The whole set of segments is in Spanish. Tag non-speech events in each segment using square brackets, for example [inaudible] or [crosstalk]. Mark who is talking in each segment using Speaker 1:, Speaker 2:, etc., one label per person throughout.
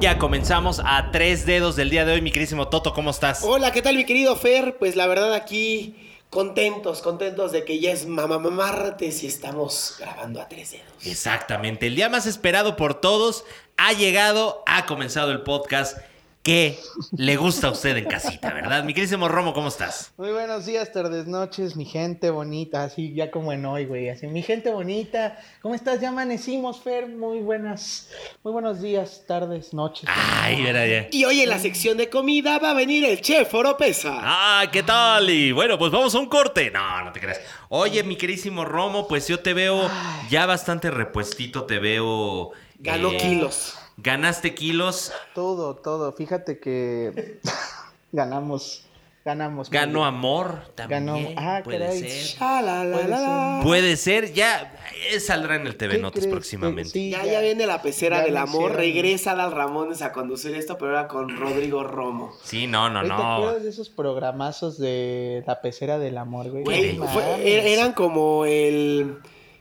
Speaker 1: ya comenzamos a tres dedos del día de hoy, mi querísimo Toto, ¿cómo estás?
Speaker 2: Oh.
Speaker 3: Hola, ¿qué tal mi querido Fer? Pues la verdad aquí contentos, contentos de que ya es mamá martes y estamos grabando a tres dedos.
Speaker 1: Exactamente, el día más esperado por todos ha llegado, ha comenzado el podcast que le gusta a usted en casita, ¿verdad? Mi querísimo Romo, ¿cómo estás?
Speaker 2: Muy buenos días, tardes, noches, mi gente bonita, así ya como en hoy, güey, así, mi gente bonita, ¿cómo estás? Ya amanecimos, Fer, muy buenas, muy buenos días, tardes, noches.
Speaker 1: Ay, verá ya.
Speaker 3: Y hoy en la sección de comida va a venir el chef Oropesa.
Speaker 1: Ah, ¿qué tal? Y bueno, pues vamos a un corte. No, no te creas. Oye, mi querísimo Romo, pues yo te veo ya bastante repuestito, te veo...
Speaker 3: Ganó
Speaker 1: eh,
Speaker 3: kilos.
Speaker 1: Ganaste kilos,
Speaker 2: Todo, todo, fíjate que [laughs] ganamos, ganamos.
Speaker 1: ganó
Speaker 2: muy
Speaker 1: amor también.
Speaker 2: Ganó- ah,
Speaker 1: puede
Speaker 2: caray.
Speaker 1: ser.
Speaker 3: Shalalala.
Speaker 1: Puede ser, ya eh, saldrá en el
Speaker 2: bien.
Speaker 1: TV
Speaker 2: ¿Qué
Speaker 1: Notas
Speaker 2: crees?
Speaker 1: próximamente.
Speaker 2: Sí,
Speaker 3: Ya, ya viene la pecera
Speaker 2: ya
Speaker 3: del
Speaker 2: lo
Speaker 3: amor.
Speaker 2: hicieron.
Speaker 3: Regresa Dal Ramones a conducir esto, pero ahora con Rodrigo Romo.
Speaker 1: Sí, no, no,
Speaker 2: Güey, ¿Te
Speaker 1: no.
Speaker 2: acuerdas de esos programazos de la pecera del amor, güey?
Speaker 3: Güey,
Speaker 2: No
Speaker 3: fue-
Speaker 2: mames.
Speaker 3: er- eran como el,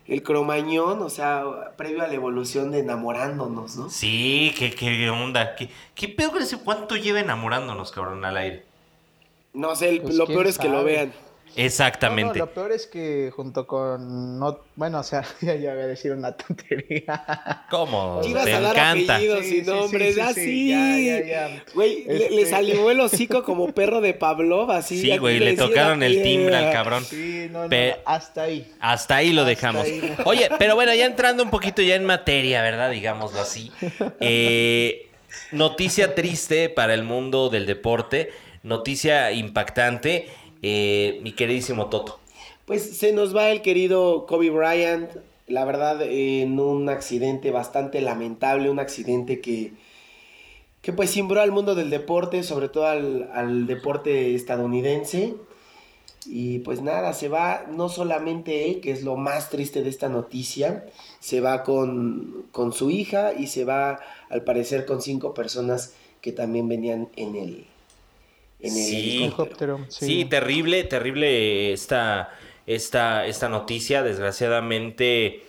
Speaker 3: el cromañón, o sea, previo a la evolución de enamorándonos, ¿no?
Speaker 1: Sí, qué, qué onda. ¿Qué, qué pedo con ese cuánto lleva enamorándonos, cabrón, al aire?
Speaker 3: No sé, el-
Speaker 2: Pues,
Speaker 3: lo
Speaker 2: ¿quién
Speaker 3: peor es que lo
Speaker 2: sabe?
Speaker 3: vean.
Speaker 2: No, no,
Speaker 1: Exactamente.
Speaker 2: lo peor es que junto con no, bueno, o sea, [laughs] ya, ya voy a decir una tontería.
Speaker 1: ¿Cómo?
Speaker 3: Oh, Te ibas
Speaker 1: Te
Speaker 3: a dar
Speaker 1: encanta.
Speaker 3: apellidos
Speaker 2: Sí,
Speaker 3: y
Speaker 2: sí,
Speaker 3: nombres, ah,
Speaker 2: sí, sí,
Speaker 3: así.
Speaker 2: sí, ya, ya, ya.
Speaker 3: Güey, le, le
Speaker 2: Este-
Speaker 3: salió el hocico como perro de Pavlov, así.
Speaker 1: Sí,
Speaker 3: aquí
Speaker 1: güey, le
Speaker 3: hicieron
Speaker 1: tocaron el
Speaker 3: aquí,
Speaker 1: timbre al
Speaker 3: eh,
Speaker 1: cabrón.
Speaker 2: Sí, no, no,
Speaker 1: Pe-
Speaker 2: hasta ahí.
Speaker 1: Hasta ahí lo
Speaker 2: Hasta
Speaker 1: dejamos.
Speaker 2: ahí.
Speaker 1: [laughs] Oye, pero bueno, ya entrando un poquito ya en materia, ¿verdad? Digámoslo así. Eh, noticia triste para el mundo del deporte, noticia impactante, eh, mi queridísimo Toto.
Speaker 3: Pues se nos va el querido Kobe Bryant, la verdad, eh, en un accidente bastante lamentable, un accidente que, que pues cimbró al mundo del deporte, sobre todo al, al deporte estadounidense. Y pues nada, se va no solamente él, que es lo más triste de esta noticia, se va con, con su hija y se va al parecer con cinco personas que también venían en el... En el
Speaker 1: Sí.
Speaker 3: helicóptero.
Speaker 2: Helicóptero,
Speaker 1: Sí,
Speaker 2: sí.
Speaker 1: terrible, terrible esta, esta, esta noticia. Desgraciadamente,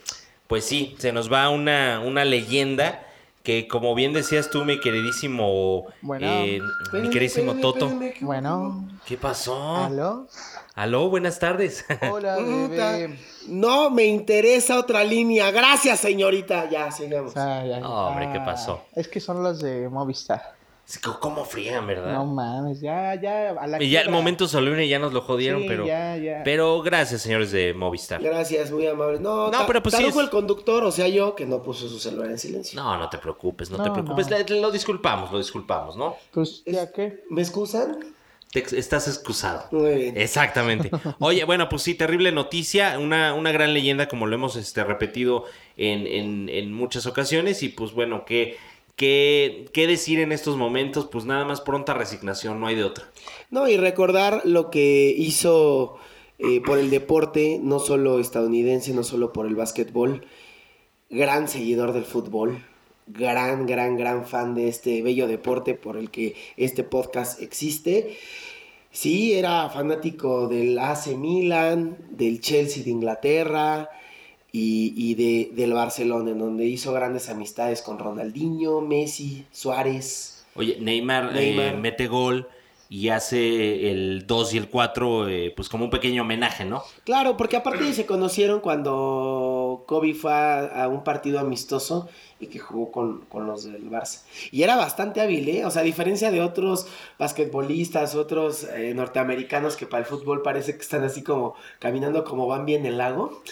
Speaker 1: pues sí, se nos va una, una leyenda que, como bien decías tú, mi queridísimo,
Speaker 2: Bueno.
Speaker 1: eh, mi
Speaker 3: Espérenme,
Speaker 1: queridísimo
Speaker 3: espérenme,
Speaker 1: Toto.
Speaker 3: espérenme, que-
Speaker 2: Bueno,
Speaker 1: ¿Qué pasó?
Speaker 2: ¿aló?
Speaker 1: Aló, buenas tardes. [laughs]
Speaker 2: Hola,
Speaker 3: Puta.
Speaker 2: bebé.
Speaker 3: No me interesa otra línea. Gracias, señorita. Ya, sigamos.
Speaker 2: O sea, ya-
Speaker 1: No, hombre, ¿qué
Speaker 2: ah,
Speaker 1: pasó?
Speaker 2: Es que son los de Movistar.
Speaker 1: Sí, co- ¿Cómo frían, verdad?
Speaker 2: No mames, ya, ya. A la
Speaker 1: y ya el
Speaker 2: quiebra.
Speaker 1: momento solemne ya nos lo jodieron,
Speaker 2: Sí,
Speaker 1: pero,
Speaker 2: ya, ya.
Speaker 1: pero gracias, señores de Movistar.
Speaker 3: Gracias, muy amable. No,
Speaker 1: No,
Speaker 3: ta-
Speaker 1: pero pues sí
Speaker 3: tarugo
Speaker 1: es-
Speaker 3: el conductor, o sea, yo que no puso su celular en silencio.
Speaker 1: No, no te preocupes, no, te
Speaker 2: No,
Speaker 1: preocupes.
Speaker 2: no.
Speaker 1: Le- Lo disculpamos, lo disculpamos, ¿no?
Speaker 2: Pues,
Speaker 3: Es-
Speaker 2: ¿ya qué?
Speaker 3: ¿Me excusan?
Speaker 1: Te ex- estás excusado.
Speaker 3: Muy bien.
Speaker 1: Exactamente. Oye, bueno, pues sí, terrible noticia, una, una gran leyenda, como lo hemos este, repetido en, en- en muchas ocasiones. Y pues bueno, ¿qué, qué, qué decir en estos momentos? Pues nada más pronta resignación, no hay de otra.
Speaker 3: No, y recordar lo que hizo eh, por el deporte, no solo estadounidense, no solo por el básquetbol. Gran seguidor del fútbol, gran, gran, gran fan de este bello deporte por el que este podcast existe. Sí, era fanático del AC Milan, del Chelsea de Inglaterra y, y de- del Barcelona, en donde hizo grandes amistades con Ronaldinho, Messi, Suárez.
Speaker 1: Oye, Neymar, eh,
Speaker 3: Neymar.
Speaker 1: mete gol y hace el 2 y el 4, pues como un pequeño homenaje, ¿no?
Speaker 3: Claro, porque aparte se conocieron cuando Kobe fue a, a un partido amistoso y que jugó con, con los del Barça. Y era bastante hábil, ¿eh? O sea, a diferencia de otros basquetbolistas, otros eh, norteamericanos que para el fútbol parece que están así como caminando como van bien el lago.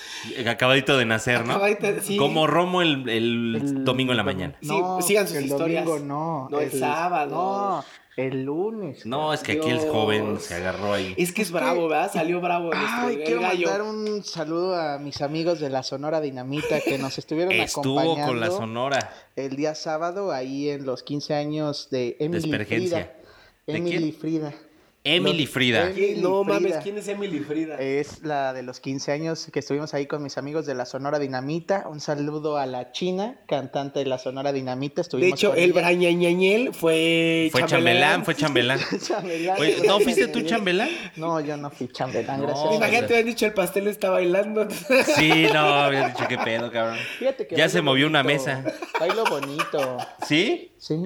Speaker 1: Acabadito de nacer,
Speaker 3: [laughs]
Speaker 1: ¿no?
Speaker 3: Acabadita- sí.
Speaker 1: Como Romo el, el
Speaker 2: El
Speaker 1: domingo en la mañana.
Speaker 2: No,
Speaker 3: Sí, sigan sus
Speaker 2: el
Speaker 3: historias.
Speaker 2: domingo no.
Speaker 3: No, el sábado.
Speaker 2: No, el lunes.
Speaker 1: No, es que aquí el joven
Speaker 3: Dios.
Speaker 1: se agarró ahí.
Speaker 3: Es que es bravo, ¿verdad? Salió bravo. nuestro
Speaker 2: Ay,
Speaker 3: el
Speaker 2: quiero
Speaker 3: gallo.
Speaker 2: mandar un saludo a mis amigos de la Sonora Dinamita que nos estuvieron
Speaker 1: Estuvo
Speaker 2: acompañando
Speaker 1: con la Sonora.
Speaker 2: el día sábado ahí en los 15 años de Emily
Speaker 1: Espergencia.
Speaker 2: Frida.
Speaker 1: ¿De
Speaker 2: Emily
Speaker 1: quién?
Speaker 2: Frida.
Speaker 1: Emily
Speaker 2: No,
Speaker 1: Frida.
Speaker 2: eh,
Speaker 3: ¿Quién- no
Speaker 2: Emily Frida. Eh,
Speaker 3: mames, ¿quién es Emily Frida?
Speaker 2: Es la de los 15 años que estuvimos ahí con mis amigos de la Sonora Dinamita. Un saludo a la China, cantante de la Sonora Dinamita.
Speaker 3: de
Speaker 2: Estuvimos
Speaker 3: hecho,
Speaker 2: con
Speaker 3: el
Speaker 2: ella.
Speaker 3: Brañañañel fue.
Speaker 1: Fue chambelán, fue chambelán.
Speaker 2: [laughs] Chambelán.
Speaker 1: Oye, ¿No fuiste tú chambelán?
Speaker 2: No, yo no fui chambelán,
Speaker 1: No,
Speaker 2: gracias.
Speaker 1: güey.
Speaker 3: Imagínate, hubieran dicho el pastel está
Speaker 2: [laughs]
Speaker 3: bailando. [laughs]
Speaker 1: Sí, no, había dicho qué pedo, cabrón.
Speaker 2: Fíjate que
Speaker 1: Ya
Speaker 2: bailo
Speaker 1: se movió una
Speaker 2: bonito.
Speaker 1: mesa.
Speaker 2: Bailo bonito.
Speaker 1: ¿Sí?
Speaker 2: Sí.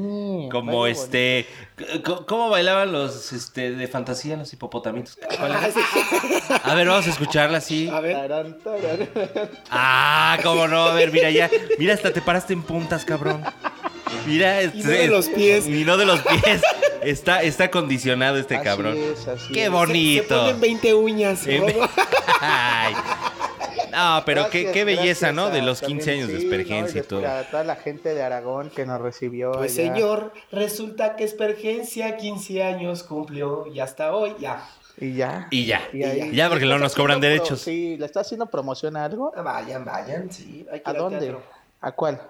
Speaker 1: Como
Speaker 2: bailo
Speaker 1: este. c- c- ¿Cómo bailaban los este, de fantasía los hipopotamitos? ¿Cuál era? A ver, vamos a escucharla así.
Speaker 3: A ver.
Speaker 2: bonito. Tarán,
Speaker 1: Este
Speaker 2: tarán.
Speaker 1: Ah, cómo no. A ver, mira ya. Mira, hasta te paraste en puntas, cabrón. Mira, este.
Speaker 3: Y no de los pies.
Speaker 1: Y no de los pies. Está, está condicionado este
Speaker 2: Así
Speaker 1: cabrón.
Speaker 2: es, así
Speaker 1: Qué
Speaker 2: es.
Speaker 1: bonito.
Speaker 3: Se, se ponen 20 uñas.
Speaker 1: Sí,
Speaker 3: ¿no?
Speaker 1: me- Ay. No, pero qué,
Speaker 2: Gracias,
Speaker 1: qué belleza,
Speaker 2: gracias
Speaker 1: ¿no? De
Speaker 2: a-
Speaker 1: los 15
Speaker 2: también,
Speaker 1: años de
Speaker 2: sí, ¿no?
Speaker 1: espergencia y
Speaker 2: después
Speaker 1: todo.
Speaker 2: A toda la gente de Aragón que nos
Speaker 1: Oh,
Speaker 2: recibió.
Speaker 3: Pues
Speaker 2: allá.
Speaker 3: señor, resulta que Espergencia 15 años cumplió y hasta hoy ya.
Speaker 2: Y ya.
Speaker 1: Y ya.
Speaker 2: Y ahí-
Speaker 1: Ya, porque luego nos cobran
Speaker 2: Pro-
Speaker 1: derechos.
Speaker 2: Sí, ¿le está haciendo promoción a algo?
Speaker 3: Ah, Vayan, vayan, sí. hay que
Speaker 2: ¿A
Speaker 3: ir al
Speaker 2: dónde?
Speaker 3: teatro.
Speaker 2: ¿A cuál?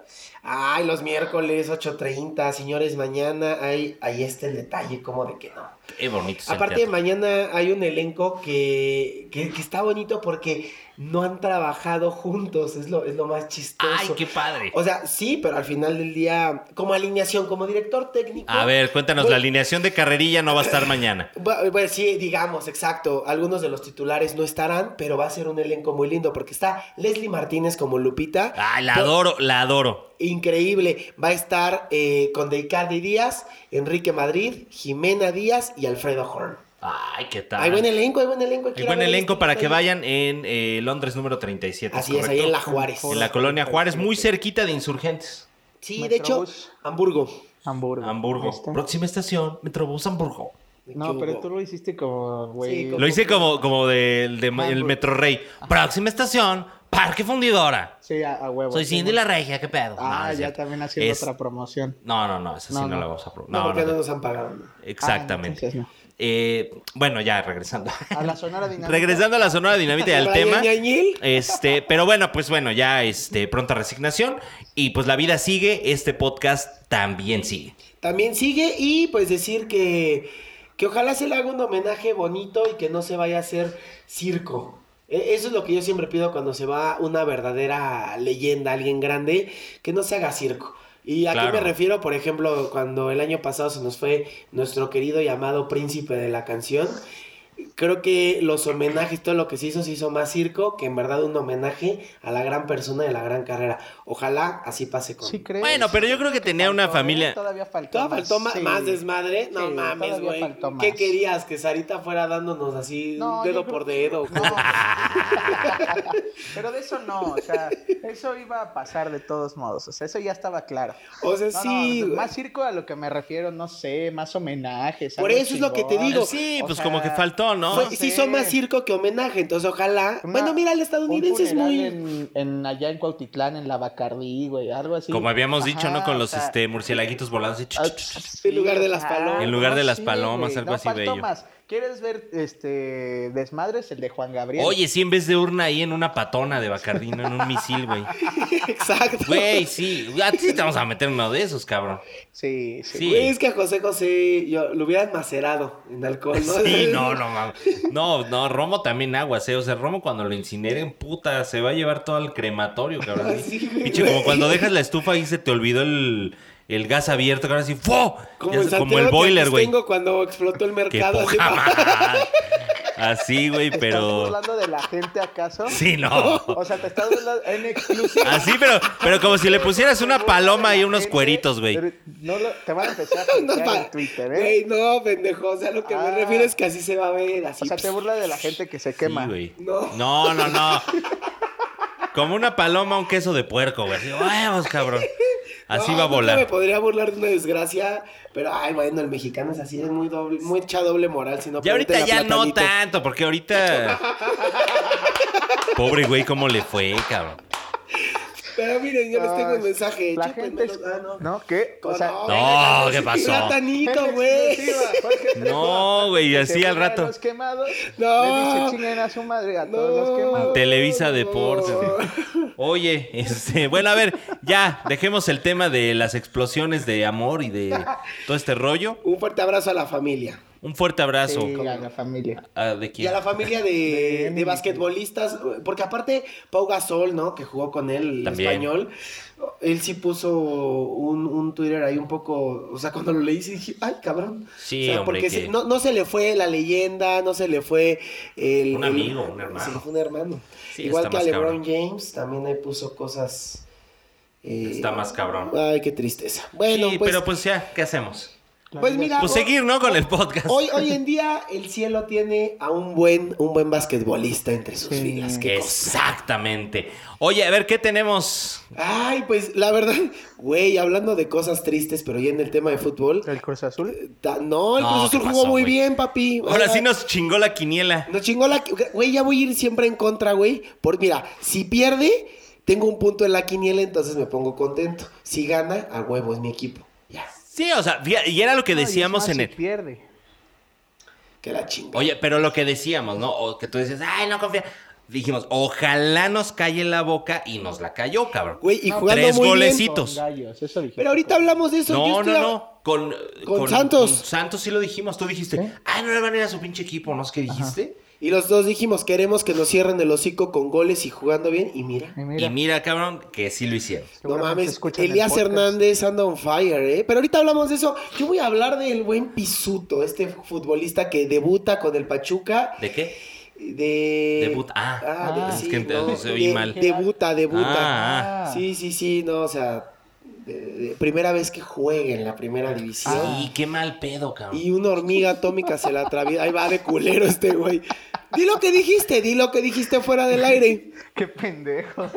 Speaker 3: Ay, los miércoles 8.30, señores, mañana. Ay, ahí está el detalle, como de que no.
Speaker 1: Qué bonito. es Pues, el
Speaker 3: Aparte,
Speaker 1: teatro.
Speaker 3: mañana hay un elenco que, que, que está bonito porque no han trabajado juntos, es lo, es lo más chistoso.
Speaker 1: Ay, qué padre.
Speaker 3: O sea, sí, pero al final del día, como alineación, como director técnico.
Speaker 1: A ver, cuéntanos,
Speaker 3: Voy-
Speaker 1: la alineación de carrerilla no va a estar mañana.
Speaker 3: Bu- Bueno, sí, digamos, exacto. Algunos de los titulares no estarán, pero va a ser un elenco muy lindo porque está Leslie Martínez como Lupita.
Speaker 1: Ay, la
Speaker 3: Pero-
Speaker 1: adoro, la adoro.
Speaker 3: Increíble. Va a estar eh, con Deicardi Díaz, Enrique Madrid, Jimena Díaz y Alfredo Horn.
Speaker 1: Ay, qué tal.
Speaker 3: Hay buen elenco, hay buen elenco.
Speaker 1: Hay
Speaker 3: quiero
Speaker 1: buen
Speaker 3: ver el
Speaker 1: elenco para que
Speaker 3: espectáculo.
Speaker 1: vayan en eh, Londres número 37.
Speaker 3: Así es, ahí
Speaker 1: correcto?
Speaker 3: en La Juárez.
Speaker 1: En la colonia Juárez, muy cerquita de Insurgentes.
Speaker 3: Sí, de hecho,
Speaker 2: Metrobús.
Speaker 3: Hamburgo.
Speaker 2: Hamburgo.
Speaker 1: Hamburgo.
Speaker 2: Ahí está.
Speaker 1: Próxima estación, Metrobús Hamburgo.
Speaker 2: No, pero tú
Speaker 3: Hamburgo.
Speaker 2: lo hiciste como, güey.
Speaker 3: Sí,
Speaker 1: Lo hice como, como del de, el
Speaker 2: Hamburgo.
Speaker 1: Metro Rey. Próxima estación, Parque Fundidora.
Speaker 2: Sí, a, a huevo.
Speaker 1: Soy
Speaker 2: Ah, sí,
Speaker 1: Cindy
Speaker 2: muy-
Speaker 1: la Regia, qué pedo. No,
Speaker 2: Ah,
Speaker 1: no es
Speaker 2: ya
Speaker 1: cierto.
Speaker 2: también haciendo
Speaker 1: Es-
Speaker 2: otra promoción.
Speaker 1: No, no, no, esa sí
Speaker 2: No,
Speaker 1: no,
Speaker 2: no.
Speaker 1: la vamos a probar.
Speaker 3: No,
Speaker 1: No,
Speaker 3: porque
Speaker 1: no,
Speaker 3: no
Speaker 1: no.
Speaker 3: nos han pagado.
Speaker 1: Exactamente.
Speaker 2: Ah, entonces
Speaker 1: Eh, bueno, ya
Speaker 2: [laughs]
Speaker 1: regresando.
Speaker 2: A la Sonora Dinamita.
Speaker 1: Regresando a la Sonora Dinamita y al
Speaker 3: Brian
Speaker 1: tema.
Speaker 3: Ñañil,
Speaker 1: Este, pero bueno, pues bueno, ya este, pronta resignación. Y pues la vida sigue, este podcast también sigue.
Speaker 3: También sigue y pues decir que, que ojalá se le haga un homenaje bonito y que no se vaya a hacer circo. E- Eso es lo que yo siempre pido cuando se va una verdadera leyenda, alguien grande, que no se haga circo. Y a
Speaker 1: Claro.
Speaker 3: qué me refiero, por ejemplo, cuando el año pasado se nos fue nuestro querido y amado príncipe de la canción. Creo que los homenajes, todo lo que se hizo, se hizo más circo que en verdad un homenaje a la gran persona de la gran carrera. Ojalá así pase con,
Speaker 2: Sí, creo.
Speaker 1: Bueno, pero yo creo que tenía una
Speaker 2: Faltó, ¿eh?
Speaker 1: familia.
Speaker 2: Todavía faltó.
Speaker 3: Todavía faltó ma-
Speaker 2: sí.
Speaker 3: más desmadre. No
Speaker 2: Sí,
Speaker 3: mames,
Speaker 2: todavía
Speaker 3: güey.
Speaker 2: faltó más.
Speaker 3: ¿Qué querías? ¿Que Sarita fuera dándonos así
Speaker 2: No, yo
Speaker 3: dedo
Speaker 2: creo
Speaker 3: por
Speaker 2: que-
Speaker 3: dedo?
Speaker 2: no. [laughs] Pero de eso no, o sea, eso iba a pasar de todos modos, o sea, eso ya estaba claro.
Speaker 3: O sea,
Speaker 2: No, no,
Speaker 3: sí. güey.
Speaker 2: más circo a lo que me refiero, no sé, más homenajes.
Speaker 3: Por
Speaker 2: algo
Speaker 3: eso es lo que te
Speaker 2: chingón.
Speaker 3: digo.
Speaker 1: Sí,
Speaker 2: O
Speaker 1: pues
Speaker 2: sea, pues,
Speaker 1: como que faltó, ¿no?
Speaker 3: Fue-
Speaker 2: no
Speaker 3: sí,
Speaker 2: sé.
Speaker 3: son más circo que homenaje. Entonces, ojalá.
Speaker 2: una-
Speaker 3: bueno, mira, el
Speaker 2: un
Speaker 3: estadounidense es
Speaker 2: funeral
Speaker 3: muy.
Speaker 2: En, en- allá en Cuautitlán, en la Bacardí, güey, algo así.
Speaker 1: Como habíamos dicho,
Speaker 2: Ajá,
Speaker 1: ¿no? Con
Speaker 2: o
Speaker 1: los
Speaker 2: sea,
Speaker 1: este, murciélaguitos volando. así, ch,
Speaker 2: Ah,
Speaker 1: ch, ch.
Speaker 2: sí,
Speaker 3: En lugar de
Speaker 2: o
Speaker 3: las
Speaker 2: sea,
Speaker 3: palomas.
Speaker 1: En lugar de las
Speaker 2: sí,
Speaker 1: palomas,
Speaker 2: güey,
Speaker 1: algo
Speaker 2: no
Speaker 1: así
Speaker 2: faltó
Speaker 1: bello.
Speaker 2: más. ¿Quieres ver este desmadres? El de Juan Gabriel.
Speaker 1: Oye, sí, en vez de urna ahí en una patona de Bacardino, en un misil,
Speaker 2: [laughs]
Speaker 1: güey.
Speaker 3: [laughs] Exacto.
Speaker 1: Güey, sí. A ti sí te vamos a meter uno de esos, cabrón.
Speaker 2: Sí, sí.
Speaker 1: Sí.
Speaker 3: Güey, es que a José José yo, lo hubieran macerado en alcohol, ¿no?
Speaker 1: Sí, no,
Speaker 3: [laughs]
Speaker 1: no mames. No, no, Romo también aguas, ¿eh? O sea, Romo cuando lo incineren, puta, se va a llevar todo al crematorio, cabrón.
Speaker 3: Ah, Sí, güey.
Speaker 1: Pinche, como cuando dejas la estufa y se te olvidó el, el gas abierto, cabrón, así, ¡fo!
Speaker 3: Como,
Speaker 1: Ya
Speaker 3: en
Speaker 1: sé, como
Speaker 3: Santiago
Speaker 1: el boiler, güey.
Speaker 3: Tengo cuando explotó el
Speaker 1: Qué
Speaker 3: mercado. así,
Speaker 1: poca madre. Así, güey,
Speaker 2: ¿Estás
Speaker 1: pero.
Speaker 2: hablando de la gente acaso?
Speaker 1: Sí, no.
Speaker 2: O sea, te estás hablando en exclusiva.
Speaker 1: Así, pero, pero como Ah, si le pusieras una paloma y unos cueritos, güey.
Speaker 2: Pero No lo- te van a empezar
Speaker 3: [laughs]
Speaker 2: a
Speaker 3: No,
Speaker 2: juzgar
Speaker 3: pa-
Speaker 2: en Twitter,
Speaker 3: Güey,
Speaker 2: ¿eh?
Speaker 3: no, pendejo. O sea, lo que me
Speaker 2: Ah.
Speaker 3: refiero es que así se va a ver. Así.
Speaker 2: O sea, te burla de la gente que se
Speaker 1: Sí,
Speaker 2: quema.
Speaker 1: güey.
Speaker 3: No.
Speaker 1: No, no, no. Como una paloma, un queso de puerco, güey. Así, Huevos, cabrón. Así
Speaker 3: No,
Speaker 1: va a
Speaker 3: nunca me
Speaker 1: volar.
Speaker 3: podría burlar de una desgracia, pero ay, bueno, el mexicano es así, es muy doble, mucha doble moral, si no
Speaker 1: Ya ahorita
Speaker 3: pregúntale a
Speaker 1: ya no
Speaker 3: Platanito.
Speaker 1: tanto, porque ahorita. Pobre güey, ¿cómo le fue, cabrón?
Speaker 3: Pero miren, yo les tengo
Speaker 2: Ah,
Speaker 3: un mensaje.
Speaker 2: La gente
Speaker 3: chúpenmelo,
Speaker 2: es...
Speaker 3: ah, no.
Speaker 2: ¿No? ¿Qué? O sea...
Speaker 1: No, ¿qué pasó?
Speaker 3: Platanito,
Speaker 2: en
Speaker 3: güey.
Speaker 2: exclusiva, Jorge, en
Speaker 1: No,
Speaker 2: exclusiva.
Speaker 1: güey,
Speaker 2: Que
Speaker 1: así
Speaker 2: se
Speaker 1: al
Speaker 2: burla de
Speaker 1: rato.
Speaker 2: los quemados.
Speaker 3: No.
Speaker 2: Le dice chinguen a su madre a todos
Speaker 3: No.
Speaker 2: los quemados.
Speaker 1: Televisa Deportes. güey. Oye, este, bueno, a ver, ya, dejemos el tema de las explosiones de amor y de todo este rollo.
Speaker 3: Un fuerte abrazo a la familia.
Speaker 1: Un fuerte abrazo.
Speaker 2: Sí, a la familia.
Speaker 4: Ah, ¿De
Speaker 3: Y
Speaker 4: quién?
Speaker 3: a
Speaker 1: [laughs]
Speaker 3: la familia de,
Speaker 2: De-
Speaker 3: de basquetbolistas, porque aparte Pau Gasol, ¿no? Que jugó con él, el
Speaker 1: También.
Speaker 3: español, él sí puso un, un Twitter ahí un poco, o sea, cuando lo leí sí dije, ay, cabrón.
Speaker 1: Sí,
Speaker 3: O sea,
Speaker 1: hombre,
Speaker 3: porque
Speaker 1: que-
Speaker 3: sí, no, no se le fue la leyenda, no se le fue el...
Speaker 1: Un
Speaker 3: el-
Speaker 1: amigo, un hermano.
Speaker 3: Sí, fue un hermano.
Speaker 1: Sí,
Speaker 3: Igual
Speaker 1: está
Speaker 3: que a
Speaker 1: más
Speaker 3: LeBron James, también ahí puso cosas... eh,
Speaker 1: Está más cabrón.
Speaker 3: Ay, qué tristeza. Bueno,
Speaker 1: sí,
Speaker 3: pues,
Speaker 1: pero pues ya, ¿qué hacemos?
Speaker 2: La
Speaker 3: pues
Speaker 2: vida
Speaker 3: mira...
Speaker 1: Pues
Speaker 3: o-
Speaker 1: seguir, ¿no? Con el podcast.
Speaker 3: Hoy, hoy en día el cielo tiene a un buen, un buen basquetbolista entre sus
Speaker 2: Sí.
Speaker 3: filas. Qué cosa.
Speaker 1: Exactamente. Oye, a ver, ¿qué tenemos?
Speaker 3: Ay, pues la verdad, güey, hablando de cosas tristes, pero ya en el tema de fútbol.
Speaker 2: es- El Cruz Azul.
Speaker 3: ta- no, el
Speaker 1: No,
Speaker 3: Cruz Azul
Speaker 1: ¿qué
Speaker 3: jugó
Speaker 1: pasó,
Speaker 3: muy
Speaker 1: güey?
Speaker 3: bien, papi.
Speaker 1: Ahora
Speaker 3: Ay,
Speaker 1: sí nos chingó la quiniela.
Speaker 3: Nos chingó la. Güey, ya voy a ir siempre en contra, güey. Porque mira, si pierde, tengo un punto en la quiniela, entonces me pongo contento. Si gana, a huevo, es mi equipo. Ya,
Speaker 1: Sí, o sea, fía- y era lo que decíamos
Speaker 2: No, y es más
Speaker 1: en
Speaker 2: si
Speaker 1: el...
Speaker 2: pierde.
Speaker 3: que la chinga.
Speaker 4: Oye, pero lo que decíamos, ¿no? O que tú decías, ay, no confía. Dijimos, ojalá nos calle la boca y nos la cayó, cabrón.
Speaker 3: Güey, y
Speaker 2: No,
Speaker 3: jugando
Speaker 1: tres
Speaker 3: muy
Speaker 1: golecitos.
Speaker 3: bien.
Speaker 1: Citos.
Speaker 2: Con gallos, eso dije.
Speaker 3: Pero ahorita hablamos de eso. yo
Speaker 4: No,
Speaker 3: estoy
Speaker 4: no,
Speaker 3: a-
Speaker 4: no. Con,
Speaker 3: Con Santos. ¿Eh?
Speaker 4: con Santos sí lo dijimos. Tú dijiste,
Speaker 2: ¿Sí?
Speaker 4: ay, no le van a ir a su pinche equipo, ¿no? es que dijiste?
Speaker 3: Y los dos dijimos, queremos que nos cierren el hocico con goles y jugando bien. Y mira,
Speaker 2: Y mira,
Speaker 4: Y mira, cabrón, que sí lo hicieron.
Speaker 3: no
Speaker 2: seguramente
Speaker 3: mames,
Speaker 2: escuchan el
Speaker 3: Elías
Speaker 2: podcast.
Speaker 3: Hernández anda on fire, ¿eh? Pero ahorita hablamos de eso. Yo voy a hablar del buen Pisuto, este futbolista que debuta con el Pachuca.
Speaker 4: ¿De qué?
Speaker 3: De...
Speaker 4: Debuta. Ah.
Speaker 3: de-
Speaker 2: Ah,
Speaker 4: es
Speaker 3: sí,
Speaker 4: que
Speaker 3: no,
Speaker 4: entonces oí
Speaker 3: de-
Speaker 4: mal.
Speaker 3: Debuta, debuta.
Speaker 4: Ah, ah.
Speaker 2: Ah.
Speaker 3: Sí, sí, sí, no, o sea, de- de- primera vez que juega en la primera división.
Speaker 2: Ah.
Speaker 4: Sí, qué mal pedo, cabrón.
Speaker 3: Y una hormiga atómica se la atraviesa. Ahí va de culero este güey. Di lo que dijiste, di lo que dijiste fuera del aire.
Speaker 2: [laughs] Qué pendejo.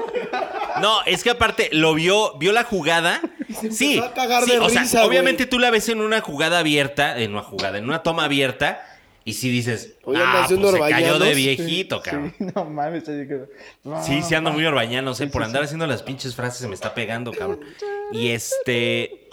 Speaker 1: No, es que aparte lo vio, vio la
Speaker 3: [laughs]
Speaker 1: jugada.
Speaker 3: se empezó
Speaker 1: Sí,
Speaker 3: a cagar
Speaker 1: sí,
Speaker 3: de
Speaker 1: o sea,
Speaker 3: risa, güey.
Speaker 1: obviamente tú la ves en una jugada abierta, en una jugada, en una toma abierta, y si dices,
Speaker 3: Oye,
Speaker 1: ah,
Speaker 3: andas de un
Speaker 1: pues se cayó
Speaker 3: Orbañanos".
Speaker 1: de viejito, cabrón.
Speaker 2: Sí, [laughs] no mames. así que-
Speaker 1: Sí, sí ando muy orbañano, sé,
Speaker 2: Sí,
Speaker 1: por
Speaker 2: sí,
Speaker 1: andar
Speaker 2: sí.
Speaker 1: haciendo las pinches frases se me está pegando, cabrón. Y este...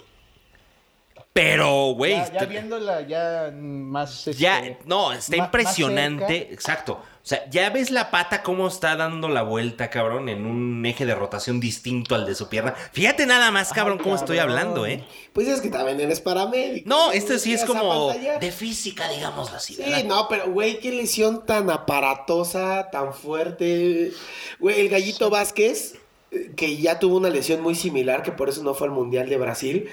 Speaker 1: Pero, güey,
Speaker 2: Ya, ya
Speaker 1: te-
Speaker 2: viéndola ya más... este,
Speaker 1: ya, no, está
Speaker 2: ma- más cerca.
Speaker 1: impresionante, exacto. O sea, ya ves la pata cómo está dando la vuelta, cabrón, en un eje de rotación distinto al de su pierna. Fíjate nada más, cabrón, cómo estoy
Speaker 2: cabrón.
Speaker 1: hablando, ¿eh?
Speaker 3: Pues es que también eres paramédico.
Speaker 1: No,
Speaker 3: güey,
Speaker 1: esto sí es
Speaker 3: llegas a
Speaker 1: como
Speaker 3: pantallar.
Speaker 1: de física, digamos así.
Speaker 3: Sí,
Speaker 1: ¿verdad?
Speaker 3: no, pero güey, qué lesión tan aparatosa, tan fuerte. Güey, el gallito Vázquez, eh, que ya tuvo una lesión muy similar, que por eso no fue al Mundial de Brasil.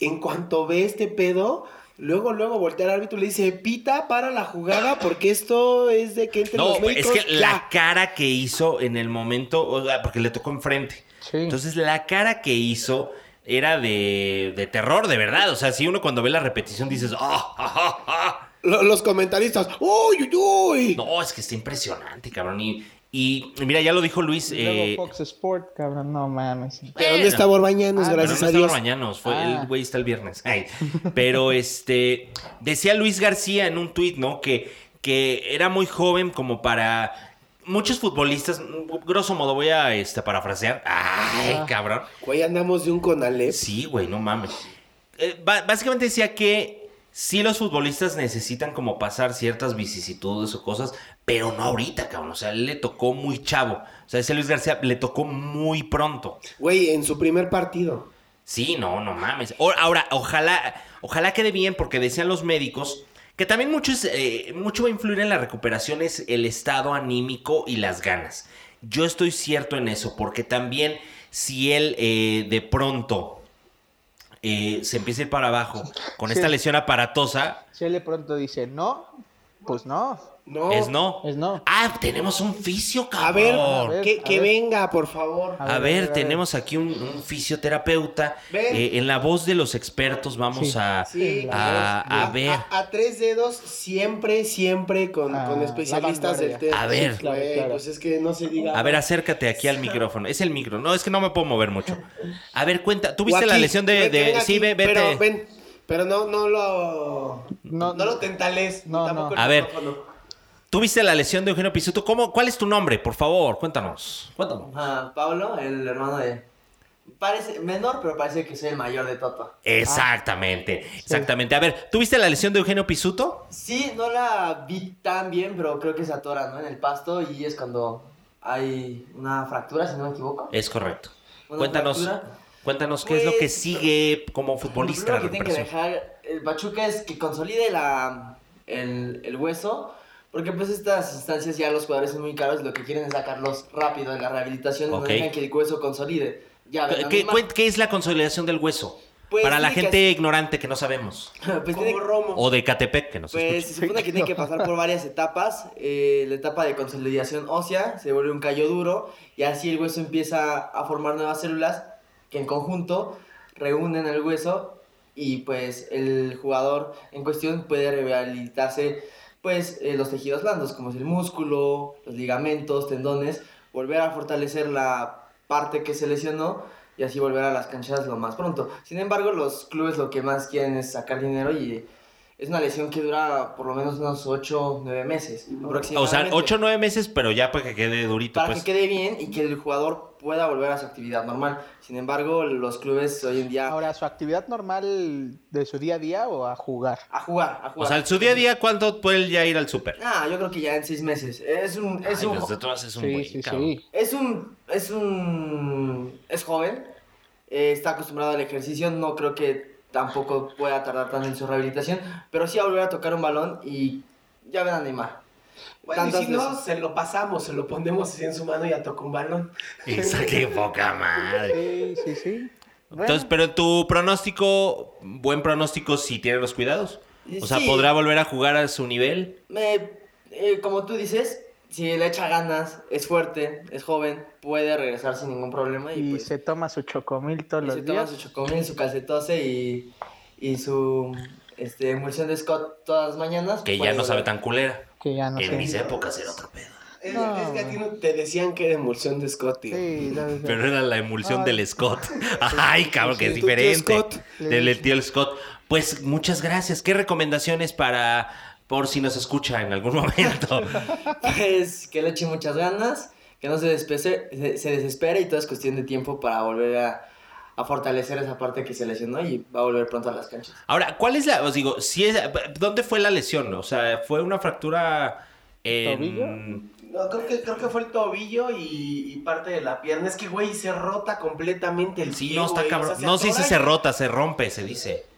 Speaker 3: En cuanto ve este pedo, luego, luego voltea al árbitro y le dice, pita, para la jugada, porque esto es de que entre
Speaker 1: No,
Speaker 3: los
Speaker 1: es
Speaker 3: médicos. Ah,
Speaker 1: que la cara que hizo en el momento, o sea, porque le tocó enfrente.
Speaker 2: Sí.
Speaker 1: Entonces, la cara que hizo era de, de terror, de verdad. O sea, si uno cuando ve la repetición dices, "Ah, ah, ah, ah".
Speaker 3: Lo- Los comentaristas, ¡Uy, uy, uy!
Speaker 1: No, es que está impresionante, cabrón. Y, y mira, ya lo dijo Luis.
Speaker 2: Y luego
Speaker 1: eh,
Speaker 2: Fox Sport, cabrón, no mames.
Speaker 3: ¿Pero dónde está Borbañanos?
Speaker 2: Ah,
Speaker 1: pero
Speaker 3: gracias
Speaker 1: no estaba
Speaker 3: a Dios.
Speaker 1: Orbañanos, fue
Speaker 2: Ah.
Speaker 1: el güey está el viernes. Ay, Pero este decía Luis García en un tuit, ¿no? Que, que era muy joven como para muchos futbolistas, mm, grosso modo voy a este, parafrasear. Ay,
Speaker 2: Ah.
Speaker 1: cabrón.
Speaker 3: Güey, andamos de un Conalep.
Speaker 1: Sí, güey, no mames. Eh, ba- básicamente decía que sí los futbolistas necesitan como pasar ciertas vicisitudes o cosas, pero no ahorita, cabrón. O sea, él le tocó muy chavo. O sea, ese Luis García le tocó muy pronto.
Speaker 3: Güey, en su primer partido.
Speaker 1: Sí, no, no mames. O- Ahora, ojalá, ojalá quede bien, porque decían los médicos que también mucho, es, eh, mucho va a influir en la recuperación es el estado anímico y las ganas. Yo estoy cierto en eso, porque también si él eh, de pronto eh, se empieza a ir para abajo con
Speaker 2: Sí.
Speaker 1: esta lesión aparatosa,
Speaker 2: Si él de pronto dice no, pues no.
Speaker 3: No.
Speaker 1: es no.
Speaker 2: Es no.
Speaker 1: Ah, tenemos un fisio, cabrón.
Speaker 3: A ver,
Speaker 2: A ver,
Speaker 3: que,
Speaker 2: a
Speaker 3: que
Speaker 2: ver.
Speaker 3: venga, por favor.
Speaker 1: A, ver, tenemos aquí un, un fisioterapeuta.
Speaker 3: Ven.
Speaker 1: Eh, en la voz de los expertos vamos
Speaker 2: Sí.
Speaker 1: a,
Speaker 3: Sí,
Speaker 2: la
Speaker 1: a-
Speaker 3: a,
Speaker 1: a ver.
Speaker 3: A, a tres dedos, siempre, siempre con,
Speaker 2: Ah,
Speaker 3: con
Speaker 2: la
Speaker 3: especialistas del
Speaker 2: vanguardia.
Speaker 3: tema.
Speaker 1: A ver.
Speaker 3: Sí, güey,
Speaker 2: Claro, claro.
Speaker 3: Pues es que no se diga.
Speaker 1: A ver, acércate aquí al micrófono. Es el micro. No, es que no me puedo mover mucho. A ver, cuenta.
Speaker 3: O
Speaker 1: ¿Tuviste la
Speaker 3: aquí,
Speaker 1: lesión de.?
Speaker 3: güey, que
Speaker 1: de-
Speaker 3: venga
Speaker 1: sí,
Speaker 3: aquí,
Speaker 1: ve, vete.
Speaker 3: Pero ven, pero no, no lo. No,
Speaker 2: No,
Speaker 3: lo tentales.
Speaker 2: no,
Speaker 3: tampoco
Speaker 2: no.
Speaker 3: el
Speaker 1: A ver.
Speaker 3: micrófono.
Speaker 1: ¿Tuviste la lesión de Eugenio Pisuto? ¿Cómo, ¿Cuál es tu nombre? Por favor, cuéntanos. Cuéntanos.
Speaker 5: Ah, Pablo, el hermano de. Parece menor, pero parece que soy el mayor de Toto.
Speaker 1: Exactamente, exactamente. A ver, ¿tuviste la lesión de Eugenio Pisuto?
Speaker 5: Sí, no la vi tan bien, pero creo que se atora, ¿no? En el pasto y es cuando hay una fractura, si no me equivoco.
Speaker 1: Es correcto.
Speaker 5: Una
Speaker 1: Eh, Cuéntanos.
Speaker 5: fractura.
Speaker 1: Cuéntanos qué es lo que
Speaker 5: Pues,
Speaker 1: sigue como
Speaker 5: Lo
Speaker 1: futbolista.
Speaker 5: primero
Speaker 1: la
Speaker 5: que tiene que
Speaker 1: recuperación.
Speaker 5: dejar el Pachuca es que consolide la, el, el hueso. Porque pues estas instancias ya los jugadores son muy caros, lo que quieren es sacarlos rápido en la rehabilitación,
Speaker 1: Ok.
Speaker 5: no dejan que el hueso consolide. Ya, ven, a
Speaker 1: ¿Qué,
Speaker 5: mi ma-
Speaker 1: cuen- qué es la consolidación del hueso?
Speaker 5: Pues,
Speaker 1: Para la
Speaker 5: tiene
Speaker 1: gente ignorante que no sabemos.
Speaker 5: [laughs] pues tiene-
Speaker 3: Como Romo.
Speaker 1: O de Catepec, que nos
Speaker 5: Pues
Speaker 1: escucha.
Speaker 5: se supone que tiene que pasar por varias etapas. eh, la etapa de consolidación ósea se vuelve un callo duro y así el hueso empieza a formar nuevas células que en conjunto reúnen el hueso y pues el jugador en cuestión puede rehabilitarse pues eh, los tejidos blandos como es el músculo, los ligamentos, tendones, volver a fortalecer la parte que se lesionó y así volver a las canchas lo más pronto. Sin embargo, los clubes lo que más quieren es sacar dinero y es una lesión que dura por lo menos unos 8 o 9 meses.
Speaker 1: O sea,
Speaker 5: aproximadamente,
Speaker 1: 8 o 9 meses, pero ya para que quede durito.
Speaker 5: Para
Speaker 1: Pues.
Speaker 5: que quede bien y que el jugador pueda volver a su actividad normal. Sin embargo, los clubes hoy en día...
Speaker 2: Ahora, ¿su actividad normal de su día a día o a jugar?
Speaker 5: A jugar, a
Speaker 1: O
Speaker 5: jugar.
Speaker 1: sea, en su día a día, ¿cuánto puede ya ir al súper?
Speaker 5: Ah, yo creo que ya en 6 meses. Es un... Es
Speaker 1: Ay,
Speaker 5: un
Speaker 1: pues, de todas es un
Speaker 2: sí,
Speaker 1: buen,
Speaker 2: sí,
Speaker 1: cabrón.
Speaker 2: sí.
Speaker 5: Es un. Es un. Es joven. eh, está acostumbrado al ejercicio. No creo que tampoco pueda tardar tanto en su rehabilitación. Pero sí va a volver a tocar un balón y ya ven a Neymar.
Speaker 3: Bueno, y
Speaker 5: Tantas
Speaker 3: si no,
Speaker 5: veces.
Speaker 3: se lo pasamos, se lo ponemos así en su mano y ya tocó un balón.
Speaker 1: Esa qué poca madre.
Speaker 2: Sí, sí, sí. Bueno,
Speaker 1: Entonces, pero tu pronóstico, buen pronóstico si tiene los cuidados. O sea,
Speaker 5: Sí.
Speaker 1: ¿podrá volver a jugar a su nivel?
Speaker 5: Me- eh, como tú dices, si le echa ganas, es fuerte, es joven, puede regresar sin ningún problema. Y,
Speaker 2: y
Speaker 5: pues,
Speaker 2: se toma su chocomil todos
Speaker 5: y
Speaker 2: los
Speaker 5: se toma
Speaker 2: días.
Speaker 5: su chocomil, su calcetose y, y su. Este, emulsión de Scott todas las mañanas.
Speaker 1: Que ya
Speaker 5: puede
Speaker 1: no sabe
Speaker 5: volver.
Speaker 1: tan culera.
Speaker 2: Que ya no
Speaker 1: en
Speaker 2: sé.
Speaker 1: mis épocas era otro pedo.
Speaker 3: Es,
Speaker 2: No.
Speaker 3: es que a ti no te decían que era emulsión de Scott, tío.
Speaker 2: Sí, ya, ya.
Speaker 1: Pero era la emulsión
Speaker 2: Ah.
Speaker 1: del
Speaker 2: [laughs]
Speaker 1: Scott. Ay, cabrón, que es
Speaker 3: Tu tío
Speaker 1: diferente.
Speaker 3: Scott.
Speaker 1: Del tío Scott. Pues muchas gracias. ¿Qué recomendaciones para por si nos escucha en algún
Speaker 2: [laughs]
Speaker 1: momento?
Speaker 5: Pues que le eche muchas ganas, que no se despese- se- se desespere y todo es cuestión de tiempo para volver a, a fortalecer esa parte que se lesionó y va a volver pronto a las canchas.
Speaker 1: Ahora, ¿cuál es la? Os digo, si es, ¿dónde fue la lesión? O sea, ¿fue una fractura en...
Speaker 3: No, creo que, creo que fue el tobillo y, y parte de la pierna. Es que, güey, se rota completamente el
Speaker 1: Sí,
Speaker 3: pie,
Speaker 1: no, está
Speaker 3: güey.
Speaker 1: cabrón.
Speaker 3: O sea, se
Speaker 1: no, sí, sí
Speaker 3: atora
Speaker 1: se
Speaker 3: y-
Speaker 1: rota, se rompe, se dice. [laughs]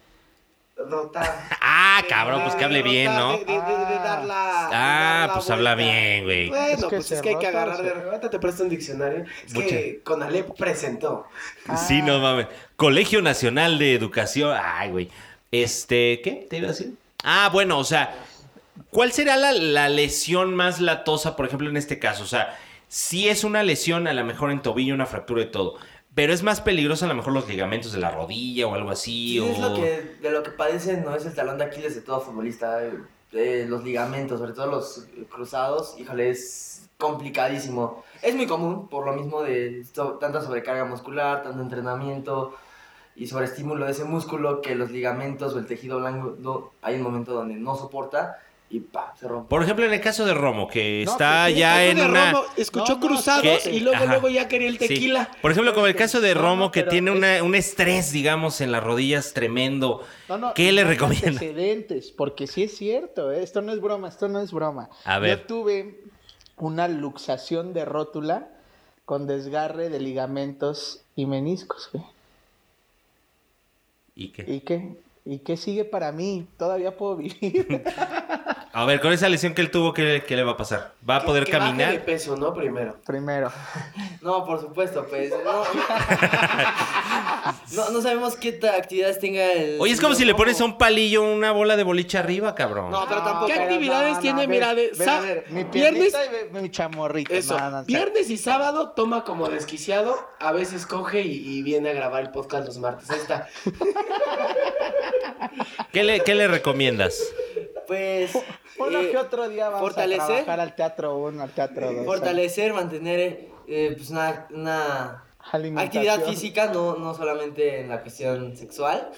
Speaker 3: Rota.
Speaker 1: Ah, cabrón, pues que hable
Speaker 3: Rotar,
Speaker 1: bien, ¿no?
Speaker 3: De, de- de- de dar la- dar
Speaker 1: Ah,
Speaker 3: la
Speaker 1: pues habla
Speaker 3: vuelta.
Speaker 1: bien, güey.
Speaker 3: Bueno,
Speaker 2: Es que
Speaker 3: pues
Speaker 2: se
Speaker 3: es que hay que
Speaker 2: rota,
Speaker 3: agarrar
Speaker 2: se-
Speaker 3: de repente. Te presto un diccionario. Es que Conalep presentó.
Speaker 2: Ah.
Speaker 1: Sí, no mames. Colegio Nacional de Educación. Ay, güey. Este, ¿qué te iba a decir? Ah, bueno, o sea, ¿cuál será la, la lesión más latosa, por ejemplo, en este caso? O sea, si es una lesión, a lo mejor en tobillo, una fractura y todo. Pero es más peligroso a lo mejor los ligamentos de la rodilla o algo así.
Speaker 5: Y es
Speaker 1: o-
Speaker 5: lo que, de lo que padecen, no es el talón de Aquiles de todo futbolista, eh, eh, los ligamentos, sobre todo los eh, cruzados, híjole, es complicadísimo. Es muy común, por lo mismo de so- tanta sobrecarga muscular, tanto entrenamiento y sobreestímulo de ese músculo que los ligamentos o el tejido blanco no- hay un momento donde no soporta y pa, se rompe.
Speaker 1: Por ejemplo, en el caso de Romo, que
Speaker 2: No,
Speaker 1: está
Speaker 2: pues, en el
Speaker 1: Ah, ya
Speaker 3: Eso
Speaker 1: en
Speaker 3: de
Speaker 1: una...
Speaker 3: Romo, escuchó
Speaker 2: No, no,
Speaker 3: cruzados
Speaker 1: que-
Speaker 3: y luego,
Speaker 1: ajá.
Speaker 3: luego ya quería el
Speaker 1: Sí.
Speaker 3: tequila.
Speaker 1: Por ejemplo, como el caso de
Speaker 2: este, No, no,
Speaker 1: Romo, que
Speaker 2: pero
Speaker 1: tiene
Speaker 2: es-
Speaker 1: una- un estrés, digamos, en las rodillas tremendo.
Speaker 2: No, no,
Speaker 1: ¿Qué le
Speaker 2: y
Speaker 1: recomienda?
Speaker 2: Antecedentes, porque sí es cierto, ¿eh? esto no es broma, esto no es broma.
Speaker 1: A ver.
Speaker 2: Yo tuve una luxación de rótula con desgarre de ligamentos y meniscos, güey.
Speaker 1: ¿Y qué?
Speaker 2: ¿Y qué? ¿Y qué sigue para mí? Todavía puedo
Speaker 1: [laughs]
Speaker 2: vivir.
Speaker 1: A ver, con esa lesión que él tuvo, ¿qué, qué le va a pasar? ¿Va a poder
Speaker 3: Que baje de
Speaker 1: caminar?
Speaker 3: peso, ¿no? Primero.
Speaker 2: Primero.
Speaker 5: No, por supuesto, pues.
Speaker 1: [laughs]
Speaker 5: No, no, no sabemos qué ta- actividades tenga el.
Speaker 1: Oye, es como si le pones a un palillo una bola de boliche arriba, cabrón.
Speaker 5: No, pero
Speaker 3: Ah.
Speaker 2: Ah,
Speaker 5: tampoco.
Speaker 3: ¿Qué actividades tiene?
Speaker 2: ve,
Speaker 3: Mira, de-
Speaker 2: ve,
Speaker 3: sa-
Speaker 2: a ver, mi
Speaker 3: viernes-
Speaker 2: viernes mi chamorrito.
Speaker 3: Eso.
Speaker 2: no, no,
Speaker 3: Viernes y sábado toma como desquiciado. A veces coge y, y viene a grabar el podcast los martes. Ahí está.
Speaker 1: ¿Qué, le, qué le recomiendas?
Speaker 5: Pues.
Speaker 1: Oh,
Speaker 2: Uno
Speaker 5: eh,
Speaker 2: que otro día vamos
Speaker 5: fortalecer.
Speaker 2: a trabajar al teatro 1, al
Speaker 3: Eh,
Speaker 2: teatro 2.
Speaker 5: fortalecer, mantener eh, pues una, una actividad física, no, no solamente en la cuestión sexual.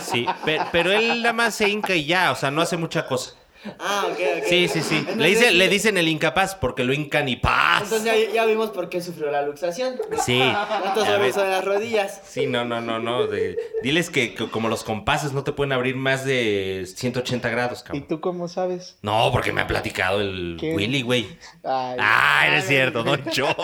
Speaker 1: Sí, pe- pero él nada más se hinca y ya, o sea, no hace mucha cosa.
Speaker 5: Ah, ok, ok.
Speaker 1: Sí, sí, sí. Le, dice- le dicen el incapaz porque lo hincan y paz.
Speaker 5: Entonces ya, ya vimos por qué sufrió la luxación.
Speaker 1: Sí.
Speaker 5: Entonces
Speaker 1: Ya ves.
Speaker 5: hablamos de las rodillas.
Speaker 1: Sí, no, no, no, no. de- diles que, que como los compases no te pueden abrir más de 180 grados,
Speaker 2: ¿Y
Speaker 1: cabrón.
Speaker 2: tú cómo sabes?
Speaker 1: No, porque me ha platicado el
Speaker 2: ¿Qué?
Speaker 1: Willy, güey.
Speaker 2: Ay,
Speaker 1: Ah, no es cierto, Don John.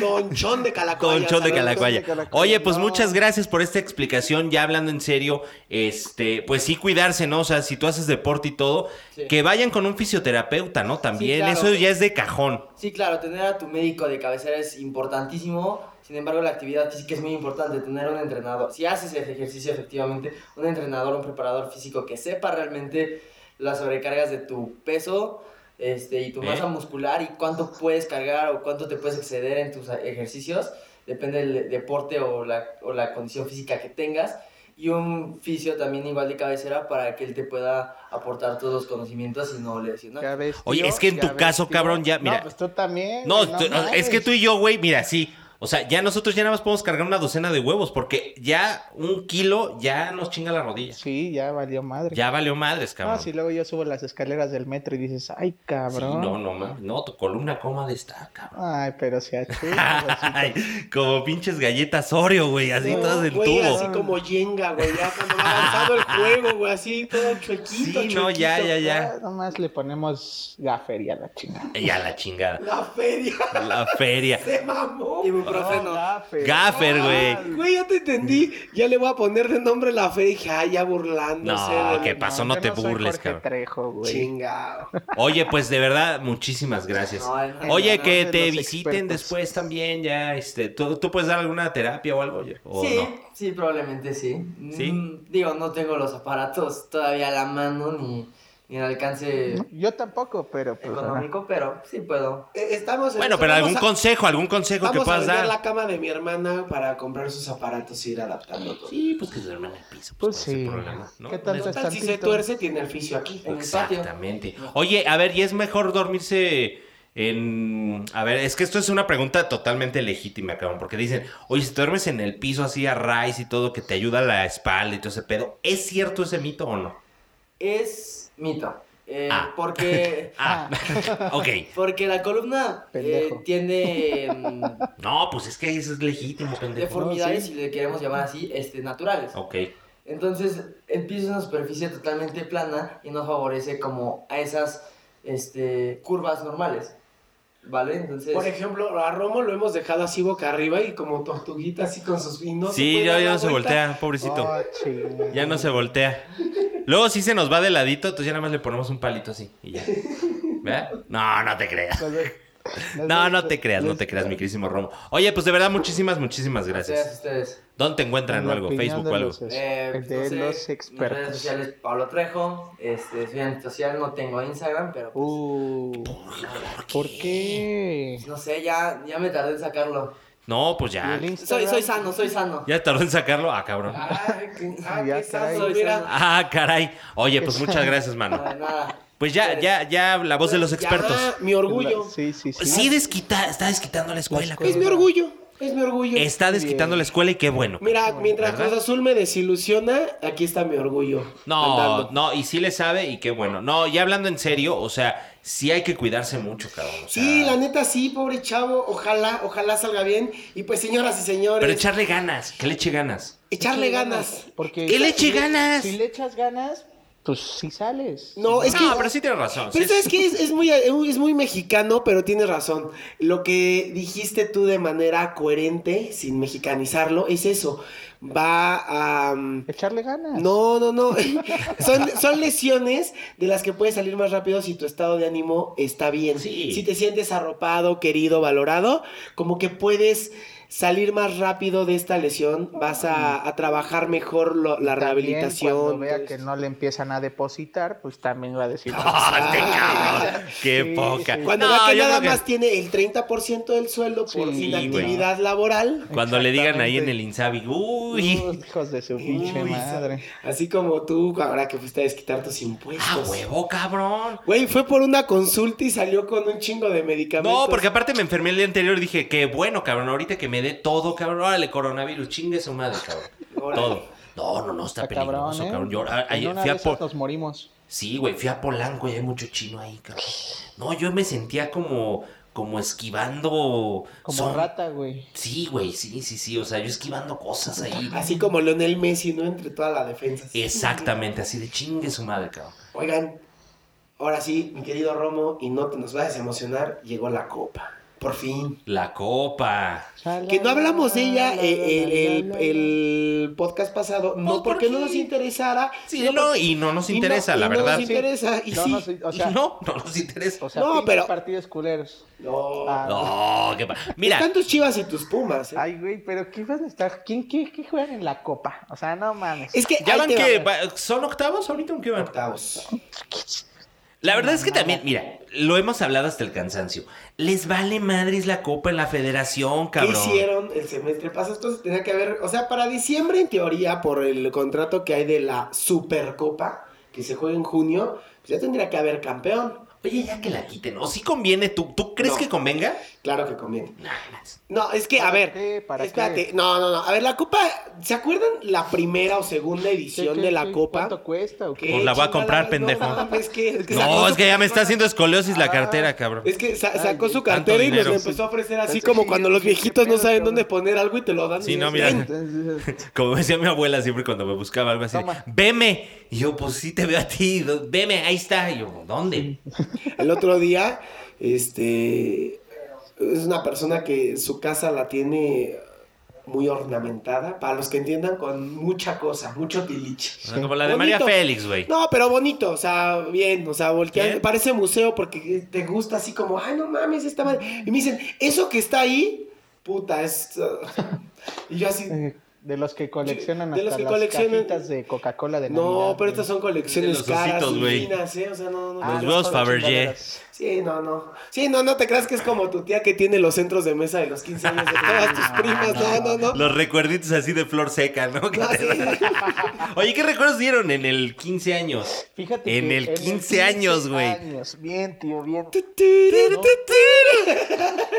Speaker 3: Donchón de Calacoya.
Speaker 1: Don John de
Speaker 3: saludos.
Speaker 1: Calacuaya.
Speaker 2: de Calacuaya,
Speaker 1: Oye, pues
Speaker 2: no.
Speaker 1: muchas gracias por esta explicación. Ya hablando en serio, este, pues sí cuidarse, ¿no? O sea, si tú haces deporte y todo,
Speaker 5: Sí.
Speaker 1: que vayan con un fisioterapeuta, ¿no? También,
Speaker 5: claro.
Speaker 1: eso ya es de cajón.
Speaker 5: Sí, claro, tener a tu médico de cabecera es importantísimo. Sin embargo, la actividad física es muy importante. Tener un entrenador, si haces ese ejercicio efectivamente, un entrenador, un preparador físico que sepa realmente las sobrecargas de tu peso este, y tu
Speaker 1: ¿Eh?
Speaker 5: masa muscular y cuánto puedes cargar o cuánto te puedes exceder en tus ejercicios. Depende del deporte o la, o la condición física que tengas. Y un fisio también igual de cabecera para que él te pueda aportar todos los conocimientos y no lesionar.
Speaker 2: ya ves,
Speaker 1: Oye,
Speaker 2: tío,
Speaker 1: es que en
Speaker 2: ya
Speaker 1: tu
Speaker 2: ves,
Speaker 1: caso,
Speaker 2: tío.
Speaker 1: cabrón, ya, mira.
Speaker 2: No, pues tú también.
Speaker 1: No,
Speaker 2: güey,
Speaker 1: tú- es
Speaker 2: mames.
Speaker 1: que tú y yo, güey, mira, sí. O sea, ya nosotros ya nada más podemos cargar una docena de huevos porque ya un kilo ya nos chinga la rodilla.
Speaker 2: Sí, ya valió madre.
Speaker 1: Ya valió madres,
Speaker 2: no,
Speaker 1: cabrón.
Speaker 2: si luego yo subo las escaleras del metro y dices, ay,
Speaker 1: Sí,
Speaker 2: cabrón.
Speaker 1: no, no, mames. No, tu columna coma de estar, cabrón.
Speaker 2: Ay, pero se
Speaker 1: [laughs]
Speaker 2: ha chido,
Speaker 1: Ay, como pinches galletas Oreo, güey, así
Speaker 3: No,
Speaker 1: todas del
Speaker 3: güey,
Speaker 1: tubo.
Speaker 3: Así como yenga, güey. Ya cuando va avanzando el juego, güey. Así todo chuequito.
Speaker 1: Sí, no, ya, ya,
Speaker 3: chuequito.
Speaker 1: ya.
Speaker 2: Nomás le ponemos gaffer y a la chingada.
Speaker 1: Ya la chingada.
Speaker 3: La feria.
Speaker 1: La feria.
Speaker 3: Se mamó.
Speaker 5: Ibuprofeno.
Speaker 2: Gaffer.
Speaker 1: Gaffer, güey.
Speaker 3: Güey, ya te entendí. Ya le voy a poner de nombre la feria. Y dije, ay, ya burlándose.
Speaker 1: No,
Speaker 3: de la-
Speaker 1: qué pasó, no
Speaker 2: yo
Speaker 1: te
Speaker 2: soy
Speaker 1: burles,
Speaker 2: Jorge
Speaker 1: cabrón.
Speaker 2: Trejo, güey.
Speaker 3: Chingado.
Speaker 1: Oye, pues de verdad, muchísimas gracias.
Speaker 5: No, no, no,
Speaker 1: Oye,
Speaker 5: no,
Speaker 1: que
Speaker 2: de
Speaker 1: te
Speaker 2: los
Speaker 1: visiten
Speaker 2: expertos.
Speaker 1: después también, ya, este, ¿tú, tú puedes dar alguna terapia o algo? oye? ¿O
Speaker 5: Sí,
Speaker 1: no?
Speaker 5: sí, probablemente sí.
Speaker 1: ¿Sí?
Speaker 5: Mm, digo, no tengo los aparatos todavía a la mano ni, ni el alcance
Speaker 2: Yo tampoco, pero pues. ajá.
Speaker 5: económico, pero sí puedo.
Speaker 3: Eh, Estamos en
Speaker 1: Bueno,
Speaker 3: eso,
Speaker 1: pero
Speaker 3: vamos
Speaker 1: algún
Speaker 3: a-
Speaker 1: consejo, algún consejo que
Speaker 3: Vamos a
Speaker 1: puedas
Speaker 3: vender
Speaker 1: dar.
Speaker 3: la cama de mi hermana para comprar sus aparatos y ir adaptando todo.
Speaker 1: Sí, pues que se duerma en el piso.
Speaker 2: Pues
Speaker 1: ¿cuál es el
Speaker 2: sí.
Speaker 1: problema, no?
Speaker 2: ¿Qué tanto
Speaker 3: Total, si se
Speaker 2: tantito.
Speaker 3: tuerce, tiene el fisio aquí.
Speaker 5: en el patio?
Speaker 1: Exactamente. Oye, a ver, ¿y es mejor dormirse en... A ver, es que esto es una pregunta totalmente legítima, cabrón, porque dicen, oye, si te duermes en el piso así a raíz y todo, que te ayuda la espalda y todo ese pedo, ¿es cierto ese mito o no?
Speaker 5: Es mito. eh,
Speaker 1: Ah. [laughs]
Speaker 5: Porque,
Speaker 1: Ah, ok.
Speaker 5: porque la columna eh,
Speaker 2: Pendejo.
Speaker 1: [laughs]
Speaker 5: tiene mm,
Speaker 1: No, pues es que eso es legítimo, pendejo.
Speaker 5: deformidades,
Speaker 2: sí.
Speaker 5: si le queremos llamar así, este, naturales.
Speaker 1: Ok.
Speaker 5: Entonces, el piso es una superficie totalmente plana y no favorece como a esas este, curvas normales. ¿Vale? Entonces...
Speaker 3: Por ejemplo, a Romo lo hemos dejado así boca arriba y como tortuguita así con sus vinos.
Speaker 1: sí, ya, ya no se voltea, pobrecito.
Speaker 2: Oh, chingada.
Speaker 1: Ya no se voltea. Luego sí se nos va de ladito, entonces ya nada más le ponemos un palito así y ya. ¿Verdad? No, no te creas.
Speaker 2: Las ve- las
Speaker 1: No,
Speaker 2: ve-
Speaker 1: no te creas, no
Speaker 2: las-
Speaker 1: te creas, mi querísimo Romo. Oye, pues de verdad, muchísimas, muchísimas
Speaker 5: Ustedes,
Speaker 1: gracias.
Speaker 5: ustedes.
Speaker 1: ¿Dónde te encuentran
Speaker 2: en
Speaker 1: o
Speaker 2: la
Speaker 1: algo?
Speaker 2: opinión
Speaker 1: ¿Facebook
Speaker 2: de
Speaker 1: o algo?
Speaker 3: este,
Speaker 2: los es-
Speaker 5: Eh,
Speaker 2: Pues,
Speaker 3: pues,
Speaker 2: de
Speaker 5: no sé,
Speaker 2: los
Speaker 5: Mis redes
Speaker 2: expertos.
Speaker 5: sociales, Pablo Trejo. Este, soy en social, no tengo Instagram, pero pues,
Speaker 2: Uh, ¿Por qué?
Speaker 5: no sé, ya, ya me tardé en sacarlo.
Speaker 1: No, pues
Speaker 2: ¿Y
Speaker 1: ya.
Speaker 2: el
Speaker 5: Soy,
Speaker 2: Instagram?
Speaker 5: soy sano, soy sano.
Speaker 1: Ya tardó en sacarlo. Ah, cabrón.
Speaker 3: Ay, qué, ah,
Speaker 2: Ya,
Speaker 3: qué
Speaker 2: caray.
Speaker 3: sazo, mira.
Speaker 1: Ah, caray. Oye, pues
Speaker 3: [laughs]
Speaker 1: muchas gracias, mano.
Speaker 5: No, de nada.
Speaker 1: Pues ya, ya, ya la voz de los expertos.
Speaker 3: Ah, mi orgullo.
Speaker 2: Sí, sí, sí.
Speaker 1: Sí, desquita, está desquitando la escuela.
Speaker 3: Es mi
Speaker 1: cabrón.
Speaker 3: orgullo. Es mi orgullo.
Speaker 1: Está desquitando la escuela y qué bueno.
Speaker 3: Mira, mientras
Speaker 1: ¿Verdad?
Speaker 3: Cruz Azul me desilusiona, aquí está mi orgullo.
Speaker 1: No,
Speaker 3: andando.
Speaker 1: no, y sí le sabe y qué bueno. No, ya hablando en serio, o sea, sí hay que cuidarse mucho, cabrón. o sea,
Speaker 3: Sí, la neta sí, pobre chavo. Ojalá, ojalá salga bien. Y pues, señoras y señores,
Speaker 1: Pero echarle ganas, que le eche ganas.
Speaker 3: echarle ganas.
Speaker 2: Porque
Speaker 1: ¡Que le eche
Speaker 2: si
Speaker 1: ganas!
Speaker 2: Si le echas ganas, pues sí sales.
Speaker 3: No, es que.
Speaker 1: no, pero sí tienes razón.
Speaker 3: Pero
Speaker 1: sí
Speaker 3: sabes
Speaker 1: es-
Speaker 3: que
Speaker 2: [laughs]
Speaker 3: es, es muy, es muy mexicano, pero tienes razón. Lo que dijiste tú de manera coherente, sin mexicanizarlo, es eso. Va a... um,
Speaker 2: Echarle ganas.
Speaker 3: no, no, no. [laughs] Son, son lesiones de las que puedes salir más rápido si tu estado de ánimo está bien.
Speaker 1: Sí.
Speaker 3: Si te sientes arropado, querido, valorado, como que puedes salir más rápido de esta lesión. Vas a, a trabajar mejor lo- la
Speaker 2: También,
Speaker 3: rehabilitación. pues.
Speaker 2: Cuando vea
Speaker 3: todo
Speaker 2: que
Speaker 3: esto.
Speaker 2: no le empiezan a depositar, pues también va
Speaker 1: [laughs]
Speaker 2: a decir.
Speaker 1: ¡Ah, este cabrón! ¡Qué
Speaker 2: Sí,
Speaker 1: poca!
Speaker 2: sí.
Speaker 3: Cuando
Speaker 1: No,
Speaker 3: vea que
Speaker 1: yo
Speaker 3: nada
Speaker 1: creo que-
Speaker 3: más tiene el 30% del sueldo por
Speaker 2: Sí,
Speaker 3: inactividad laboral,
Speaker 1: Cuando le digan ahí en
Speaker 2: Exactamente.
Speaker 1: el Insabi,
Speaker 2: Uy,
Speaker 1: ¡uy!
Speaker 2: hijos de su pinche
Speaker 3: Uy,
Speaker 2: madre.
Speaker 3: así como tú, ahora que fuiste a desquitar tus impuestos.
Speaker 1: ¡Ah, huevo, cabrón!
Speaker 3: Güey, fue por una consulta y salió con un chingo de medicamentos.
Speaker 1: No, porque aparte me enfermé el día anterior y dije, qué bueno, cabrón, ahorita que me dé todo, cabrón, órale, coronavirus, chingue su madre, cabrón.
Speaker 3: Órale.
Speaker 1: Todo. No, no, no, está,
Speaker 2: Está
Speaker 1: peligroso, cabrón.
Speaker 2: cabrón, ¿eh?
Speaker 1: Yo, a-
Speaker 2: En
Speaker 1: ayer
Speaker 2: una
Speaker 1: fui a
Speaker 2: de esas
Speaker 1: por-
Speaker 2: nos morimos.
Speaker 1: Sí, güey, fui a Polanco y hay mucho chino ahí, cabrón. No, yo me sentía como, como esquivando.
Speaker 2: Como
Speaker 1: son-
Speaker 2: rata, güey.
Speaker 1: Sí, güey, sí, sí, sí. O sea, yo esquivando cosas ahí.
Speaker 3: Así como Leonel Messi, ¿no? Entre toda la defensa.
Speaker 1: Exactamente, así de chingue su madre, cabrón.
Speaker 3: Oigan, ahora sí, mi querido Romo, y no te nos vayas a emocionar, llegó la copa. Por fin.
Speaker 1: La copa.
Speaker 3: Que no hablamos de ella eh, el, el- el podcast pasado,
Speaker 1: Pues,
Speaker 3: no porque
Speaker 1: ¿por
Speaker 3: no
Speaker 1: qué?
Speaker 3: nos interesara.
Speaker 1: Sí,
Speaker 3: sino
Speaker 1: no, pues,
Speaker 3: porque-
Speaker 1: y no nos
Speaker 3: y no-
Speaker 1: interesa,
Speaker 3: y
Speaker 1: la
Speaker 3: no
Speaker 1: verdad.
Speaker 3: nos interesa, y
Speaker 2: No,
Speaker 3: sí.
Speaker 2: no, sí, o sea,
Speaker 1: no, [laughs] no nos interesa.
Speaker 2: o sea,
Speaker 3: No,
Speaker 2: pinches
Speaker 3: pero-
Speaker 2: partidos culeros.
Speaker 3: No.
Speaker 2: Ah,
Speaker 1: No, qué pa- Mira,
Speaker 3: Están tus chivas y tus pumas. ¿eh?
Speaker 2: Ay, güey, pero ¿qué van a estar? ¿Quién qué, qué juegan en la copa? O sea, no mames.
Speaker 3: es que
Speaker 1: ya
Speaker 3: ahí
Speaker 1: van
Speaker 3: te va,
Speaker 1: que.
Speaker 3: mira.
Speaker 1: va- ¿Son octavos ahorita o qué van?
Speaker 3: Octavos.
Speaker 1: La verdad es que también, mira, lo hemos hablado hasta el cansancio. Les vale madres la copa en la federación,
Speaker 3: ¿Qué
Speaker 1: cabrón.
Speaker 3: hicieron el semestre pasado? Esto se tenía que haber, o sea, para diciembre en teoría, por el contrato que hay de la Supercopa, que se juega en junio, pues ya tendría que haber campeón.
Speaker 1: Oye, ya que la quiten, ¿o sí conviene? ¿Tú, tú crees
Speaker 3: No.
Speaker 1: que convenga?
Speaker 3: Claro que conviene.
Speaker 1: No, no.
Speaker 3: No, es que, a
Speaker 2: ¿Para
Speaker 3: ver,
Speaker 2: qué? ¿Para
Speaker 3: espérate,
Speaker 2: qué?
Speaker 3: no, no, no, a ver, la Copa, ¿se acuerdan la primera o segunda
Speaker 2: ¿Qué-
Speaker 3: edición
Speaker 2: qué-
Speaker 3: de la
Speaker 2: qué-
Speaker 3: Copa?
Speaker 2: ¿Cuánto cuesta o qué?
Speaker 3: ¿Qué
Speaker 1: Pues la voy a
Speaker 3: chingada
Speaker 1: comprar,
Speaker 3: no,
Speaker 1: pendejo.
Speaker 3: mames, es que, es que
Speaker 1: No,
Speaker 3: sacó
Speaker 1: es
Speaker 3: su-
Speaker 1: que ya me está haciendo escoliosis la
Speaker 2: Ah.
Speaker 1: cartera, cabrón.
Speaker 3: Es que sa- sacó
Speaker 2: Ay,
Speaker 3: su
Speaker 1: tanto
Speaker 3: cartera y nos
Speaker 1: dinero.
Speaker 3: lo empezó a ofrecer así
Speaker 2: Tanto
Speaker 3: como
Speaker 2: dinero.
Speaker 3: cuando los
Speaker 2: Sí,
Speaker 3: viejitos no
Speaker 2: pero-
Speaker 3: saben dónde poner algo y te lo dan.
Speaker 1: Sí,
Speaker 3: y
Speaker 1: no,
Speaker 3: es,
Speaker 1: mira.
Speaker 3: "Ven".
Speaker 2: [laughs] Entonces,
Speaker 1: Como decía mi abuela siempre cuando me buscaba algo así, de,
Speaker 2: Toma.
Speaker 1: veme. Y yo, pues sí te veo a ti, do- veme, ahí está. Y yo, ¿dónde?
Speaker 3: [laughs] El otro día, este, es una persona que su casa la tiene muy ornamentada, para los que entiendan, con mucha cosa, mucho
Speaker 1: O
Speaker 3: tiliche.
Speaker 1: sea, como la de
Speaker 3: Bonito.
Speaker 1: María Félix, güey.
Speaker 3: No, pero bonito, o sea, bien, o sea, voltear,
Speaker 1: Bien.
Speaker 3: parece museo porque te gusta así como, ay, no mames, está mal. Y me dicen, eso que está ahí, puta, es... [laughs] uh", Y yo así,
Speaker 2: eh, de los que coleccionan
Speaker 3: De
Speaker 2: hasta
Speaker 3: los que
Speaker 2: las
Speaker 3: coleccionan-
Speaker 2: cajitas de Coca-Cola de Navidad.
Speaker 3: no, pero
Speaker 2: güey.
Speaker 3: estas son colecciones
Speaker 1: De los ositos,
Speaker 3: caras,
Speaker 1: güey.
Speaker 3: finas, ¿eh? O sea, no, no.
Speaker 2: Ah,
Speaker 3: no.
Speaker 1: Los huevos
Speaker 2: son las
Speaker 1: Fabergé.
Speaker 2: chingaderas.
Speaker 3: Sí, no, no. Sí, no, no te creas que es como tu tía que tiene los centros de mesa de los 15 años de todas tus primas. No, no, no.
Speaker 1: Los recuerditos así de flor seca, ¿no? Que
Speaker 3: No,
Speaker 1: te- [laughs]
Speaker 3: sí.
Speaker 1: Oye, ¿qué recuerdos dieron en el 15 años?
Speaker 2: Fíjate
Speaker 1: En
Speaker 2: que
Speaker 1: el 15 años, güey.
Speaker 2: años. Bien, tío, bien.
Speaker 3: Tu, tu, tu,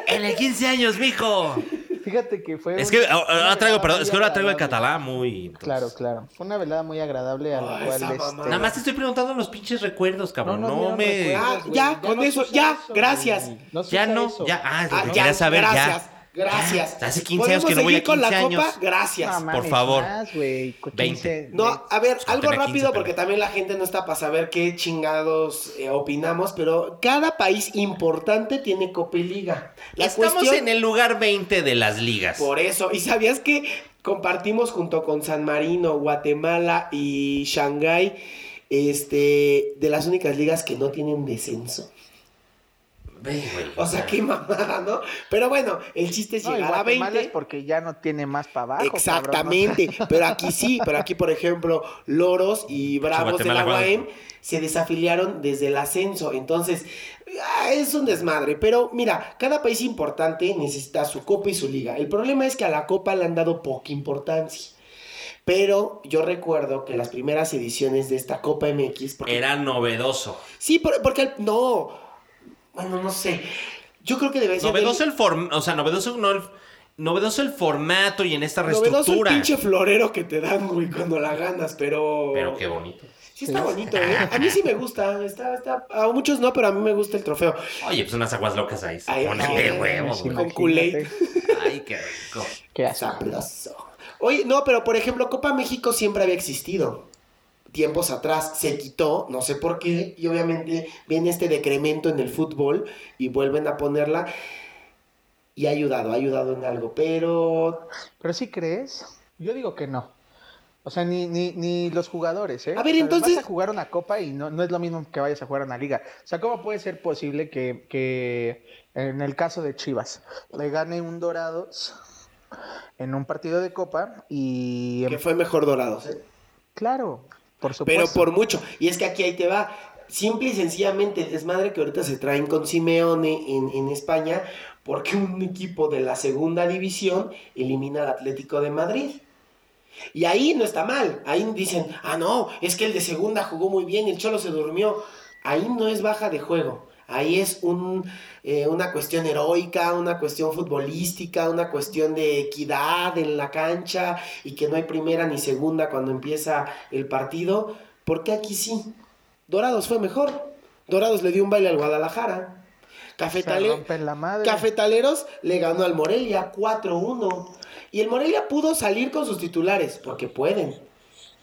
Speaker 1: En el 15 años, mijo.
Speaker 2: Fíjate que fue.
Speaker 1: Es
Speaker 2: un-
Speaker 1: que
Speaker 2: una
Speaker 1: ahora traigo,
Speaker 2: velada
Speaker 1: perdón,
Speaker 2: muy
Speaker 1: es que ahora traigo el
Speaker 2: agradable.
Speaker 1: catalán muy. entonces-
Speaker 2: Claro, claro. Fue una velada muy agradable a la
Speaker 3: Ay,
Speaker 2: cual.
Speaker 3: Ah, esa
Speaker 2: este,
Speaker 3: mamá.
Speaker 1: Nada más te estoy preguntando los pinches recuerdos, cabrón. No,
Speaker 2: dieron
Speaker 1: me.
Speaker 3: Ah,
Speaker 2: recuerdos, güey.
Speaker 3: ya, con
Speaker 2: se
Speaker 3: eso,
Speaker 2: usa
Speaker 3: ya,
Speaker 2: güey.
Speaker 3: gracias.
Speaker 2: se
Speaker 1: Ya
Speaker 2: usa
Speaker 1: no,
Speaker 2: eso.
Speaker 1: ya. Ah, es lo
Speaker 3: Ah,
Speaker 1: que
Speaker 3: ya,
Speaker 1: quería saber, ya.
Speaker 3: gracias, gracias.
Speaker 1: Ya, Ah, hace 15 años que no voy a
Speaker 3: ¿Podemos seguir con la
Speaker 1: 15 años.
Speaker 3: copa? Gracias.
Speaker 2: No mames,
Speaker 1: por favor.
Speaker 2: más, güey, con
Speaker 1: 20.
Speaker 2: 15,
Speaker 3: No, a ver,
Speaker 1: Discúlpeme,
Speaker 3: algo
Speaker 1: 15,
Speaker 3: rápido porque
Speaker 1: pero-
Speaker 3: también la gente no está para saber qué chingados eh, opinamos, pero cada país importante tiene copa y liga. La
Speaker 1: Estamos
Speaker 3: cuestión-
Speaker 1: en el lugar 20 de las ligas.
Speaker 3: Por eso. ¿Y sabías que compartimos junto con San Marino, Guatemala y Shanghái este, de las únicas ligas que no tienen descenso?
Speaker 1: Ve, güey.
Speaker 3: O sea, qué mamada, ¿no? Pero bueno, el chiste es
Speaker 2: No, y
Speaker 3: llegar a
Speaker 2: Guatemala
Speaker 3: 20.
Speaker 2: es porque ya no tiene más para abajo. cabrón, ¿no?
Speaker 3: Exactamente, pero aquí sí, pero aquí por ejemplo, Loros y Bravos de
Speaker 1: Guatemala,
Speaker 3: la
Speaker 1: ¿cuál?
Speaker 3: UAM se desafiliaron desde el ascenso, entonces ah, es un desmadre, pero mira, cada país importante necesita su copa y su liga. El problema es que a la copa le han dado poca importancia. Pero yo recuerdo que las primeras ediciones de esta Copa MX porque-
Speaker 1: Era novedoso.
Speaker 3: Sí, por- porque el- no. Bueno, no sé. Yo creo que debe ser del-
Speaker 1: Novedoso el form... O sea, novedoso no el... Novedoso el formato y en esta
Speaker 3: novedoso el
Speaker 1: reestructura.
Speaker 3: pinche florero que te dan, güey, cuando la ganas, pero
Speaker 1: Pero qué bonito.
Speaker 3: Sí está bonito, ¿eh? A mí sí me gusta. Está, está... A muchos no, pero a mí me gusta el trofeo.
Speaker 1: Oye, pues unas aguas locas ahí. Se
Speaker 3: Ay,
Speaker 1: pone
Speaker 3: ay,
Speaker 1: de
Speaker 3: ay,
Speaker 1: huevo,
Speaker 2: Sí,
Speaker 1: güey.
Speaker 3: Con
Speaker 2: imagínate.
Speaker 3: Kool-Aid.
Speaker 1: Ay, qué rico.
Speaker 2: Qué asco.
Speaker 3: Sabroso. Oye, no, pero por ejemplo, Copa México siempre había existido. Tiempos atrás se quitó, no sé por qué, y obviamente viene este decremento en el fútbol y vuelven a ponerla. Y ha ayudado, ha ayudado en algo, pero...
Speaker 2: Pero sí crees. Yo digo que no. O sea, ni, ni, ni los jugadores, ¿eh?
Speaker 3: A ver,
Speaker 2: O sea,
Speaker 3: entonces-
Speaker 2: Vas a jugar una copa y no, no es lo mismo que vayas a jugar a una liga. O sea, ¿cómo puede ser posible que, que en el caso de Chivas le gane un Dorados en un partido de copa y...
Speaker 3: Que fue mejor Dorados, ¿eh?
Speaker 2: Claro, por supuesto.
Speaker 3: Pero por mucho. Y es que aquí ahí te va. Simple y sencillamente el desmadre que ahorita se traen con Simeone en, en España, porque un equipo de la segunda división elimina al Atlético de Madrid. Y ahí no está mal. Ahí dicen, ah, no, es que el de segunda jugó muy bien, el Cholo se durmió. Ahí no es baja de juego. Ahí es un, eh, una cuestión heroica, una cuestión futbolística, una cuestión de equidad en la cancha y que no hay primera ni segunda cuando empieza el partido. Porque aquí sí. Dorados fue mejor. Dorados le dio un baile al Guadalajara. Cafetale-
Speaker 2: Se rompen la madre.
Speaker 3: Cafetaleros le ganó al Morelia 4-1. Y el Morelia pudo salir con sus titulares, porque pueden.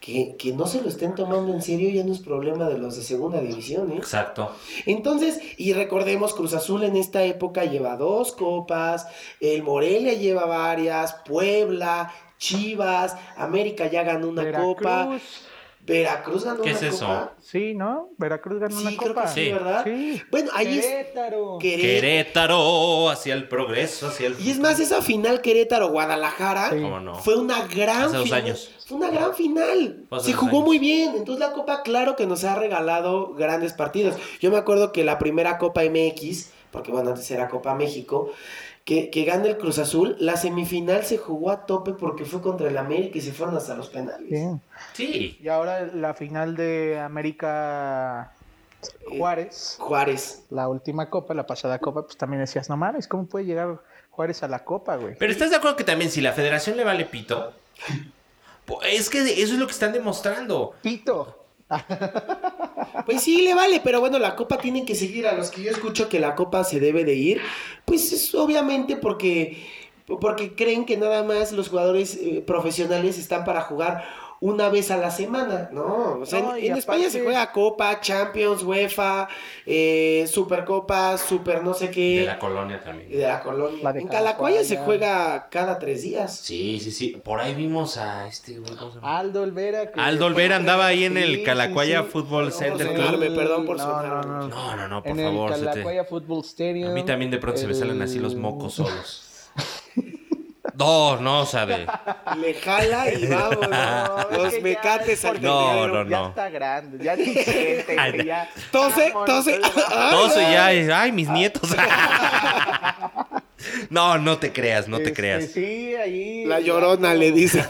Speaker 3: Que, que no se lo estén tomando en serio ya no es problema de los de segunda división, ¿eh?
Speaker 1: Exacto.
Speaker 3: Entonces, y recordemos, Cruz Azul en esta época lleva dos copas, el Morelia lleva varias, Puebla, Chivas, América ya ganó una
Speaker 2: Veracruz.
Speaker 3: copa, Veracruz ganó
Speaker 1: ¿Qué
Speaker 3: una
Speaker 1: es eso?
Speaker 3: copa.
Speaker 2: Sí, ¿no? Veracruz ganó
Speaker 3: Sí,
Speaker 2: una
Speaker 3: creo
Speaker 2: copa.
Speaker 3: que sí,
Speaker 1: Sí.
Speaker 3: ¿verdad?
Speaker 2: Sí.
Speaker 3: Bueno, ahí es Querétaro.
Speaker 2: Querétaro.
Speaker 1: Querétaro hacia el progreso, hacia el.
Speaker 3: Eh. Y es más, esa final Querétaro-Guadalajara
Speaker 2: Sí.
Speaker 1: ¿Cómo no?
Speaker 3: fue una gran
Speaker 1: Hace dos
Speaker 3: final.
Speaker 1: años.
Speaker 3: Fue una gran final.
Speaker 1: Fue hace
Speaker 3: Se
Speaker 1: dos
Speaker 3: jugó
Speaker 1: años.
Speaker 3: muy bien. Entonces la Copa, claro que nos ha regalado grandes partidos. Yo me acuerdo que la primera Copa MX, porque bueno, antes era Copa México, que, que gana el Cruz Azul, la semifinal se jugó a tope porque fue contra el América y se fueron hasta los penales.
Speaker 2: Sí.
Speaker 1: Sí.
Speaker 2: Y ahora la final de América
Speaker 3: Eh,
Speaker 2: Juárez.
Speaker 3: Juárez.
Speaker 2: la última copa, la pasada copa, pues también decías, no mames, ¿cómo puede llegar Juárez a la copa, güey?
Speaker 1: Pero estás de acuerdo que también si la federación le vale pito. po- Es que eso es lo que están demostrando.
Speaker 2: Pito.
Speaker 3: Pues sí, le vale, pero bueno, la copa tiene que seguir. A los que yo escucho que la copa se debe de ir, pues es obviamente porque, porque creen que nada más los jugadores eh, profesionales están para jugar una vez a la semana. No, o sea,
Speaker 2: No,
Speaker 3: en,
Speaker 2: y
Speaker 3: en España se
Speaker 2: aparte-
Speaker 3: juega copa, Champions, UEFA, eh, Supercopa, Super no sé qué.
Speaker 1: De la colonia también.
Speaker 3: de la colonia.
Speaker 2: La de
Speaker 3: en Calacuaya se
Speaker 2: Calacuaya.
Speaker 3: juega cada tres días.
Speaker 1: Sí, sí, sí. Por ahí vimos a este güey. ¿cómo se
Speaker 3: Ah,
Speaker 1: llama?
Speaker 2: Aldo Olvera. que-
Speaker 1: Aldo Olvera andaba ahí en el
Speaker 2: Sí,
Speaker 1: Calacuaya
Speaker 2: sí, sí.
Speaker 1: Fútbol Center
Speaker 3: por
Speaker 1: Club.
Speaker 3: sonarme, perdón por
Speaker 2: No,
Speaker 3: sonarme.
Speaker 2: no, no.
Speaker 1: No, no, no, por
Speaker 2: en
Speaker 1: favor.
Speaker 2: el
Speaker 1: se te-
Speaker 2: Calacuaya Fútbol Stadium.
Speaker 1: A mí también de pronto se me salen así los
Speaker 2: el- [laughs]
Speaker 1: mocos solos. No, no, sabe.
Speaker 3: Le jala [laughs] y vamos.
Speaker 1: [laughs]
Speaker 2: No, [laughs] es
Speaker 3: los
Speaker 2: que ya
Speaker 3: mecates
Speaker 2: es
Speaker 3: al
Speaker 2: porque
Speaker 1: No,
Speaker 3: tendedero.
Speaker 1: no,
Speaker 2: Ya
Speaker 1: no.
Speaker 2: está grande, ya es diferente.
Speaker 1: Ay,
Speaker 2: güey, ya.
Speaker 3: Tose,
Speaker 2: Vámonos,
Speaker 3: tose.
Speaker 2: güey.
Speaker 1: Todos y ya, y- ay, mis
Speaker 2: [laughs]
Speaker 1: nietos. No, no te creas, no te
Speaker 2: Este,
Speaker 1: creas.
Speaker 2: Sí, ahí.
Speaker 3: La llorona le dice.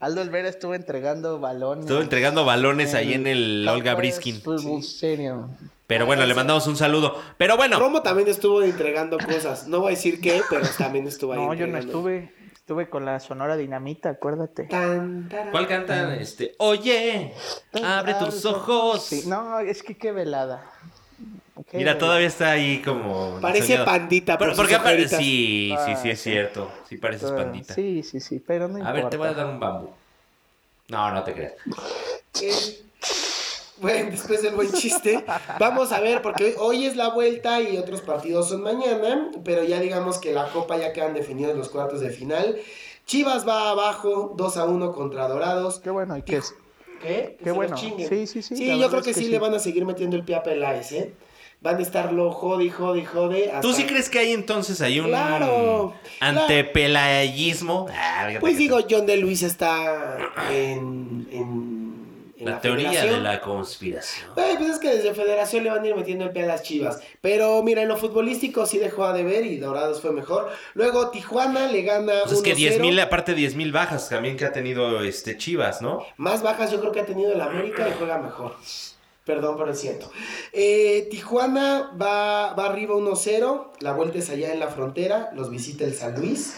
Speaker 2: Aldo Olvera estuvo entregando balones.
Speaker 1: Estuve entregando balones ahí en el Olga
Speaker 2: Calacuaya
Speaker 1: Briskin.
Speaker 2: Fútbol Stadium.
Speaker 1: Pero bueno, le mandamos un saludo. Pero bueno,
Speaker 3: Romo también estuvo entregando cosas. No voy a decir qué, pero también estuvo ahí.
Speaker 2: No, yo no
Speaker 3: entregando.
Speaker 2: estuve. Estuve con la Sonora Dinamita, acuérdate.
Speaker 3: Tan, taran.
Speaker 1: ¿cuál cantan? Este, oye, abre tus ojos.
Speaker 2: Sí, no, es que qué velada. Qué
Speaker 1: Mira,
Speaker 2: velada.
Speaker 1: todavía está ahí como.
Speaker 3: Parece
Speaker 1: soñado.
Speaker 3: pandita por
Speaker 1: Pero,
Speaker 3: sus
Speaker 1: porque apare-
Speaker 3: ojeritas.
Speaker 1: sí, sí, sí,
Speaker 2: Ah,
Speaker 1: es cierto. Sí, pareces
Speaker 2: Todavía-
Speaker 1: pandita.
Speaker 2: Sí, sí, sí, pero no
Speaker 1: A ver, te voy a
Speaker 2: importa.
Speaker 1: dar un bambú. No, no te creas.
Speaker 3: Eh, Bueno, después del buen
Speaker 2: [laughs]
Speaker 3: chiste, vamos a ver, porque hoy, hoy es la vuelta y otros partidos son mañana, pero ya digamos que la copa ya quedan definidos los cuartos de final. Chivas va abajo, 2 a 1 contra Dorados.
Speaker 2: Qué bueno, y qué es.
Speaker 3: ¿Qué?
Speaker 2: Qué bueno. Sí, sí, sí, la
Speaker 3: yo
Speaker 2: verdad
Speaker 3: creo que,
Speaker 2: es que
Speaker 3: sí,
Speaker 2: sí.
Speaker 3: le van a seguir metiendo el pie a Peláez, ¿eh? Van a estarlo jode, y jode, y jode. hasta-
Speaker 1: ¿Tú sí crees que hay entonces hay un
Speaker 3: Claro.
Speaker 1: antepelayismo? Ah, fíjate
Speaker 3: Pues
Speaker 1: que-
Speaker 3: digo, John de Luis está en, en, en
Speaker 1: la, teoría
Speaker 3: federación.
Speaker 1: de la conspiración.
Speaker 3: Ay, pues es que desde Federación le van a ir metiendo el pie a las chivas. Pero mira, en lo futbolístico sí dejó a deber y Dorados fue mejor. Luego Tijuana le gana.
Speaker 1: Pues es que
Speaker 3: 1-0.
Speaker 1: 10.000, aparte 10.000 bajas también que ha tenido este Chivas, ¿no?
Speaker 3: Más bajas yo creo que ha tenido el América y juega mejor. Perdón, pero es cierto. Eh, Tijuana va, va arriba 1-0. La vuelta es allá en la frontera. Los visita el San Luis.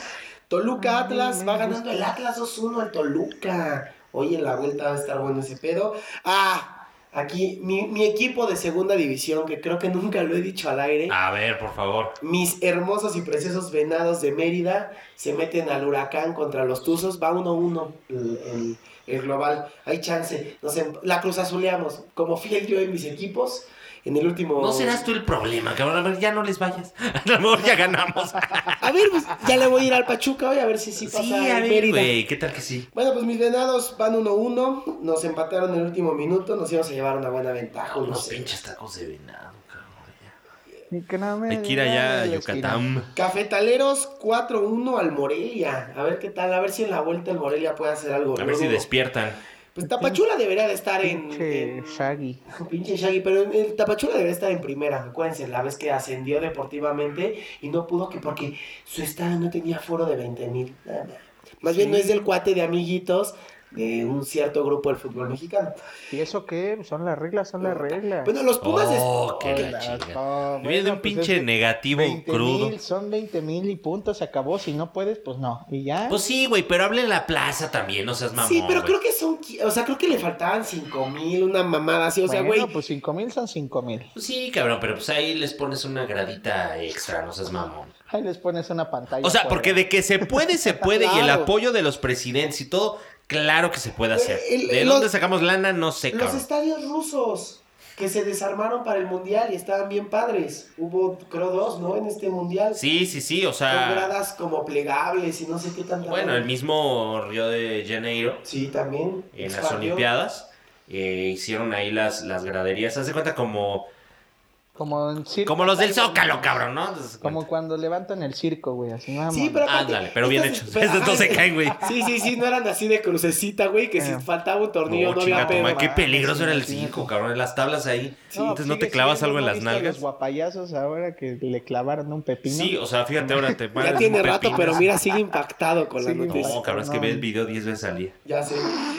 Speaker 3: Toluca Atlas va ganando el Atlas 2-1 al Toluca. Hoy en la vuelta va a estar bueno ese pedo. Ah, aquí mi, mi equipo de segunda división, que creo que nunca lo he dicho al aire.
Speaker 1: A ver, por favor.
Speaker 3: Mis hermosos y preciosos venados de Mérida se meten al huracán contra los Tuzos. Va 1-1 el, el- el global. Hay chance. Nos emp- la cruz azuleamos. Como fiel yo en mis equipos, en el último.
Speaker 1: No serás tú el problema, cabrón. A ver, ya no les vayas. [laughs] A lo mejor ya ganamos.
Speaker 3: A ver, pues, ya le voy a ir al Pachuca hoy a ver si [laughs] sí pasa
Speaker 1: sí,
Speaker 3: el
Speaker 1: a ver,
Speaker 3: Mérida.
Speaker 1: güey. ¿Qué tal que sí?
Speaker 3: Bueno, pues mis venados van 1-1. Nos empataron en el último minuto. Nos íbamos a llevar una buena ventaja. No
Speaker 1: Unos
Speaker 3: sé.
Speaker 1: pinches tacos de venado, cabrón. ya.
Speaker 2: Ni que nada me
Speaker 1: Hay que ir
Speaker 2: digan
Speaker 1: allá a
Speaker 2: de la esquina.
Speaker 1: Yucatán.
Speaker 3: Cafetaleros 4-1 al Morelia. A ver qué tal. A ver si en la vuelta el Morelia puede hacer algo.
Speaker 1: A ver si
Speaker 3: Luego-
Speaker 1: despiertan.
Speaker 3: Pues Tapachula debería de estar en,
Speaker 2: Pinche
Speaker 3: en-
Speaker 2: Shaggy.
Speaker 3: pinche Shaggy, pero en- el Tapachula debería estar en primera, acuérdense, la vez que ascendió deportivamente y no pudo que porque su estadio no tenía foro de 20 mil. Más bien no es del cuate de amiguitos de un cierto grupo del fútbol mexicano.
Speaker 2: ¿Y eso qué? Son las reglas, son las reglas.
Speaker 3: Bueno, los Pumas es-
Speaker 1: Oh, qué la
Speaker 2: Hola,
Speaker 1: chinga.
Speaker 2: no,
Speaker 1: Viene de
Speaker 2: bueno,
Speaker 1: un
Speaker 2: pues
Speaker 1: pinche
Speaker 2: es que
Speaker 1: negativo
Speaker 2: 20,000
Speaker 1: crudo.
Speaker 2: son 20 mil y punto, se acabó. Si no puedes, pues no. Y ya.
Speaker 1: Pues sí, güey, pero habla en la plaza también, no seas mamón.
Speaker 3: sí, pero
Speaker 1: güey.
Speaker 3: creo que son, qui- o sea, creo que le faltaban cinco mil, una mamada así, o sea,
Speaker 2: Bueno,
Speaker 3: güey,
Speaker 2: pues 5 mil son 5 mil.
Speaker 1: Pues sí, cabrón, pero pues ahí les pones una gradita extra, no seas mamón.
Speaker 2: Ahí les pones una pantalla.
Speaker 1: O sea, porque
Speaker 2: cuadrada.
Speaker 1: de que se puede, se puede, y el
Speaker 3: Claro.
Speaker 1: apoyo de los presidentes y todo, claro que se puede hacer.
Speaker 3: El-
Speaker 1: ¿De
Speaker 3: el-
Speaker 1: dónde
Speaker 3: los-
Speaker 1: sacamos lana? No sé,
Speaker 3: los
Speaker 1: cabrón.
Speaker 3: estadios rusos que se desarmaron para el mundial y estaban bien padres. Hubo, creo, dos, ¿no? En este mundial.
Speaker 1: Sí, sí, sí, o
Speaker 3: Con
Speaker 1: sea,
Speaker 3: gradas como plegables y no sé qué tanta.
Speaker 1: bueno, el mismo Río de Janeiro,
Speaker 3: Sí, también.
Speaker 1: en las
Speaker 3: expandió.
Speaker 1: Olimpiadas, eh, hicieron ahí las, las graderías. Haz de cuenta como,
Speaker 2: Como, en circo,
Speaker 1: como los del Zócalo, cabrón, ¿no? Haz de
Speaker 2: Como
Speaker 1: cuenta.
Speaker 2: cuando levantan el circo, güey. Así, vamos.
Speaker 3: Sí, pero aparte,
Speaker 1: Ándale, pero bien
Speaker 3: estas-
Speaker 1: hechos. [laughs]
Speaker 3: pero-
Speaker 1: Estos no se caen, güey.
Speaker 3: Sí, sí, sí, no eran así de crucecita, güey, que si
Speaker 2: Eh.
Speaker 3: faltaba un tornillo
Speaker 1: No,
Speaker 3: no, había
Speaker 1: chinga tu
Speaker 3: pedo. Ah,
Speaker 1: madre, qué
Speaker 2: va,
Speaker 1: peligroso
Speaker 2: sí,
Speaker 1: era el
Speaker 2: imagínate.
Speaker 1: circo, cabrón. Las tablas ahí.
Speaker 3: Sí,
Speaker 1: Entonces no te
Speaker 2: sigue
Speaker 1: clavas algo
Speaker 2: siendo,
Speaker 1: en
Speaker 2: ¿no
Speaker 1: las
Speaker 2: viste a
Speaker 1: nalgas.
Speaker 2: Los guapayazos ahora que le clavaron un pepino.
Speaker 1: Sí, o sea, fíjate, ahora te
Speaker 3: [laughs] Ya
Speaker 1: mandas
Speaker 3: tiene
Speaker 1: un
Speaker 3: rato,
Speaker 1: pepino.
Speaker 3: pero mira, sigue impactado con la
Speaker 2: Sí,
Speaker 3: noticia.
Speaker 1: No, cabrón, es que
Speaker 2: No.
Speaker 1: ve el video 10 veces al día.
Speaker 3: Ya sé.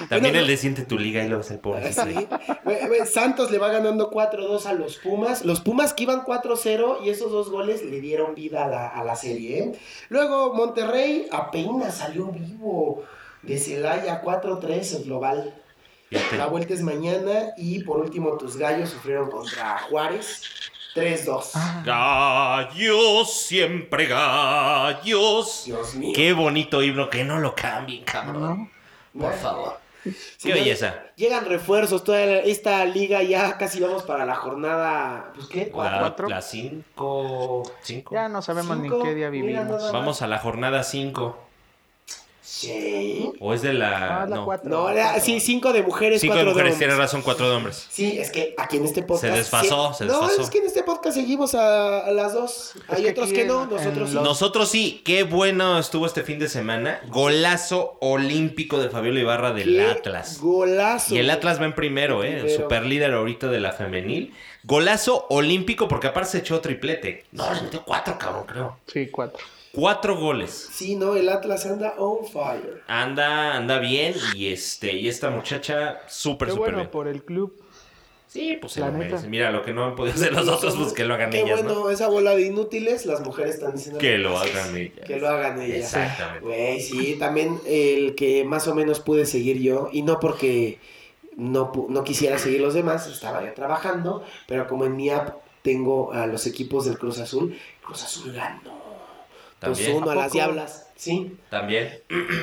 Speaker 1: También
Speaker 3: Bueno,
Speaker 1: el de siente tu liga y lo ves el pobre.
Speaker 3: Sí. Güey, güey, Santos le va ganando 4-2 a los Pumas. Los Pumas que iban 4-0 y esos dos goles le dieron vida a la, a la serie. ¿eh? Luego Monterrey apenas salió vivo de Celaya 4-3 en global.
Speaker 1: Fíjate.
Speaker 3: La vuelta es mañana y por último tus gallos sufrieron contra Juárez 3-2.
Speaker 1: Ah.
Speaker 2: Ah,
Speaker 1: Gallos, siempre gallos.
Speaker 3: Dios mío.
Speaker 1: Qué bonito himno, que no lo cambien, cabrón. Por favor. Qué
Speaker 3: Señores,
Speaker 1: belleza.
Speaker 3: Llegan refuerzos, toda la- esta liga ya casi vamos para la jornada, pues qué,
Speaker 1: La
Speaker 3: cuatro.
Speaker 1: la cinco cinco.
Speaker 2: Ya no sabemos ni
Speaker 3: Cinco,
Speaker 2: en qué día
Speaker 3: mira,
Speaker 2: vivimos.
Speaker 3: nada más.
Speaker 1: Vamos a la jornada 5.
Speaker 3: Sí.
Speaker 1: ¿O es de la.?
Speaker 2: Ah, la
Speaker 1: no.
Speaker 2: cuatro.
Speaker 3: No, era- sí, cinco de mujeres,
Speaker 1: 5 de
Speaker 3: cuatro
Speaker 1: mujeres,
Speaker 3: de
Speaker 1: tiene
Speaker 3: hombres.
Speaker 1: razón, 4 de hombres.
Speaker 3: Sí, es que aquí en este podcast.
Speaker 1: Se desfasó, se desfasó.
Speaker 3: No, es que en este podcast seguimos a, a las dos. Hay
Speaker 2: que
Speaker 3: otros
Speaker 2: aquí
Speaker 3: que no,
Speaker 2: en-
Speaker 3: nosotros
Speaker 2: en
Speaker 3: sí.
Speaker 2: los-
Speaker 1: Nosotros sí, qué bueno estuvo este fin de semana. Golazo olímpico de Fabiola Ibarra del
Speaker 3: Qué
Speaker 1: Atlas.
Speaker 3: Golazo.
Speaker 1: Y el Atlas va en primero, ¿eh?
Speaker 3: Primero.
Speaker 1: Super líder ahorita de la femenil. Golazo olímpico, porque aparte se echó triplete. No, le metió cuatro, cabrón, creo.
Speaker 2: Sí, cuatro.
Speaker 1: Cuatro goles.
Speaker 3: Sí, no, el Atlas anda on fire.
Speaker 1: Anda, anda bien. Y este, y esta muchacha, súper,
Speaker 2: Qué
Speaker 1: súper
Speaker 2: bueno
Speaker 1: bien.
Speaker 2: por el club.
Speaker 1: Sí, pues se
Speaker 2: La
Speaker 1: lo
Speaker 2: neta.
Speaker 1: merece. Mira, lo que no han podido [laughs] hacer nosotros, pues que lo hagan
Speaker 3: Qué
Speaker 1: ellas,
Speaker 3: bueno, esa bola de inútiles, las mujeres están
Speaker 1: ¿no?
Speaker 3: diciendo.
Speaker 1: Que lo hagan ellas.
Speaker 3: Que lo hagan ellas. eh. Pues
Speaker 1: Exactamente.
Speaker 3: Güey, sí, también el que más o menos pude seguir yo, y no porque no, pu- no quisiera seguir los demás, estaba yo trabajando, pero como en mi app tengo a los equipos del Cruz Azul, Cruz Azul ganó. Pues
Speaker 1: También.
Speaker 3: uno a
Speaker 2: ¿A
Speaker 3: las
Speaker 2: poco?
Speaker 3: diablas, sí.
Speaker 1: También.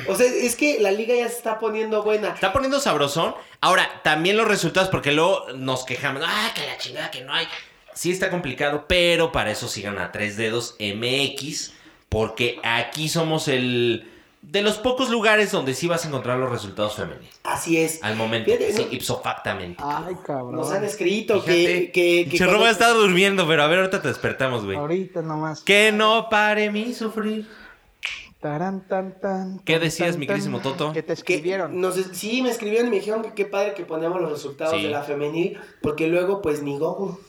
Speaker 3: O sea, es que la liga ya se está poniendo buena.
Speaker 1: Está poniendo sabrosón. Ahora, también los resultados, porque luego nos quejamos. Ah, que la chingada que no hay. Sí está complicado, pero para eso sigan a tres dedos MX, porque aquí somos el... De los pocos lugares donde sí vas a encontrar los resultados femeniles.
Speaker 3: Así es.
Speaker 1: Al momento,
Speaker 3: Fíjate,
Speaker 1: sí,
Speaker 3: no-
Speaker 1: ipsofactamente.
Speaker 2: Ay, cabrón.
Speaker 3: Nos han escrito
Speaker 1: Ah, Fíjate,
Speaker 3: que, que, que
Speaker 1: Se roba
Speaker 3: cuando-
Speaker 1: está durmiendo, pero a ver, ahorita te despertamos, güey.
Speaker 2: Ahorita nomás.
Speaker 1: Que no pare mi sufrir.
Speaker 2: Tarán, tan, tan,
Speaker 1: ¿Qué
Speaker 2: tan,
Speaker 1: decías,
Speaker 2: tan,
Speaker 1: mi querísimo
Speaker 2: tan,
Speaker 1: Toto?
Speaker 2: Que te
Speaker 3: que
Speaker 2: escribieron.
Speaker 3: nos es- sí, me escribieron y me dijeron que qué padre que poníamos los resultados
Speaker 1: Sí.
Speaker 3: de la femenil, porque luego pues ni Goku.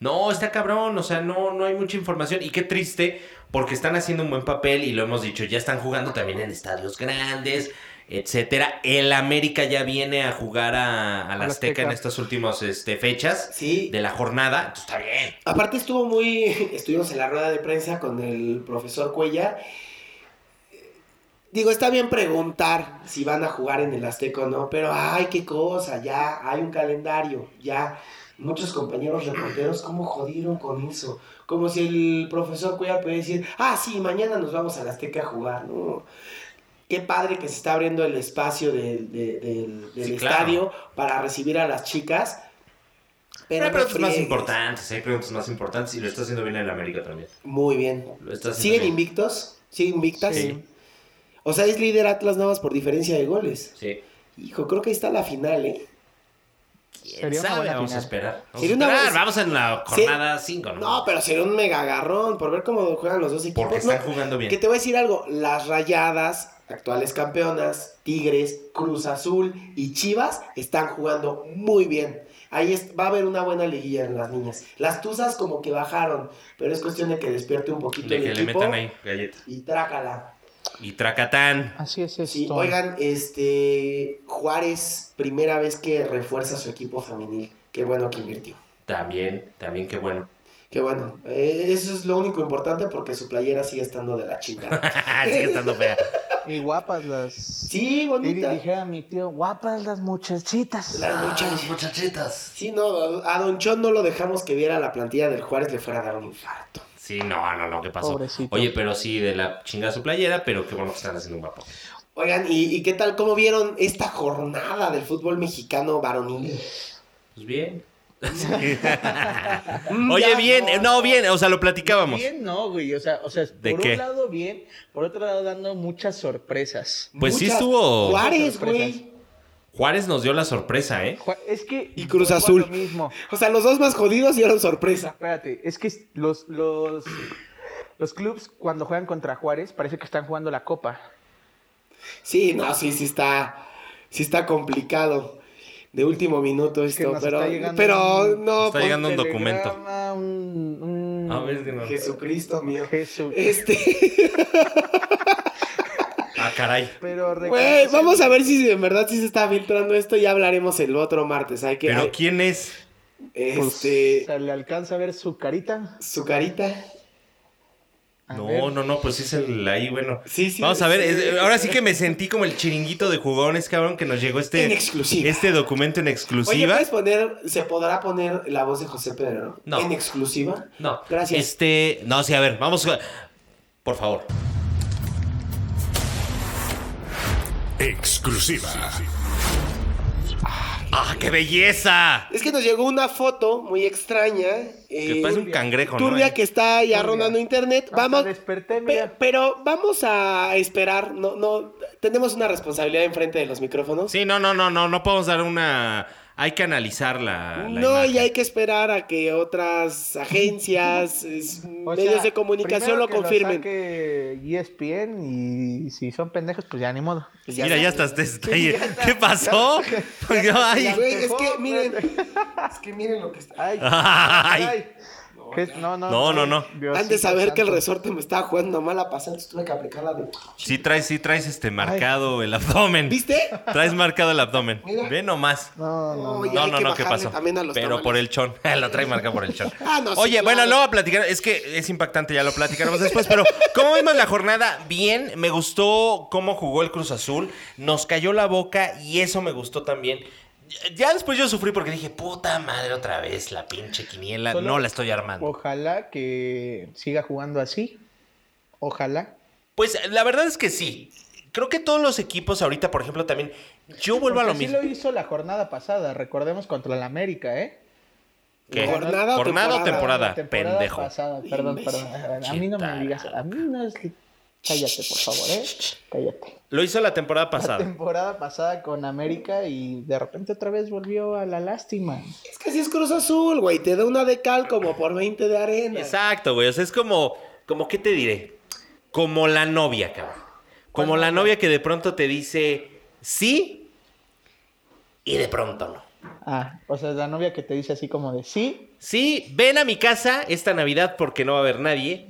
Speaker 1: No, está cabrón, o sea, no, no hay mucha información. Y qué triste, porque están haciendo un buen papel y lo hemos dicho, ya están jugando también en estadios grandes, etcétera. El América ya viene a jugar a, a la
Speaker 2: Al
Speaker 1: Azteca
Speaker 2: Azteca.
Speaker 1: en estas últimas este, fechas
Speaker 3: Sí,
Speaker 1: de la jornada, entonces está bien.
Speaker 3: Aparte estuvo muy, [laughs] estuvimos en la rueda de prensa con el profesor Cuellar. Digo, está bien preguntar si van a jugar en el Azteca o no, pero ay, qué cosa, ya hay un calendario, ya. Muchos compañeros reporteros, ¿cómo jodieron con eso? Como si el profesor Cuellar pudiera decir, ah, sí, mañana nos vamos al Azteca a jugar, ¿no? Qué padre que se está abriendo el espacio del- de- del, del
Speaker 1: Sí, claro.
Speaker 3: estadio para recibir a las chicas.
Speaker 1: Pero hay
Speaker 3: no
Speaker 1: preguntas más
Speaker 3: friegues.
Speaker 1: importantes, hay preguntas más importantes y lo está haciendo bien el América también.
Speaker 3: Muy bien.
Speaker 1: Lo está haciendo
Speaker 3: ¿Siguen
Speaker 1: bien.
Speaker 3: invictos? ¿Siguen invictas?
Speaker 2: Sí.
Speaker 3: O sea, es líder Atlas nada más por diferencia de goles.
Speaker 1: Sí.
Speaker 3: Hijo, creo que ahí está la final, ¿eh?
Speaker 1: ¿Quién
Speaker 2: Sería una
Speaker 1: sabe?
Speaker 2: buena
Speaker 1: Vamos a
Speaker 2: final.
Speaker 1: esperar. Vamos, a
Speaker 3: Sería una
Speaker 1: esperar,
Speaker 3: buena-
Speaker 1: vamos en la
Speaker 3: Sí.
Speaker 1: jornada 5, ¿no?
Speaker 3: No, pero sería un mega agarrón por ver cómo juegan los dos equipos.
Speaker 1: Porque
Speaker 3: No,
Speaker 1: están jugando bien.
Speaker 3: Que te voy a decir algo, las rayadas, actuales campeonas, Tigres, Cruz Azul y Chivas están jugando muy bien. Ahí es- va a haber una buena liguilla en las niñas. Las tuzas como que bajaron, pero es cuestión de que despierte un poquito
Speaker 1: De
Speaker 3: el
Speaker 1: que le
Speaker 3: equipo
Speaker 1: metan ahí galletas.
Speaker 3: y trácala.
Speaker 1: Y Tracatán.
Speaker 2: Así es esto.
Speaker 3: Sí, oigan, este Juárez, primera vez que refuerza su equipo femenil. Qué bueno que invirtió.
Speaker 1: También, también, qué bueno. [laughs]
Speaker 3: Qué bueno. Eh, eso es lo único importante porque su playera sigue estando de la
Speaker 2: [laughs]
Speaker 3: chingada.
Speaker 1: Sigue estando fea.
Speaker 2: Y guapas las. Sí,
Speaker 3: Sí,
Speaker 2: y
Speaker 3: bonita.
Speaker 2: dije "Ah". a mi tío, guapas las muchachitas.
Speaker 3: Las muchachas.
Speaker 1: muchachitas.
Speaker 3: Sí, no, a Don Chon no lo dejamos que viera la plantilla del Juárez, le fuera a dar un infarto.
Speaker 1: Sí, no, no, no, ¿qué pasó?
Speaker 2: Pobrecito.
Speaker 1: Oye, pero sí, de la chingada su playera, pero qué bueno que están haciendo un guapo.
Speaker 3: Oigan, ¿y, y qué tal? ¿Cómo vieron esta jornada del fútbol mexicano varonil?
Speaker 1: Pues bien.
Speaker 2: Mm,
Speaker 1: Oye,
Speaker 2: ya,
Speaker 1: bien, eh, no, bien, o sea, lo platicábamos.
Speaker 2: Bien, no, güey. O sea, o sea
Speaker 1: ¿De
Speaker 2: por
Speaker 1: qué?
Speaker 2: un lado bien, por otro lado dando muchas sorpresas.
Speaker 1: Pues sí
Speaker 3: Muchas-
Speaker 1: estuvo-
Speaker 3: Juárez,
Speaker 2: Sorpresas.
Speaker 3: güey.
Speaker 1: Juárez nos dio la sorpresa, ¿eh?
Speaker 2: Ju- Es que.
Speaker 3: Y Cruz
Speaker 2: vuelvo a
Speaker 3: Azul.
Speaker 2: Lo mismo.
Speaker 3: O sea, los dos más jodidos dieron sorpresa.
Speaker 2: Espérate, es que los, los, los clubes cuando juegan contra Juárez parece que están jugando la copa.
Speaker 3: Sí, no, sí, sí está, sí está complicado. De último minuto esto,
Speaker 2: nos
Speaker 3: pero,
Speaker 2: está llegando
Speaker 3: pero
Speaker 2: un-
Speaker 3: no.
Speaker 1: está
Speaker 3: pues,
Speaker 1: llegando un
Speaker 2: telegrama,
Speaker 1: documento.
Speaker 2: Un, un-
Speaker 1: A ver, dime.
Speaker 3: Jesucristo
Speaker 2: [laughs]
Speaker 3: mío.
Speaker 2: Jesús.
Speaker 3: Este,
Speaker 1: Ah, caray.
Speaker 2: Pero
Speaker 3: güey,
Speaker 2: reconoce-
Speaker 3: vamos a ver si en verdad sí se está filtrando esto. Ya hablaremos el otro martes. Hay que,
Speaker 1: Pero
Speaker 3: hay-
Speaker 1: ¿quién es?
Speaker 2: Pues,
Speaker 3: este,
Speaker 2: o sea, le alcanza a ver su carita.
Speaker 3: su carita.
Speaker 2: A
Speaker 1: No,
Speaker 2: ver.
Speaker 1: no, no, pues sí es el ahí, bueno.
Speaker 3: Sí, sí.
Speaker 1: Vamos a ver,
Speaker 3: sí.
Speaker 1: es- ahora sí que me sentí como el chiringuito de jugones, cabrón, que nos llegó
Speaker 3: en
Speaker 1: este,
Speaker 3: exclusiva.
Speaker 1: este documento en
Speaker 3: Oye, pues,
Speaker 1: exclusiva.
Speaker 3: ¿puedes poner, se podrá poner la voz de José Pedro?
Speaker 1: No.
Speaker 3: En exclusiva.
Speaker 1: No,
Speaker 3: Gracias.
Speaker 1: Este, no, sí, a ver, vamos. a- Por favor.
Speaker 6: Exclusiva.
Speaker 1: ¡Ah, qué belleza!
Speaker 3: Es que nos llegó una foto muy extraña.
Speaker 1: Que
Speaker 3: eh,
Speaker 1: parece un cangrejo, ¿no?
Speaker 3: turbia que está ya
Speaker 2: Turbia.
Speaker 3: rondando internet.
Speaker 2: Hasta
Speaker 3: Vamos,
Speaker 2: desperté,
Speaker 3: pe-
Speaker 2: mira.
Speaker 3: pero vamos a esperar. No, no, tenemos una responsabilidad enfrente de los micrófonos.
Speaker 1: Sí, no, no, no, no, no podemos dar una. Hay que analizar la. la
Speaker 3: No,
Speaker 1: imagen.
Speaker 3: y hay que esperar a que otras agencias, es-
Speaker 2: O
Speaker 3: medios
Speaker 2: sea,
Speaker 3: de comunicación
Speaker 2: primero
Speaker 3: lo
Speaker 2: que
Speaker 3: confirmen.
Speaker 2: saque E ESPN y si son pendejos, pues ya ni modo.
Speaker 3: Pues ya
Speaker 1: Mira, ya
Speaker 3: está.
Speaker 1: estás.
Speaker 3: [laughs]
Speaker 1: está ahí. ¿Qué pasó? Pues, Ay.
Speaker 3: Güey, es que miren, es que miren lo que está.
Speaker 2: Ay,
Speaker 1: [laughs] Ay.
Speaker 2: ay. ¿Qué es? No, no,
Speaker 1: No, no, no.
Speaker 2: Diosito
Speaker 3: Han de saber que el
Speaker 2: santo.
Speaker 3: resorte me estaba jugando mala pasada, entonces tuve que aplicarla de.
Speaker 1: Sí traes, sí traes este marcado el abdomen.
Speaker 3: ¿Viste?
Speaker 1: Traes marcado el abdomen.
Speaker 3: Mira.
Speaker 1: Ve nomás.
Speaker 2: No, no, no.
Speaker 3: Oye,
Speaker 1: No,
Speaker 3: hay
Speaker 1: no,
Speaker 3: que
Speaker 1: no, ¿qué
Speaker 3: bajarle
Speaker 1: pasó?
Speaker 3: también a los
Speaker 1: Pero por
Speaker 3: tamales.
Speaker 1: el chon. [laughs] Lo trae marcado por el chon.
Speaker 3: [laughs] Ah, no, sí,
Speaker 1: Oye, bueno,
Speaker 3: claro.
Speaker 1: luego a platicar. Es que es impactante, ya lo platicaremos después. Pero, ¿cómo vimos la jornada? Bien, me gustó cómo jugó el Cruz Azul. Nos cayó la boca y eso me gustó también. Ya después yo sufrí porque dije, puta madre, otra vez la pinche quiniela.
Speaker 2: Solo-
Speaker 1: No la estoy armando.
Speaker 2: Ojalá que siga jugando así. Ojalá.
Speaker 1: Pues la verdad es que sí. Creo que todos los equipos ahorita, por ejemplo, también. Yo vuelvo a lo
Speaker 2: Porque
Speaker 1: mismo.
Speaker 2: Así lo hizo la jornada pasada, recordemos contra el América, ¿eh?
Speaker 1: ¿Qué?
Speaker 3: ¿Jornada o
Speaker 1: ¿Jornada o
Speaker 3: temporada?
Speaker 1: temporada?
Speaker 2: La temporada
Speaker 1: pendejo.
Speaker 2: pasada, perdón, perdón. A mí no me digas, a mí no es cállate, por favor, ¿eh? Cállate.
Speaker 1: Lo hizo la temporada
Speaker 2: La
Speaker 1: pasada.
Speaker 2: temporada pasada con América y de repente otra vez volvió a la lástima.
Speaker 3: Es que si es Cruz Azul, güey, te da una de cal como por 20 de arena.
Speaker 1: Exacto, güey. O sea, es como, como, ¿qué te diré? Como la novia, cabrón. Como la novia que de pronto te dice sí y de pronto no.
Speaker 2: Ah, o sea, la novia que te dice así como de sí,
Speaker 1: Sí, ven a mi casa esta Navidad porque no va a haber nadie.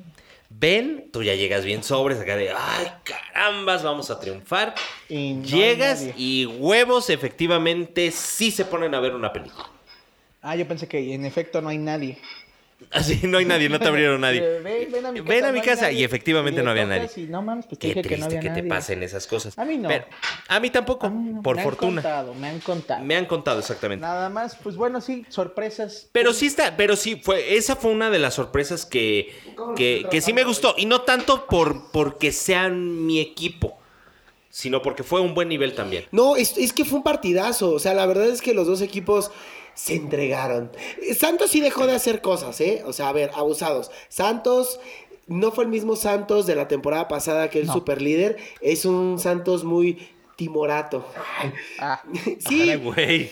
Speaker 1: Ven, tú ya llegas bien sobres acá de, ay, carambas, vamos a triunfar.
Speaker 2: y no hay
Speaker 1: Llegas
Speaker 2: nadie.
Speaker 1: y huevos, efectivamente, sí se ponen a ver una película. [laughs]
Speaker 2: Ah, yo pensé que en efecto no hay nadie.
Speaker 1: Así, no hay nadie, no te
Speaker 2: [laughs]
Speaker 1: abrieron nadie.
Speaker 2: Eh, Ven, ven a mi casa,
Speaker 1: Ven a
Speaker 2: no
Speaker 1: mi
Speaker 2: hay
Speaker 1: casa,
Speaker 2: nadie.
Speaker 1: y efectivamente
Speaker 2: le
Speaker 1: no había
Speaker 2: tocas
Speaker 1: nadie.
Speaker 2: y no mames, pues te
Speaker 1: Qué
Speaker 2: dije
Speaker 1: triste
Speaker 2: que
Speaker 1: que,
Speaker 2: no había
Speaker 1: te
Speaker 2: nadie.
Speaker 1: pasen esas cosas.
Speaker 2: A mí no.
Speaker 1: a mí tampoco,
Speaker 2: Ah, no,
Speaker 1: por
Speaker 2: me
Speaker 1: fortuna.
Speaker 2: Han contado, me han contado.
Speaker 1: Me han contado exactamente.
Speaker 2: Nada más, pues bueno, sí, sorpresas.
Speaker 1: Pero sí está, pero sí, fue, esa fue una de las sorpresas que, que, que sí me gustó. Y no tanto por porque sean mi equipo, sino porque fue un buen nivel también.
Speaker 3: No, es, es que fue un partidazo. O sea, la verdad es que los dos equipos se entregaron. Eh, Santos sí dejó de hacer cosas, ¿eh? O sea, a ver, abusados. Santos no fue el mismo Santos de la temporada pasada que el
Speaker 2: No.
Speaker 3: superlíder. Es un Santos muy timorato. [laughs]
Speaker 2: Ah,
Speaker 3: sí,
Speaker 1: Ay,
Speaker 2: [laughs]
Speaker 1: güey.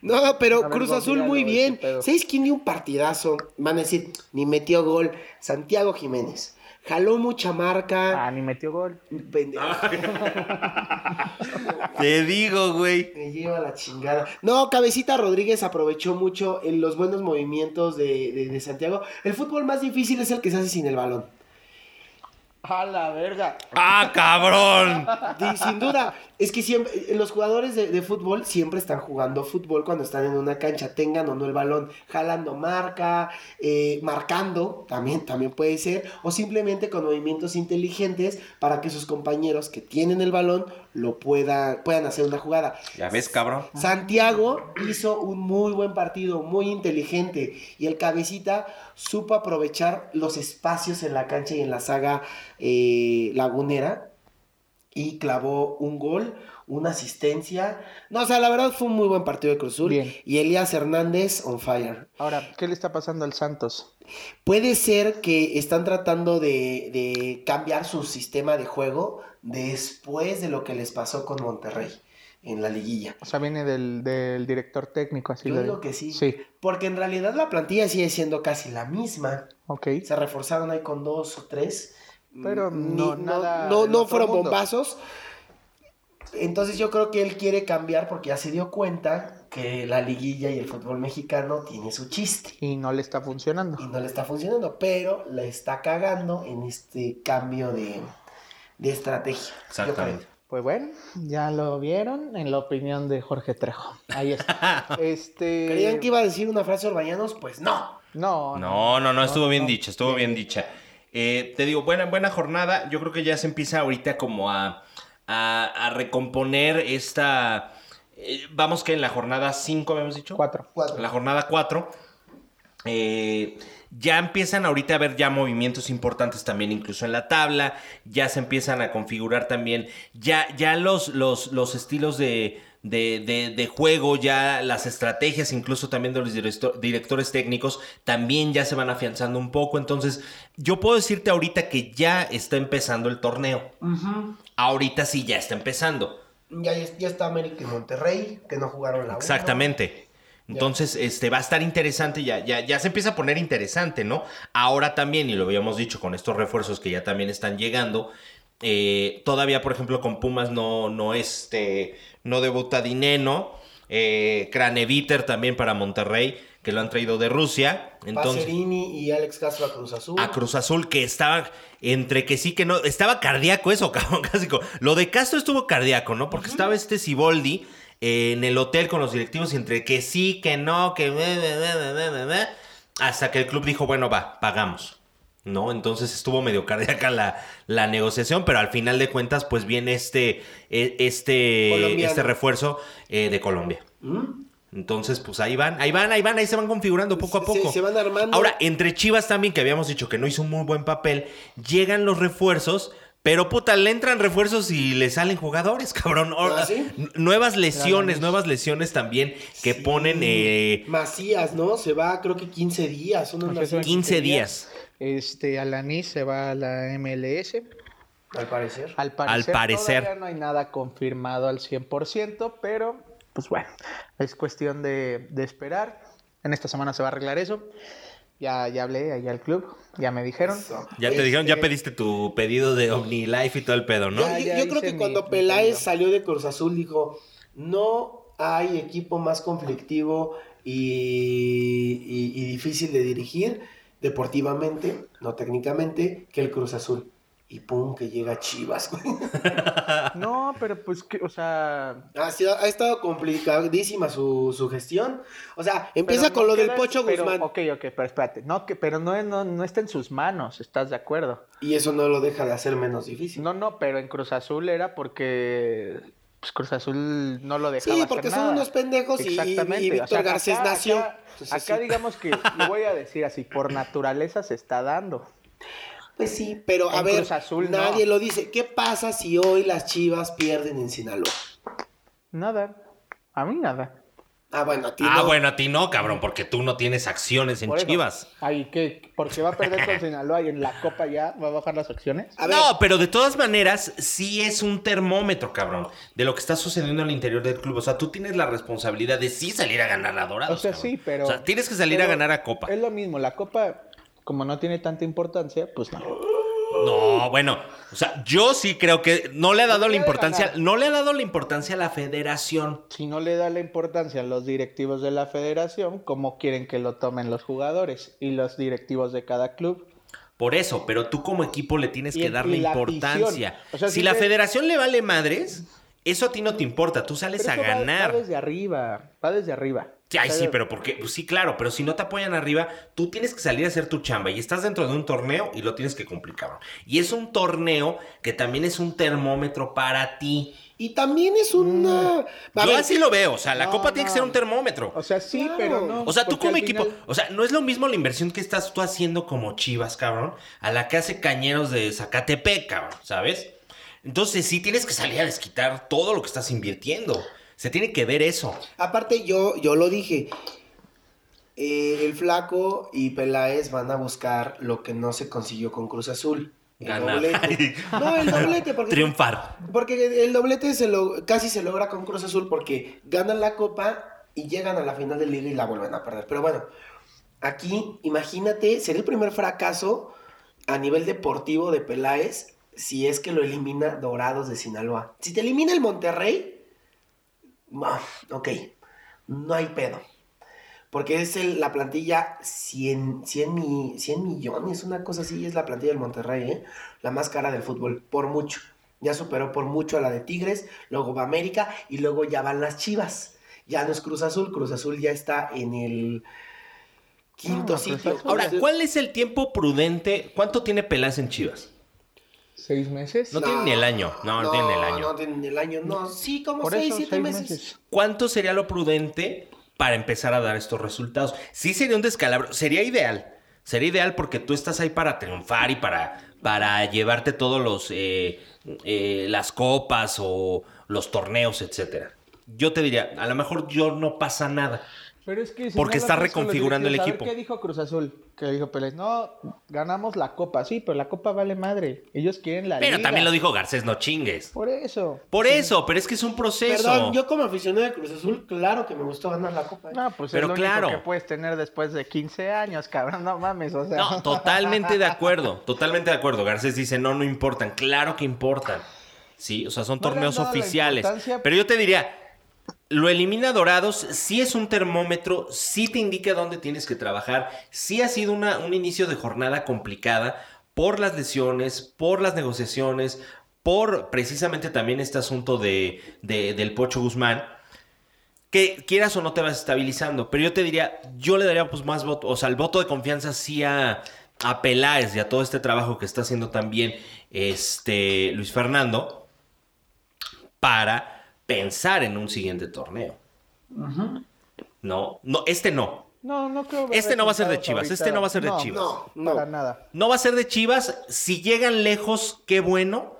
Speaker 3: No,
Speaker 2: A
Speaker 3: pero
Speaker 2: ver,
Speaker 3: Cruz
Speaker 2: Bob,
Speaker 3: Azul
Speaker 2: míralo,
Speaker 3: muy
Speaker 2: ese
Speaker 3: bien.
Speaker 2: pedo.
Speaker 3: ¿Sabes quién dio un partidazo? Van a decir, ni metió gol. Santiago Jiménez. Jaló mucha marca.
Speaker 2: ah, ni metió gol.
Speaker 3: pendejo.
Speaker 1: [laughs] Te digo, güey.
Speaker 3: Ah. Me lleva la chingada. No, Cabecita Rodríguez aprovechó mucho en los buenos movimientos de, de- de Santiago. El fútbol más difícil es el que se hace sin el balón.
Speaker 2: A la verga.
Speaker 1: ¡Ah, cabrón!
Speaker 3: Di- Sin duda, es que siempre, los jugadores de, de fútbol siempre están jugando fútbol cuando están en una cancha, tengan o no el balón, jalando marca, eh, marcando, también, también puede ser, o simplemente con movimientos inteligentes para que sus compañeros que tienen el balón lo puedan, puedan hacer una jugada.
Speaker 1: Ya ves, cabrón.
Speaker 3: Santiago hizo un muy buen partido, muy inteligente, y el cabecita supo aprovechar los espacios en la cancha y en la saga eh, lagunera y clavó un gol, una asistencia. No, o sea, la verdad fue un muy buen partido de Cruz Azul
Speaker 2: Bien.
Speaker 3: y Elías Hernández on fire.
Speaker 2: Ahora, ¿qué le está pasando al Santos?
Speaker 3: Puede ser que están tratando de, de cambiar su sistema de juego después de lo que les pasó con Monterrey en la liguilla.
Speaker 2: O sea, viene del, del director técnico, así
Speaker 3: Yo
Speaker 2: lo
Speaker 3: digo
Speaker 2: digo.
Speaker 3: que sí.
Speaker 2: Sí,
Speaker 3: Porque en realidad la plantilla sigue siendo casi la misma.
Speaker 2: ok.
Speaker 3: Se reforzaron ahí con dos o tres.
Speaker 2: Pero
Speaker 3: Ni-
Speaker 2: no, nada
Speaker 3: no,
Speaker 2: del
Speaker 3: no
Speaker 2: otro
Speaker 3: fueron
Speaker 2: mundo.
Speaker 3: bombazos. Entonces yo creo que él quiere cambiar porque ya se dio cuenta que la liguilla y el fútbol mexicano tiene su chiste.
Speaker 2: Y no le está funcionando.
Speaker 3: Y no le está funcionando, pero la está cagando en este cambio de, de estrategia. yo creo.
Speaker 1: Exactamente.
Speaker 2: Pues bueno, ya lo vieron en la opinión de Jorge Trejo.
Speaker 3: [laughs]
Speaker 2: Ahí está. este.
Speaker 3: ¿Creían que iba a decir una frase Orbañanos? Pues no.
Speaker 2: No,
Speaker 1: No, no, no, estuvo bien
Speaker 2: no.
Speaker 1: dicha, estuvo bien dicha. Eh, te digo, buena, buena jornada. Yo creo que ya se empieza ahorita como a, a, a recomponer esta. eh, vamos que en la jornada 5, habíamos dicho.
Speaker 2: Cuatro.
Speaker 3: Cuatro.
Speaker 1: La jornada 4. ya empiezan ahorita a ver ya movimientos importantes también incluso en la tabla. Ya se empiezan a configurar también. Ya, ya los, los, los estilos de, de- de- de juego, ya las estrategias incluso también de los directo- directores técnicos también ya se van afianzando un poco. Entonces yo puedo decirte ahorita que ya está empezando el torneo. Ahorita sí ya está empezando.
Speaker 3: Ya, ya está América y Monterrey, que no jugaron la uno.
Speaker 1: Exactamente. Entonces, este va a estar interesante, ya, ya, ya se empieza a poner interesante, ¿no? Ahora también, y lo habíamos dicho con estos refuerzos que ya también están llegando, eh, todavía, por ejemplo, con Pumas no, no, este, no debuta Dineno, eh, Craneviter también para Monterrey, que lo han traído de Rusia. Entonces,
Speaker 3: Pacerini y Alex Castro a Cruz Azul.
Speaker 1: a Cruz Azul que estaba entre que sí que no, estaba cardíaco eso, [laughs] cabrón, casi como- Lo de Castro estuvo cardíaco, ¿no? Porque estaba este Siboldi eh, en el hotel con los directivos y entre que sí, que no, que... me, me, me, me, me, me, hasta que el club dijo, bueno, va, pagamos. ¿No? Entonces estuvo medio [laughs] cardíaca la, la negociación, pero al final de cuentas, pues viene este, e- este,
Speaker 3: Colombiano.
Speaker 1: este refuerzo eh, de Colombia.
Speaker 3: ¿Mm?
Speaker 1: Entonces, pues ahí van, ahí van, ahí van, ahí se van configurando poco a
Speaker 3: Se-
Speaker 1: poco.
Speaker 3: Se, van armando.
Speaker 1: Ahora, entre Chivas también, que habíamos dicho que no hizo un muy buen papel, llegan los refuerzos, pero puta, le entran refuerzos y le salen jugadores, [laughs] cabrón. Ahora,
Speaker 3: ¿Ah, sí?
Speaker 1: n- Nuevas lesiones,
Speaker 2: Claro.
Speaker 1: nuevas lesiones también que
Speaker 3: Sí.
Speaker 1: ponen eh,
Speaker 3: Macías, ¿no? Se va, creo que 15 días. Unos
Speaker 2: Macías se va
Speaker 1: 15 días.
Speaker 2: Este, Alanis se va a la MLS.
Speaker 3: Al parecer.
Speaker 2: Al parecer,
Speaker 1: parecer.
Speaker 2: todavía no hay nada confirmado al 100%, pero pues bueno, es cuestión de, de esperar. En esta semana se va a arreglar eso. Ya, ya hablé allá al club, ya
Speaker 3: [laughs]
Speaker 2: me dijeron.
Speaker 1: Ya te
Speaker 3: Eh,
Speaker 2: Este,
Speaker 1: dijeron, ya pediste tu pedido de OmniLife y todo el pedo, ¿no?
Speaker 3: Yo-
Speaker 2: Ya,
Speaker 3: yo,
Speaker 2: ya
Speaker 3: yo creo
Speaker 2: hice
Speaker 3: que
Speaker 2: mi-
Speaker 3: cuando
Speaker 2: mi
Speaker 3: Peláez
Speaker 2: pedido.
Speaker 3: salió de Cruz Azul dijo, no hay equipo más conflictivo y, y- y difícil de dirigir deportivamente, no técnicamente, que el Cruz Azul. Y pum, que llega Chivas. güey.
Speaker 2: No, pero pues, que, o sea...
Speaker 3: ha, sido- ha estado complicadísima su, su gestión. O sea, empieza
Speaker 2: pero
Speaker 3: con
Speaker 2: no
Speaker 3: lo del
Speaker 2: queda-
Speaker 3: Pocho
Speaker 2: pero-
Speaker 3: Guzmán.
Speaker 2: Ok, ok, pero espérate. No, que, pero no, no, no está en sus manos, ¿estás de acuerdo?
Speaker 3: Y eso no lo deja de hacer menos difícil.
Speaker 2: No, no, pero en Cruz Azul era porque pues, Cruz Azul no lo dejaba
Speaker 3: Sí,
Speaker 2: hacer
Speaker 3: porque son
Speaker 2: nada.
Speaker 3: unos pendejos y, y-
Speaker 2: Exactamente.
Speaker 3: y
Speaker 2: o
Speaker 3: Víctor
Speaker 2: sea, acá-
Speaker 3: Garcés nació.
Speaker 2: Acá,
Speaker 3: Entonces,
Speaker 2: acá
Speaker 3: sí.
Speaker 2: digamos que, lo voy a decir así, por naturaleza se está dando.
Speaker 3: Pues sí, pero a
Speaker 2: en
Speaker 3: ver,
Speaker 2: Cruz Azul no.
Speaker 3: nadie lo dice. ¿Qué pasa si hoy las Chivas pierden en Sinaloa?
Speaker 2: Nada. A mí nada.
Speaker 3: Ah, bueno, a ti
Speaker 1: Ah,
Speaker 3: no.
Speaker 1: bueno, a ti no, cabrón, porque tú no tienes acciones en
Speaker 2: Por eso.
Speaker 1: Chivas.
Speaker 2: Ay, ¿qué? Porque va a perder con Sinaloa y en la Copa ya va a bajar las acciones.
Speaker 3: A ver,
Speaker 1: No, pero de todas maneras, sí es un termómetro, cabrón, de lo que está sucediendo al interior del club. O sea, tú tienes la responsabilidad de sí salir a ganar a Dorados.
Speaker 2: O sea,
Speaker 1: cabrón.
Speaker 2: sí, pero...
Speaker 1: O sea, tienes que salir a
Speaker 2: pero
Speaker 1: ganar a Copa.
Speaker 2: Es lo mismo, la Copa, como no tiene tanta importancia, pues no.
Speaker 1: No, bueno, o sea, yo sí creo que no le ha dado la
Speaker 2: Debería de
Speaker 1: importancia,
Speaker 2: ganar.
Speaker 1: no le ha dado la importancia a la federación.
Speaker 2: Si no le da la importancia a los directivos de la federación, ¿cómo quieren que lo tomen los jugadores y los directivos de cada club?
Speaker 1: Por eso, pero tú como equipo le tienes
Speaker 2: Y-
Speaker 1: que
Speaker 2: y
Speaker 1: dar la
Speaker 2: la afición.
Speaker 1: importancia.
Speaker 2: O sea,
Speaker 1: si
Speaker 2: si
Speaker 1: la
Speaker 2: te-
Speaker 1: federación le vale madres, eso a ti no te importa, tú
Speaker 2: Pero
Speaker 1: sales
Speaker 2: esto
Speaker 1: a
Speaker 2: va-
Speaker 1: ganar.
Speaker 2: Va, desde arriba, va desde arriba.
Speaker 1: Sí, Ay,
Speaker 2: O sea,
Speaker 1: sí, pero porque, pues sí, claro, pero si no te apoyan arriba, tú tienes que salir a hacer tu chamba y estás dentro de un torneo y lo tienes que cumplir, cabrón. Y es un torneo que también es un termómetro para ti.
Speaker 3: Y también es una... A
Speaker 1: Mm. Yo
Speaker 3: ver,
Speaker 1: así lo veo, o sea, la
Speaker 2: No,
Speaker 1: copa tiene que
Speaker 2: no.
Speaker 1: ser un termómetro.
Speaker 2: O sea, sí,
Speaker 3: Claro.
Speaker 2: pero no.
Speaker 1: O sea, tú
Speaker 2: porque
Speaker 1: como
Speaker 2: al
Speaker 1: equipo,
Speaker 2: final-
Speaker 1: o sea, no es lo mismo la inversión que estás tú haciendo como Chivas, cabrón, a la que hace Cañeros de Zacatepec, cabrón, ¿sabes? Entonces sí tienes que salir a desquitar todo lo que estás invirtiendo. Se tiene que ver eso.
Speaker 3: Aparte, yo, yo lo dije. eh, el Flaco y Peláez van a buscar lo que no se consiguió con Cruz Azul. El
Speaker 1: Ganar. [laughs]
Speaker 3: doblete. No, el doblete, porque,
Speaker 1: Triunfar.
Speaker 3: porque el doblete se lo, casi se logra con Cruz Azul porque ganan la copa y llegan a la final de liga y la vuelven a perder. Pero bueno, aquí imagínate, sería el primer fracaso a nivel deportivo de Peláez si es que lo elimina Dorados de Sinaloa. Si te elimina el Monterrey, ma, ok, no hay pedo. Porque es el- la plantilla 100, 100, mi- 100 millones, una cosa así, es la plantilla del Monterrey, ¿eh? la más cara del fútbol, por mucho. Ya superó por mucho a la de Tigres, luego va América y luego ya van las Chivas. Ya no es Cruz Azul, Cruz Azul ya está en el quinto
Speaker 2: No, Cruz
Speaker 3: sitio.
Speaker 2: Azul.
Speaker 1: Ahora,
Speaker 3: Entonces-
Speaker 1: ¿cuál es el tiempo prudente? ¿Cuánto tiene Peláez en Chivas?
Speaker 2: ¿Seis meses?
Speaker 1: No tiene ni el año. No, no tiene el año.
Speaker 3: No tiene ni el año, no. Sí, como
Speaker 2: Por
Speaker 3: seis,
Speaker 2: eso,
Speaker 3: siete
Speaker 2: seis
Speaker 3: meses.
Speaker 2: meses.
Speaker 1: ¿Cuánto sería lo prudente para empezar a dar estos resultados? Sí sería un descalabro, sería ideal. Sería ideal porque tú estás ahí para triunfar y para, para llevarte todos los eh, eh, las copas o los torneos, etcétera. Yo te diría, a lo mejor yo no pasa nada.
Speaker 2: Pero es que si
Speaker 1: Porque
Speaker 2: no
Speaker 1: está
Speaker 2: lo hacen solo
Speaker 1: reconfigurando el
Speaker 2: directivos, a ver,
Speaker 1: equipo.
Speaker 2: ¿Qué dijo Cruz Azul? Que dijo Pérez, no, ganamos la copa, sí, pero la copa vale madre. Ellos quieren la
Speaker 1: Pero
Speaker 2: liga.
Speaker 1: también lo dijo Garcés, no chingues.
Speaker 2: Por eso.
Speaker 1: Por eso, pero es que es un proceso.
Speaker 3: Perdón, yo como aficionado de Cruz Azul, claro que me gustó ganar la Copa. ¿eh?
Speaker 2: No, pues
Speaker 1: Pero
Speaker 2: es lo
Speaker 1: claro.
Speaker 2: único que puedes tener después de 15 años, cabrón, no mames, o sea.
Speaker 1: No, totalmente de acuerdo, totalmente de acuerdo. Garcés dice, no, no importan. Claro que importan. Sí, o sea, son
Speaker 2: No le han
Speaker 1: torneos
Speaker 2: dado la
Speaker 1: oficiales.
Speaker 2: importancia.
Speaker 1: Pero yo te diría, lo elimina Dorados, sí es un termómetro, sí te indica dónde tienes que trabajar, sí ha sido una- un inicio de jornada complicada por las lesiones, por las negociaciones, por precisamente también este asunto de, de- del Pocho Guzmán que quieras o no te vas estabilizando. Pero yo te diría, yo le daría pues más voto, o sea, el voto de confianza sí a, a Peláez y a todo este trabajo que está haciendo también este Luis Fernando para pensar en un siguiente torneo. No, no, este no.
Speaker 2: No, no creo.
Speaker 1: Este no va a ser de Chivas, este no va a ser de Chivas.
Speaker 2: No,
Speaker 3: No, no.
Speaker 2: para nada.
Speaker 1: No va a ser de Chivas. Si llegan lejos, qué bueno.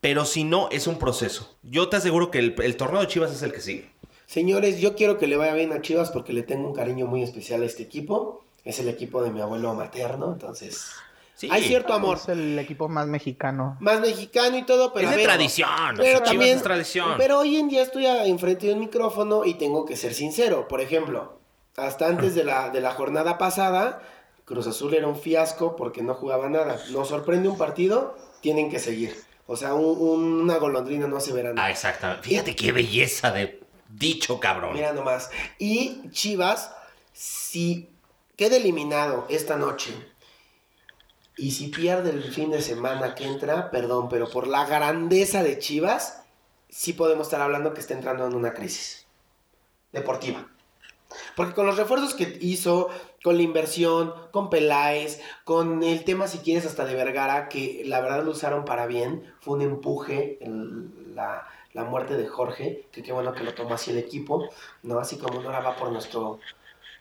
Speaker 1: Pero si no, es un proceso. Yo te aseguro que el, el torneo de Chivas es el que sigue.
Speaker 3: Señores, yo quiero que le vaya bien a Chivas porque le tengo un cariño muy especial a este equipo. Es el equipo de mi abuelo materno, entonces.
Speaker 1: Sí.
Speaker 3: Hay cierto amor.
Speaker 2: Es el equipo más mexicano.
Speaker 3: Más mexicano y todo, pero.
Speaker 1: es de
Speaker 3: a ver,
Speaker 1: tradición. o sea,
Speaker 3: Pero
Speaker 1: Chivas
Speaker 3: también.
Speaker 1: es tradición.
Speaker 3: Pero hoy en día estoy a- enfrente de un micrófono y tengo que ser sincero. Por ejemplo, hasta antes de la, de la jornada pasada, Cruz Azul era un fiasco porque no jugaba nada. Nos sorprende un partido, tienen que seguir. O sea, un- un- una golondrina no hace verano.
Speaker 1: Ah, exactamente. Fíjate qué belleza de dicho cabrón.
Speaker 3: Mira nomás. Y Chivas, si queda eliminado esta noche y si pierde el fin de semana que entra, perdón, pero por la grandeza de Chivas, sí podemos estar hablando que está entrando en una crisis deportiva. Porque con los refuerzos que hizo, con la inversión, con Peláez, con el tema, si quieres, hasta de Vergara, que la verdad lo usaron para bien, fue un empuje el- la, la muerte de Jorge, que qué bueno que lo tomó así el equipo, ¿no? Así como Nora va por nuestro,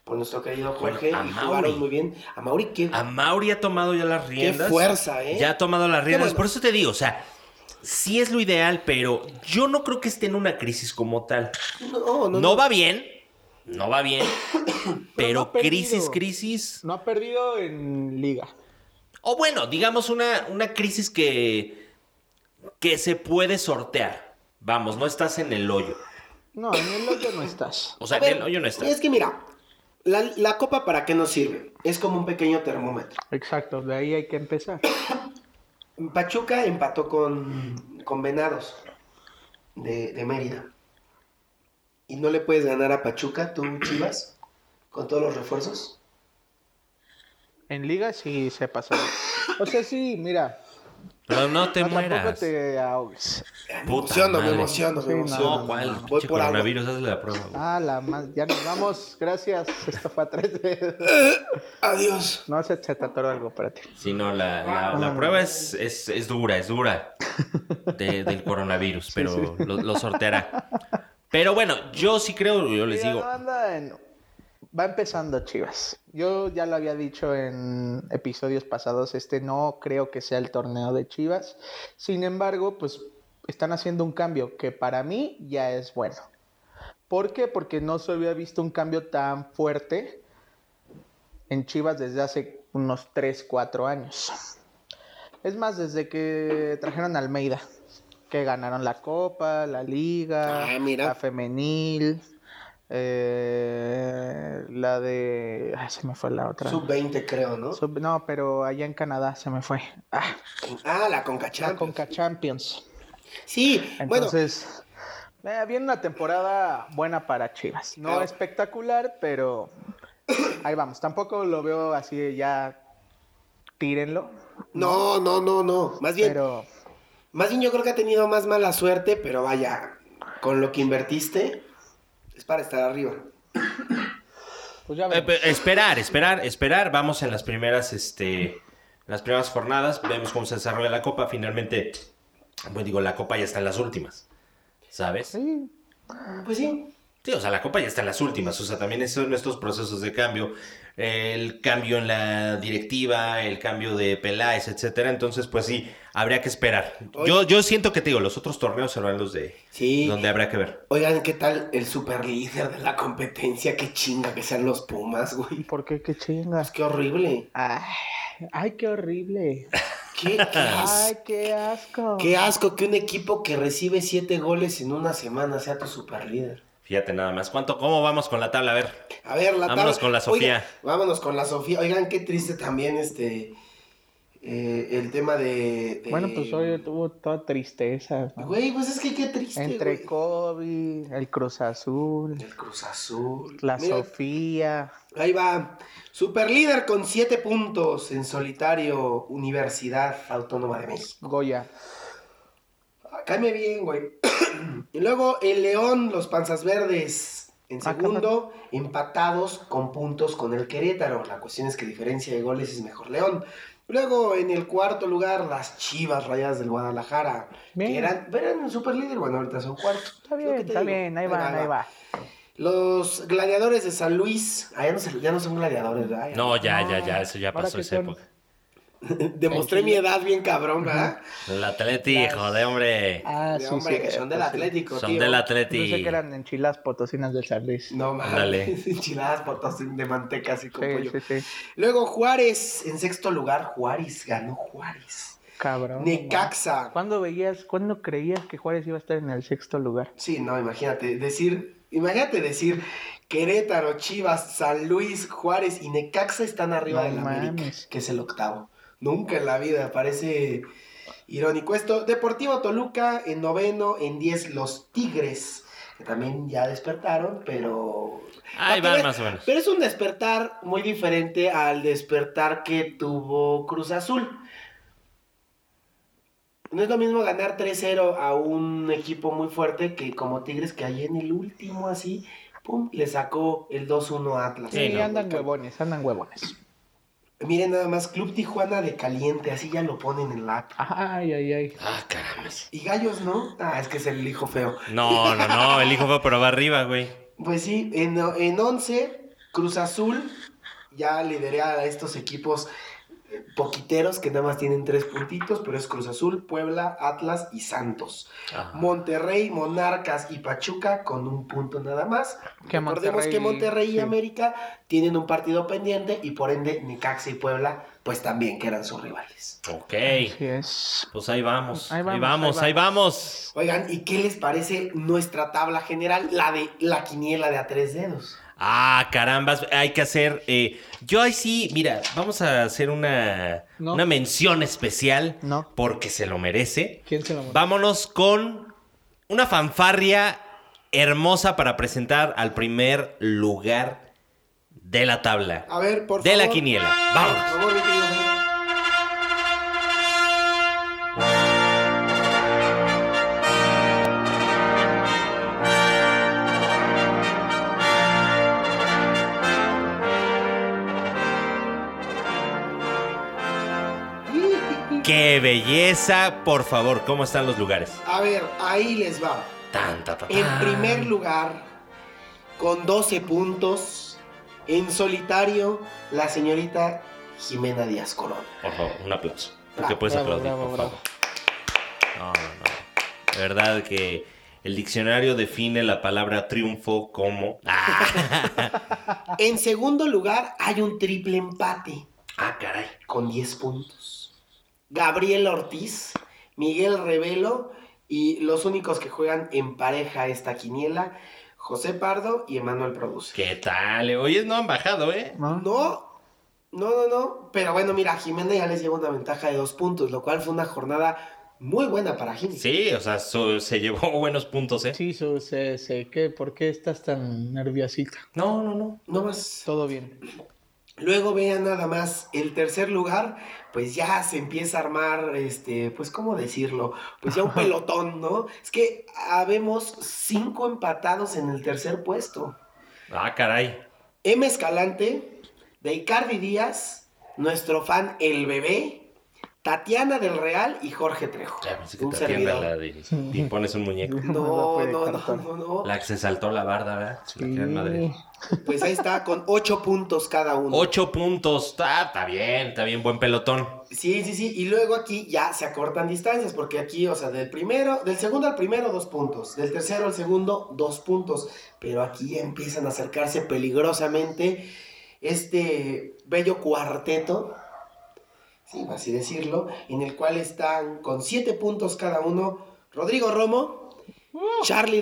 Speaker 3: por nuestro querido
Speaker 1: Bueno,
Speaker 3: Jorge,
Speaker 1: a
Speaker 3: y
Speaker 1: Mauri.
Speaker 3: jugaron muy bien. A Mauri, qué,
Speaker 1: A Mauri ha tomado ya las
Speaker 3: qué
Speaker 1: riendas.
Speaker 3: fuerza, ¿eh?
Speaker 1: Ya ha tomado las riendas.
Speaker 3: bueno.
Speaker 1: Por eso te digo, o sea, sí es lo ideal, pero yo no creo que esté en una crisis como tal.
Speaker 3: No, no,
Speaker 1: No,
Speaker 3: no.
Speaker 1: va bien, no va bien,
Speaker 2: [coughs] Pero no
Speaker 1: pero
Speaker 2: ha perdido.
Speaker 1: crisis, crisis.
Speaker 2: No ha perdido en liga.
Speaker 1: O bueno, digamos una, una crisis que, que se puede sortear. Vamos, no estás en el hoyo.
Speaker 2: No, en el hoyo no estás.
Speaker 1: O sea,
Speaker 3: A ver,
Speaker 1: en el hoyo no estás.
Speaker 3: Es que mira, la, la copa para qué nos sirve? Es como un pequeño termómetro.
Speaker 2: Exacto, de ahí hay que empezar.
Speaker 3: Pachuca empató con, con Venados de, de Mérida. ¿Y no le puedes ganar a Pachuca, tú, Chivas, con todos los refuerzos?
Speaker 2: en liga sí se pasó. O sea, sí, mira,
Speaker 1: Pero no te
Speaker 2: no, Ah, tampoco
Speaker 1: mueras.
Speaker 2: te ahogues.
Speaker 3: Me
Speaker 1: Puta
Speaker 3: emociono, me
Speaker 1: madre.
Speaker 3: emociono,
Speaker 2: Sí,
Speaker 3: me
Speaker 2: no.
Speaker 3: emociono.
Speaker 1: No, ¿cuál?
Speaker 3: Voy
Speaker 1: Pinche
Speaker 3: por agua.
Speaker 1: coronavirus, hazle la prueba, güey.
Speaker 2: Ah, la más, ya nos vamos, gracias. Esto fue a tres dedos.
Speaker 3: Adiós.
Speaker 2: No, se, se te atoró algo para ti.
Speaker 1: Sí, no, la, la- la prueba es, es, es dura, es dura de- del [laughs] coronavirus, pero Lo, lo sorteará. Pero bueno, yo sí creo, yo les
Speaker 2: Mira,
Speaker 1: digo,
Speaker 2: no anda en- Va empezando Chivas. Yo ya lo había dicho en episodios pasados, este no creo que sea el torneo de Chivas. Sin embargo, pues están haciendo un cambio que para mí ya es bueno. ¿Por qué? Porque no se había visto un cambio tan fuerte en Chivas desde hace unos 3, 4 años. Es más, desde que trajeron a Almeida, que ganaron la Copa, la Liga,
Speaker 3: Ah, mira.
Speaker 2: la Femenil, eh, la de... ay, se me fue la otra.
Speaker 3: Sub-20 creo, ¿no?
Speaker 2: Sub- no, pero allá en Canadá se me fue. Ah,
Speaker 3: Ah, la Conca
Speaker 2: la
Speaker 3: Champions.
Speaker 2: Conca Champions.
Speaker 3: Sí, bueno,
Speaker 2: Entonces, eh, viene una temporada buena para Chivas. No
Speaker 3: Claro.
Speaker 2: espectacular, pero ahí vamos. Tampoco lo veo así de ya tírenlo.
Speaker 3: no, no, no, no. Más bien,
Speaker 2: Pero
Speaker 3: más bien yo creo que ha tenido más mala suerte, pero vaya, con lo que invertiste es para estar arriba.
Speaker 2: pues ya
Speaker 1: Eh,
Speaker 2: veremos.
Speaker 1: pe- esperar, esperar, esperar. Vamos en las primeras, este, las primeras jornadas. Vemos cómo se desarrolla la copa. Finalmente, pues digo, la copa ya está en las últimas. ¿Sabes?
Speaker 2: Sí. Ah.
Speaker 3: Pues sí.
Speaker 1: Sí, o sea, la copa ya está en las últimas. O sea, también son estos procesos de cambio. El cambio en la directiva, el cambio de Peláez, etcétera. Entonces, pues sí, habría que esperar. Yo, yo siento que te digo, los otros torneos serán los de
Speaker 3: Sí.
Speaker 1: donde habrá que ver.
Speaker 3: Oigan, ¿qué tal el super líder de la competencia? Qué chinga que sean los Pumas, güey.
Speaker 2: ¿Por qué? ¿Qué
Speaker 3: Pues
Speaker 2: chingas?
Speaker 3: qué horrible.
Speaker 2: Ay, ay, qué horrible.
Speaker 3: Qué, qué
Speaker 1: [laughs]
Speaker 3: as-
Speaker 2: Ay, qué asco.
Speaker 3: qué asco que un equipo que recibe siete goles en una semana sea tu super líder.
Speaker 1: Fíjate nada más. ¿Cuánto, ¿Cómo vamos con la tabla? A ver.
Speaker 3: A ver, la
Speaker 1: Vámonos
Speaker 3: tabla-
Speaker 1: con la Sofía.
Speaker 3: Oigan, vámonos con la Sofía. Oigan, qué triste también este eh, el tema de, de-
Speaker 2: Bueno, pues hoy tuvo toda tristeza. ¿no?
Speaker 3: Güey, pues es que qué triste.
Speaker 2: Entre
Speaker 3: güey.
Speaker 2: COVID, el Cruz Azul,
Speaker 3: el Cruz Azul.
Speaker 2: la
Speaker 3: Mira,
Speaker 2: Sofía.
Speaker 3: Ahí va. Superlíder con siete puntos en solitario Universidad Autónoma de México.
Speaker 2: Goya.
Speaker 3: Cambia bien, güey. [clears throat] y luego el León, los Panzas Verdes. En
Speaker 2: Ah,
Speaker 3: segundo, empatados con puntos con el Querétaro. La cuestión es que diferencia de goles es mejor León. Luego, en el cuarto lugar, las Chivas Rayadas del Guadalajara. Que
Speaker 2: Bien.
Speaker 3: eran, eran el superlíder, bueno, ahorita son cuarto.
Speaker 2: Está
Speaker 3: Es lo
Speaker 2: bien,
Speaker 3: que te
Speaker 2: está
Speaker 3: digo.
Speaker 2: bien, ahí van, ahí va.
Speaker 3: Los gladiadores de San Luis. Ah, ya no, se- ya no son gladiadores, ¿verdad? Ya
Speaker 1: No, ya, ya,
Speaker 2: Eh, No.
Speaker 1: ya. Eso ya
Speaker 2: Ahora
Speaker 1: pasó
Speaker 2: que
Speaker 1: esa
Speaker 2: son-
Speaker 1: época.
Speaker 3: [laughs] Demostré mi edad bien cabrón, ¿verdad?
Speaker 1: El Atleti, hijo de hombre.
Speaker 2: Ah,
Speaker 3: De
Speaker 2: sí,
Speaker 3: hombre,
Speaker 2: sí,
Speaker 3: que son del
Speaker 2: sí.
Speaker 3: Atlético,
Speaker 1: Son
Speaker 3: tío.
Speaker 1: del
Speaker 2: Yo sé
Speaker 1: Atleti.
Speaker 2: que eran enchiladas potosinas del San Luis.
Speaker 3: No, [laughs]
Speaker 1: Ándale.
Speaker 3: mames. Enchiladas potosín de manteca así con
Speaker 2: sí,
Speaker 3: pollo.
Speaker 2: sí, sí.
Speaker 3: Luego Juárez, en sexto lugar, Juárez, ganó Juárez.
Speaker 2: Cabrón.
Speaker 3: Necaxa.
Speaker 2: man. ¿Cuándo veías, cuándo creías que Juárez iba a estar en el sexto lugar?
Speaker 3: Sí, no, imagínate, decir, imagínate decir Querétaro, Chivas, San Luis, Juárez y Necaxa están arriba
Speaker 2: No
Speaker 3: del América,
Speaker 2: mames.
Speaker 3: que es el octavo. Nunca en la vida, parece irónico esto. Deportivo Toluca en noveno, en diez los Tigres, que también ya despertaron, pero...
Speaker 1: Ahí
Speaker 3: Pa' que
Speaker 1: van
Speaker 3: veas-
Speaker 1: más o menos.
Speaker 3: Pero es un despertar muy diferente al despertar que tuvo Cruz Azul. No es lo mismo ganar 3-0 a un equipo muy fuerte que como Tigres que ahí en el último así, pum, le sacó el 2-1 a Atlas.
Speaker 2: Sí,
Speaker 1: Sí, no,
Speaker 2: andan huevones, andan huevones.
Speaker 3: Miren nada más, Club Tijuana de caliente, así ya lo ponen en la app.
Speaker 2: Ay, ay, ay.
Speaker 1: Ah, caramba.
Speaker 3: Y Gallos, ¿no? Ah, es que es el hijo feo.
Speaker 1: No, no, no. El hijo fue pero va arriba, güey.
Speaker 3: Pues sí, en, en 11, Cruz Azul ya lideré a estos equipos eh, poquiteros que nada más tienen tres puntitos, pero es Cruz Azul, Puebla, Atlas y Santos.
Speaker 1: Ajá.
Speaker 3: Monterrey, Monarcas y Pachuca con un punto nada más.
Speaker 2: Que
Speaker 3: Recordemos
Speaker 2: Monterrey,
Speaker 3: que Monterrey y
Speaker 2: sí.
Speaker 3: América tienen un partido pendiente y por ende Necaxa y Puebla pues también que eran sus rivales.
Speaker 1: Ok.
Speaker 2: Así es.
Speaker 1: Pues ahí vamos.
Speaker 2: Ahí
Speaker 1: Ahí
Speaker 2: vamos,
Speaker 1: vamos, ahí
Speaker 2: ahí
Speaker 1: vamos.
Speaker 3: Oigan, ¿y qué les parece nuestra tabla general, la de la quiniela de a tres dedos?
Speaker 1: Ah, carambas. Hay que hacer. eh, yo ahí sí, mira, vamos a hacer una,
Speaker 2: No.
Speaker 1: una mención especial.
Speaker 2: No.
Speaker 1: Porque se lo merece.
Speaker 2: ¿Quién se lo mandó?
Speaker 1: Vámonos con una fanfarria hermosa para presentar al primer lugar de la tabla,
Speaker 3: A ver, por
Speaker 1: de
Speaker 3: favor.
Speaker 1: la quiniela.
Speaker 3: Por
Speaker 1: Vamos.
Speaker 3: favor, mi querido Fer.
Speaker 1: ¡Qué belleza! Por favor, ¿cómo están los lugares?
Speaker 3: A ver, ahí les va.
Speaker 1: Tan, ta, ta,
Speaker 3: En
Speaker 1: tan.
Speaker 3: primer lugar, con 12 puntos, en solitario, la señorita Jimena Díaz Corona.
Speaker 1: Por favor, un aplauso. Tú
Speaker 3: Bra-
Speaker 1: que puedes
Speaker 2: Ah, bravo,
Speaker 1: aplaudir,
Speaker 2: bravo,
Speaker 1: por
Speaker 2: bravo.
Speaker 1: favor. No, no, no. De verdad que el diccionario define la palabra triunfo como. [laughs] ¡Ah!
Speaker 3: En segundo lugar, hay un triple empate
Speaker 1: ¡Ah, caray!
Speaker 3: con 10 puntos. Gabriel Ortiz, Miguel Revelo y los únicos que juegan en pareja esta quiniela, José Pardo y Emanuel Produce.
Speaker 1: ¿Qué tal? Oye, no han bajado, ¿eh?
Speaker 2: ¿no?
Speaker 3: No, no, no, no. Pero bueno, mira, Jimena ya les lleva una ventaja de dos puntos, lo cual fue una jornada muy buena para Jimena.
Speaker 1: Sí, o sea, so- se llevó [laughs] buenos puntos, ¿eh?
Speaker 2: Sí, su, se, se, ¿qué? ¿por qué estás tan nerviosita?
Speaker 1: No, no, no.
Speaker 3: No más.
Speaker 1: [laughs]
Speaker 2: Todo bien.
Speaker 3: Luego vean nada más el tercer lugar, pues ya se empieza a armar, este, pues cómo decirlo, pues
Speaker 1: [laughs]
Speaker 3: ya un pelotón, ¿no? Es que habemos cinco empatados en el tercer puesto.
Speaker 1: ¡Ah, caray!
Speaker 3: M. Escalante, de Icardi Díaz, nuestro fan El Bebé, Tatiana del Real y Jorge Trejo.
Speaker 1: Ya pensé que
Speaker 3: Un
Speaker 1: te atienda
Speaker 3: servidor.
Speaker 1: la de. Y pones un
Speaker 2: [laughs]
Speaker 1: muñeco.
Speaker 3: [laughs] No, no, no,
Speaker 2: Cartón.
Speaker 3: no, no.
Speaker 1: La que se saltó la barda, ¿verdad? Se la queda en Madrid.
Speaker 2: Sí.
Speaker 3: Pues ahí está, con ocho puntos cada uno.
Speaker 1: Ocho puntos. Está, está bien, está bien, buen pelotón.
Speaker 3: Sí, sí, sí. Y luego aquí ya se acortan distancias, porque aquí, o sea, del primero, del segundo al primero, dos puntos. Del tercero al segundo, dos puntos. Pero aquí ya empiezan a acercarse peligrosamente este bello cuarteto, sí, así decirlo, en el cual están con siete puntos cada uno Rodrigo Romo, Charlie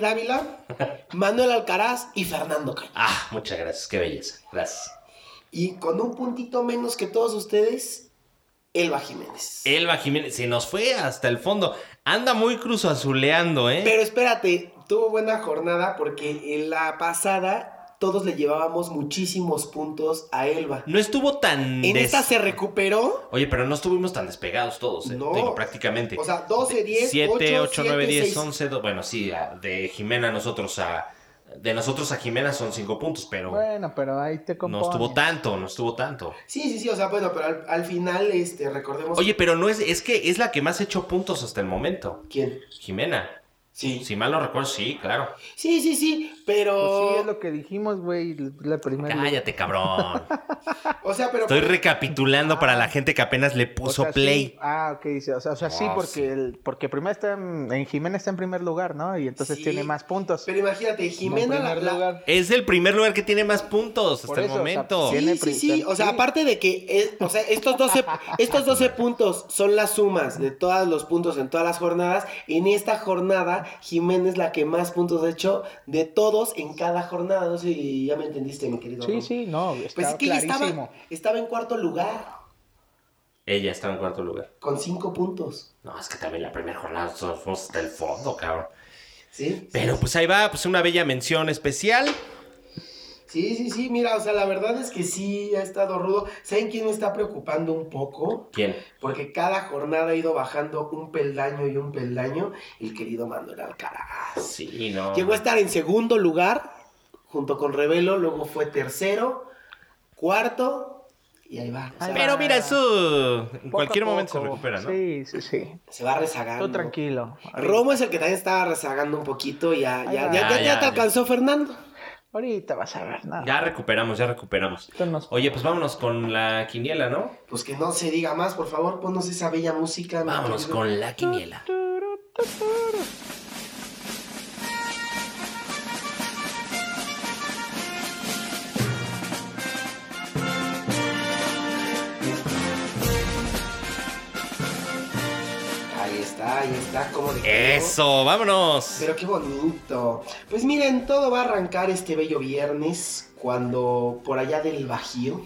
Speaker 1: [laughs]
Speaker 3: Dávila, Manuel Alcaraz y Fernando Cañas.
Speaker 1: Ah, muchas gracias, qué belleza. Gracias.
Speaker 3: Y con un puntito menos que todos ustedes, Elba Jiménez.
Speaker 1: Elba Jiménez se nos fue hasta el fondo. Anda muy cruzazuleando, ¿eh?
Speaker 3: Pero espérate, tuvo buena jornada porque en la pasada todos le llevábamos muchísimos puntos a Elba.
Speaker 1: No estuvo tan.
Speaker 3: En
Speaker 1: Mm, des-
Speaker 3: esta se recuperó.
Speaker 1: Oye, pero no estuvimos tan despegados todos, ¿eh?
Speaker 3: No.
Speaker 1: Digo, prácticamente.
Speaker 3: O sea, 12, 10,
Speaker 1: 7, 8, 9, 10,
Speaker 3: 11.
Speaker 1: 11, do- Bueno, sí, a- de Jimena a nosotros a. De nosotros a Jimena son cinco puntos, pero
Speaker 2: Bueno, pero ahí te
Speaker 1: no
Speaker 2: compones.
Speaker 1: estuvo tanto, no estuvo tanto.
Speaker 3: Sí, sí, sí, o sea, bueno, pero al, al final, este, recordemos...
Speaker 1: Oye, pero no es, es que es la que más ha hecho puntos hasta el momento.
Speaker 3: ¿Quién?
Speaker 1: Jimena.
Speaker 3: Sí.
Speaker 1: Si mal no recuerdo, sí, claro.
Speaker 3: Sí, sí, sí,
Speaker 2: Pues
Speaker 3: pero...
Speaker 2: sí, es lo que dijimos, güey, la primera.
Speaker 1: Cállate, cabrón.
Speaker 3: O sea, pero...
Speaker 1: Estoy recapitulando para la gente que apenas le
Speaker 2: O
Speaker 1: puso
Speaker 2: sea, sí.
Speaker 1: play.
Speaker 2: Ah, ok, sí, o sea, o sea, sí,
Speaker 1: Ah,
Speaker 2: porque,
Speaker 1: sí.
Speaker 2: el- porque primero está en, en Jimena está en primer lugar, ¿no? Y entonces
Speaker 3: Sí,
Speaker 2: tiene más puntos.
Speaker 3: Pero imagínate, Jimena...
Speaker 2: en
Speaker 3: la-
Speaker 2: primer
Speaker 3: la-
Speaker 2: lugar.
Speaker 1: Es el primer lugar que tiene más puntos
Speaker 2: Por
Speaker 1: hasta el
Speaker 2: eso, o sea,
Speaker 1: momento.
Speaker 2: sí.
Speaker 3: Sí, sí, sí. O sea, aparte de que eh, o sea, estos, 12, estos 12 puntos son las sumas de todos los puntos en todas las jornadas. En esta jornada, Jimena es la que más puntos ha hecho de todos en cada jornada. No sé si ya me entendiste, mi querido.
Speaker 2: Sí,
Speaker 3: Ron.
Speaker 2: sí, no,
Speaker 3: Pues
Speaker 2: está
Speaker 3: es que ella
Speaker 2: clarísimo.
Speaker 3: estaba, estaba en cuarto lugar
Speaker 1: Ella está en cuarto lugar.
Speaker 3: con 5 puntos.
Speaker 1: No, es que también la primera jornada nosotros fuimos hasta el fondo, cabrón.
Speaker 3: ¿Sí?
Speaker 1: Pero pues ahí va, pues una bella mención especial.
Speaker 3: Sí, sí, sí. Mira, o sea, la verdad es que sí ha estado rudo. ¿Saben quién me está preocupando un poco?
Speaker 1: ¿Quién?
Speaker 3: Porque cada jornada ha ido bajando un peldaño y un peldaño. El querido Manuel Alcaraz.
Speaker 1: Sí, no.
Speaker 3: Llegó a estar en segundo lugar junto con Revelo, luego fue tercero, cuarto y ahí va. O sea,
Speaker 1: Pero mira, eso en
Speaker 2: Poco a
Speaker 1: cualquier momento se
Speaker 2: poco.
Speaker 1: recupera, ¿no?
Speaker 2: Sí, sí, sí.
Speaker 3: se va rezagando.
Speaker 2: Tú tranquilo.
Speaker 3: Romo es el que también estaba rezagando un poquito, ya, ya,
Speaker 2: Ahí
Speaker 3: ya,
Speaker 2: va.
Speaker 3: ya,
Speaker 1: Ya,
Speaker 3: ya
Speaker 1: ya.
Speaker 3: te alcanzó Fernando.
Speaker 2: Ahorita vas a ver nada.
Speaker 1: Ya recuperamos, ya recuperamos.
Speaker 2: Esto nos-
Speaker 1: Oye, pues vámonos con la quiniela, ¿no?
Speaker 3: Pues que no se diga más, por favor, ponnos esa bella música. mi
Speaker 1: Vámonos
Speaker 3: querido.
Speaker 1: con la quiniela.
Speaker 3: Ahí está, ahí está, como de
Speaker 1: Eso, vámonos.
Speaker 3: Pero qué bonito. Pues miren, todo va a arrancar este bello viernes cuando por allá del Bajío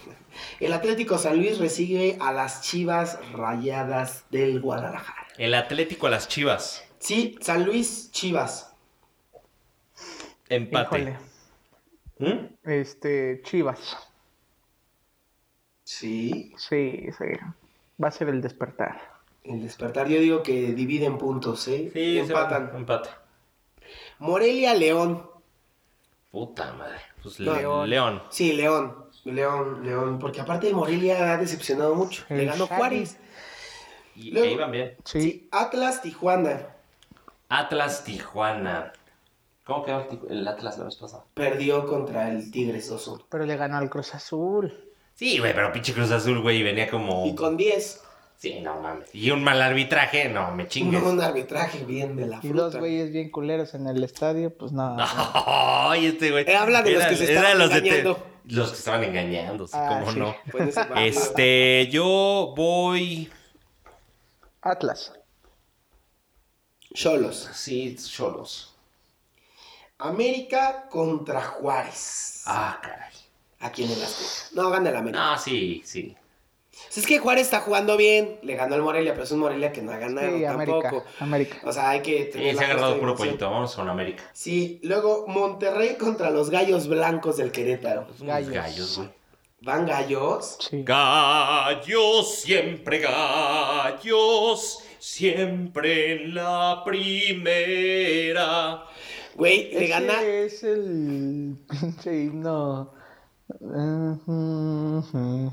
Speaker 3: el Atlético San Luis recibe a las Chivas Rayadas del Guadalajara.
Speaker 1: El Atlético a las Chivas.
Speaker 3: Sí, San Luis Chivas.
Speaker 1: Empate.
Speaker 2: Híjole.
Speaker 1: ¿Mm?
Speaker 2: Este, Chivas.
Speaker 3: Sí,
Speaker 2: Sí, sí. Va a ser el despertar.
Speaker 3: el despertar. Yo digo que dividen puntos, ¿eh?
Speaker 1: Sí,
Speaker 3: Empatan.
Speaker 1: Se empate.
Speaker 3: Morelia, León.
Speaker 1: Puta madre. Pues
Speaker 3: No.
Speaker 1: León.
Speaker 3: Sí, León. León, León. Porque aparte de Morelia ha decepcionado mucho. Le
Speaker 2: El
Speaker 3: ganó
Speaker 2: Shaggy.
Speaker 3: Juárez.
Speaker 1: Y
Speaker 3: León.
Speaker 1: ahí van bien.
Speaker 2: Sí.
Speaker 3: Atlas, Tijuana.
Speaker 1: Atlas Tijuana. ¿Cómo quedó el, Tiju- el Atlas la vez pasada?
Speaker 3: Perdió contra el Tigres 2
Speaker 2: Pero le ganó al Cruz Azul.
Speaker 1: Sí, güey, pero pinche Cruz Azul, güey, venía como.
Speaker 3: Y con 10.
Speaker 1: Sí, no mames. Y un mal arbitraje, no, me chingues.
Speaker 3: Un arbitraje bien de la
Speaker 2: Y los
Speaker 3: fruta.
Speaker 2: güeyes bien culeros en el estadio, pues nada.
Speaker 1: [laughs] Ay, este güey.
Speaker 3: Eh, habla de los que se
Speaker 1: era
Speaker 3: estaban
Speaker 1: los de te-
Speaker 3: engañando.
Speaker 1: los que estaban engañando, sí,
Speaker 2: Ah,
Speaker 1: cómo
Speaker 2: sí.
Speaker 1: no.
Speaker 3: Fue de
Speaker 1: [laughs]
Speaker 3: ese partido.
Speaker 1: Este, yo voy.
Speaker 2: Atlas.
Speaker 3: Cholos.
Speaker 1: Sí, solos.
Speaker 3: América contra Juárez.
Speaker 1: Ah, caray.
Speaker 3: ¿A quién le das? No, gana el América.
Speaker 1: No, sí, sí.
Speaker 3: Si es que Juárez está jugando bien. Le ganó al Morelia, pero es un Morelia que no ha ganado
Speaker 2: Sí,
Speaker 3: tampoco.
Speaker 2: América. América.
Speaker 3: O sea, hay que
Speaker 1: Eh,
Speaker 3: tener.
Speaker 1: se
Speaker 3: la
Speaker 1: ha agarrado
Speaker 3: justa
Speaker 1: puro
Speaker 3: dimensión.
Speaker 1: pollito. Vamos con América.
Speaker 3: Sí, luego Monterrey contra los gallos blancos del Querétaro.
Speaker 1: Son unos
Speaker 2: Gallos.
Speaker 1: gallos, güey.
Speaker 3: ¿Van gallos?
Speaker 2: Sí.
Speaker 1: Gallos, siempre gallos, siempre en la primera.
Speaker 3: Güey, le
Speaker 2: Ese
Speaker 3: gana.
Speaker 2: es el [laughs] pinche himno.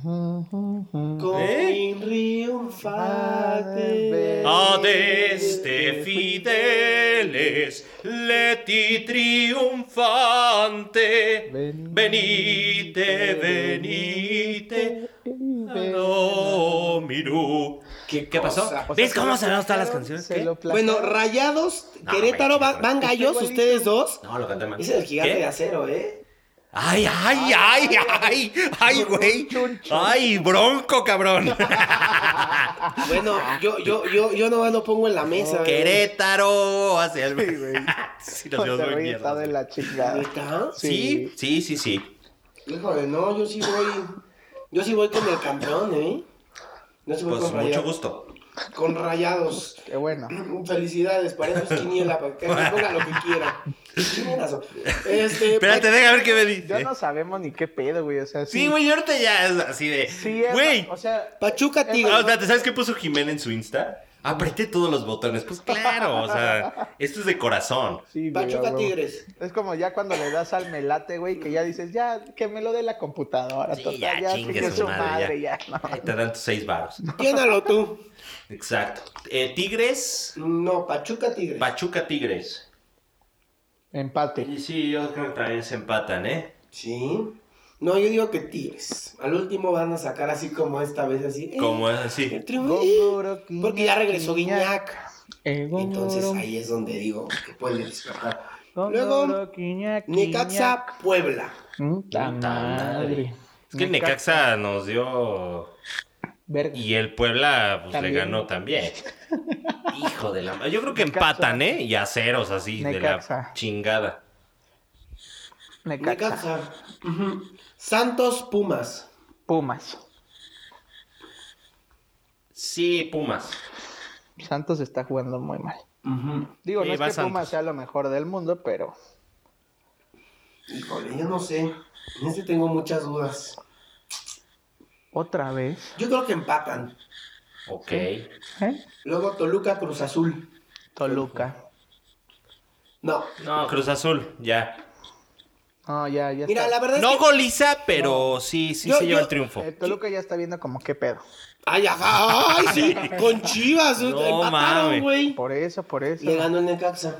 Speaker 3: Con
Speaker 1: ¿Eh?
Speaker 3: triunfante.
Speaker 1: Ad Ah, este fideles, leti triunfante, venite, venite, dominum. ¿Qué pasó?
Speaker 3: cosa, o sea,
Speaker 1: ¿Ves
Speaker 3: se
Speaker 1: cómo
Speaker 3: lo
Speaker 1: se todas las
Speaker 2: plagiaron,
Speaker 1: canciones?
Speaker 2: se
Speaker 1: ¿Qué?
Speaker 2: lo plagiaron.
Speaker 3: Bueno,
Speaker 2: [laughs]
Speaker 3: rayados,
Speaker 1: No,
Speaker 3: Querétaro,
Speaker 1: güey,
Speaker 3: van, van
Speaker 1: está
Speaker 3: gallos,
Speaker 2: igualito.
Speaker 3: ustedes dos.
Speaker 1: No, lo canté mal.
Speaker 3: Es el gigante
Speaker 1: ¿Qué?
Speaker 3: de acero, ¿eh?
Speaker 1: Ay, ay, ay, ay, ay, güey. Ay, bronco,
Speaker 2: [laughs]
Speaker 1: cabrón.
Speaker 3: Bueno,
Speaker 1: Ah.
Speaker 3: yo, yo, yo, yo nomás lo pongo en la mesa. ¿eh? güey.
Speaker 1: Querétaro hacia el.
Speaker 2: Sí, güey.
Speaker 1: [laughs] Sí, nos vimos muy
Speaker 2: Monterrey
Speaker 1: mierda.
Speaker 2: está de la chingada.
Speaker 3: ¿Neta?
Speaker 1: Sí, sí, sí, sí.
Speaker 3: Híjole, no, yo sí voy. Yo sí voy con el campeón, ¿eh? Yo sí voy
Speaker 1: Pues
Speaker 3: con, raya-
Speaker 1: mucho gusto.
Speaker 3: con rayados.
Speaker 2: Qué bueno.
Speaker 3: Felicidades, para eso es quiniela, para que me ponga lo que quiera. Chingazo. Este,
Speaker 1: Espérate, deja ver qué me
Speaker 2: Ya
Speaker 1: dice.
Speaker 2: pues, no sabemos ni qué pedo, güey. O sea, sí.
Speaker 1: ¿Eh? Sí, güey, ahorita ya es así de.
Speaker 2: Sí, es-
Speaker 1: Güey.
Speaker 2: O sea,
Speaker 3: Pachuca
Speaker 1: Ah,
Speaker 3: Tigres.
Speaker 1: espérate, ¿sabes qué puso Jiménez en su Insta? Apreté todos los botones. Pues claro, o sea, esto es de corazón.
Speaker 2: sí, güey, a
Speaker 3: Pachuca
Speaker 2: huevo.
Speaker 3: Tigres.
Speaker 2: Es como ya cuando le das al melate, güey, que ya dices, ya, que me lo dé la computadora.
Speaker 1: Sí,
Speaker 2: total,
Speaker 1: ya, chingue
Speaker 2: chingue
Speaker 1: su madre,
Speaker 2: ya. no.
Speaker 1: Ahí Te dan tus seis varos.
Speaker 3: Llénalo tú.
Speaker 1: Exacto. Eh, tigres,
Speaker 3: No, Pachuca Tigres.
Speaker 1: Pachuca Tigres.
Speaker 2: Empate.
Speaker 1: Y sí, yo creo que también se empatan, ¿eh?
Speaker 3: sí. No, yo digo que Tigres. Al último van a sacar así como esta vez, así. eh,
Speaker 1: Como es así.
Speaker 3: el triunfo, eh,
Speaker 2: Gongoro,
Speaker 3: Porque ya regresó
Speaker 2: Guiñac.
Speaker 3: Guiñac.
Speaker 2: Eh, Gongoro,
Speaker 3: Entonces ahí es donde digo que puede despertar.
Speaker 2: Gongoro,
Speaker 3: Luego,
Speaker 2: Guiñac,
Speaker 3: Necaxa Puebla.
Speaker 2: Guiñac. Puta madre.
Speaker 1: Es que Necaxa nos dio
Speaker 2: Verga.
Speaker 1: Y el Puebla pues, le
Speaker 2: También.
Speaker 1: ganó también.
Speaker 2: [laughs]
Speaker 1: Hijo de la ma- Yo creo que
Speaker 2: Necaxa.
Speaker 1: empatan, ¿eh? Y a ceros así de la
Speaker 2: Necaxa.
Speaker 1: chingada.
Speaker 2: Necaxa.
Speaker 3: Necaxa. Ujú. Santos Pumas.
Speaker 2: Pumas.
Speaker 1: Sí, Pumas.
Speaker 2: Santos está jugando muy mal.
Speaker 3: Ujú.
Speaker 2: Digo,
Speaker 1: Sí,
Speaker 2: no es
Speaker 1: va
Speaker 2: que
Speaker 1: Santos.
Speaker 2: Pumas sea lo mejor del mundo, pero
Speaker 3: Híjole, yo no sé. En este tengo muchas dudas.
Speaker 2: otra vez.
Speaker 3: Yo creo que empatan.
Speaker 1: Ok.
Speaker 2: ¿eh?
Speaker 3: Luego Toluca Cruz Azul.
Speaker 2: Toluca.
Speaker 3: No.
Speaker 1: No, Cruz Azul, ya.
Speaker 2: No, ya, ya
Speaker 3: Mira,
Speaker 2: está.
Speaker 3: la verdad
Speaker 1: No
Speaker 3: es que.
Speaker 1: goliza, pero sí, sí
Speaker 3: Yo-
Speaker 1: se lleva
Speaker 3: yo-
Speaker 1: el triunfo.
Speaker 2: Eh, Toluca ya está viendo como qué pedo.
Speaker 3: ¡Ay, ajá! ¡Ay,
Speaker 1: [laughs]
Speaker 3: sí! Con Chivas.
Speaker 1: No
Speaker 3: empataron,
Speaker 1: mames.
Speaker 3: güey.
Speaker 2: Por eso, por eso.
Speaker 3: Le ganó el Necaxa.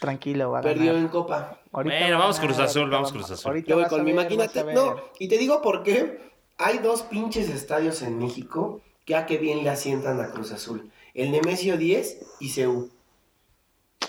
Speaker 2: Tranquilo, va a
Speaker 3: Perdió
Speaker 2: ganar.
Speaker 3: en Copa.
Speaker 2: Ahorita
Speaker 1: Bueno,
Speaker 2: va a
Speaker 1: vamos
Speaker 2: ganar,
Speaker 1: Cruz Azul,
Speaker 2: ahorita
Speaker 1: vamos
Speaker 2: va-
Speaker 1: Cruz Azul.
Speaker 2: ahorita
Speaker 3: Yo voy
Speaker 2: vas
Speaker 3: con
Speaker 2: a
Speaker 3: mi
Speaker 2: ver,
Speaker 3: máquina.
Speaker 2: vas a
Speaker 3: te-
Speaker 2: ver.
Speaker 3: No, y te digo por qué. Hay dos pinches estadios en México que a qué bien le asientan a Cruz Azul. El Nemesio 10 y CU.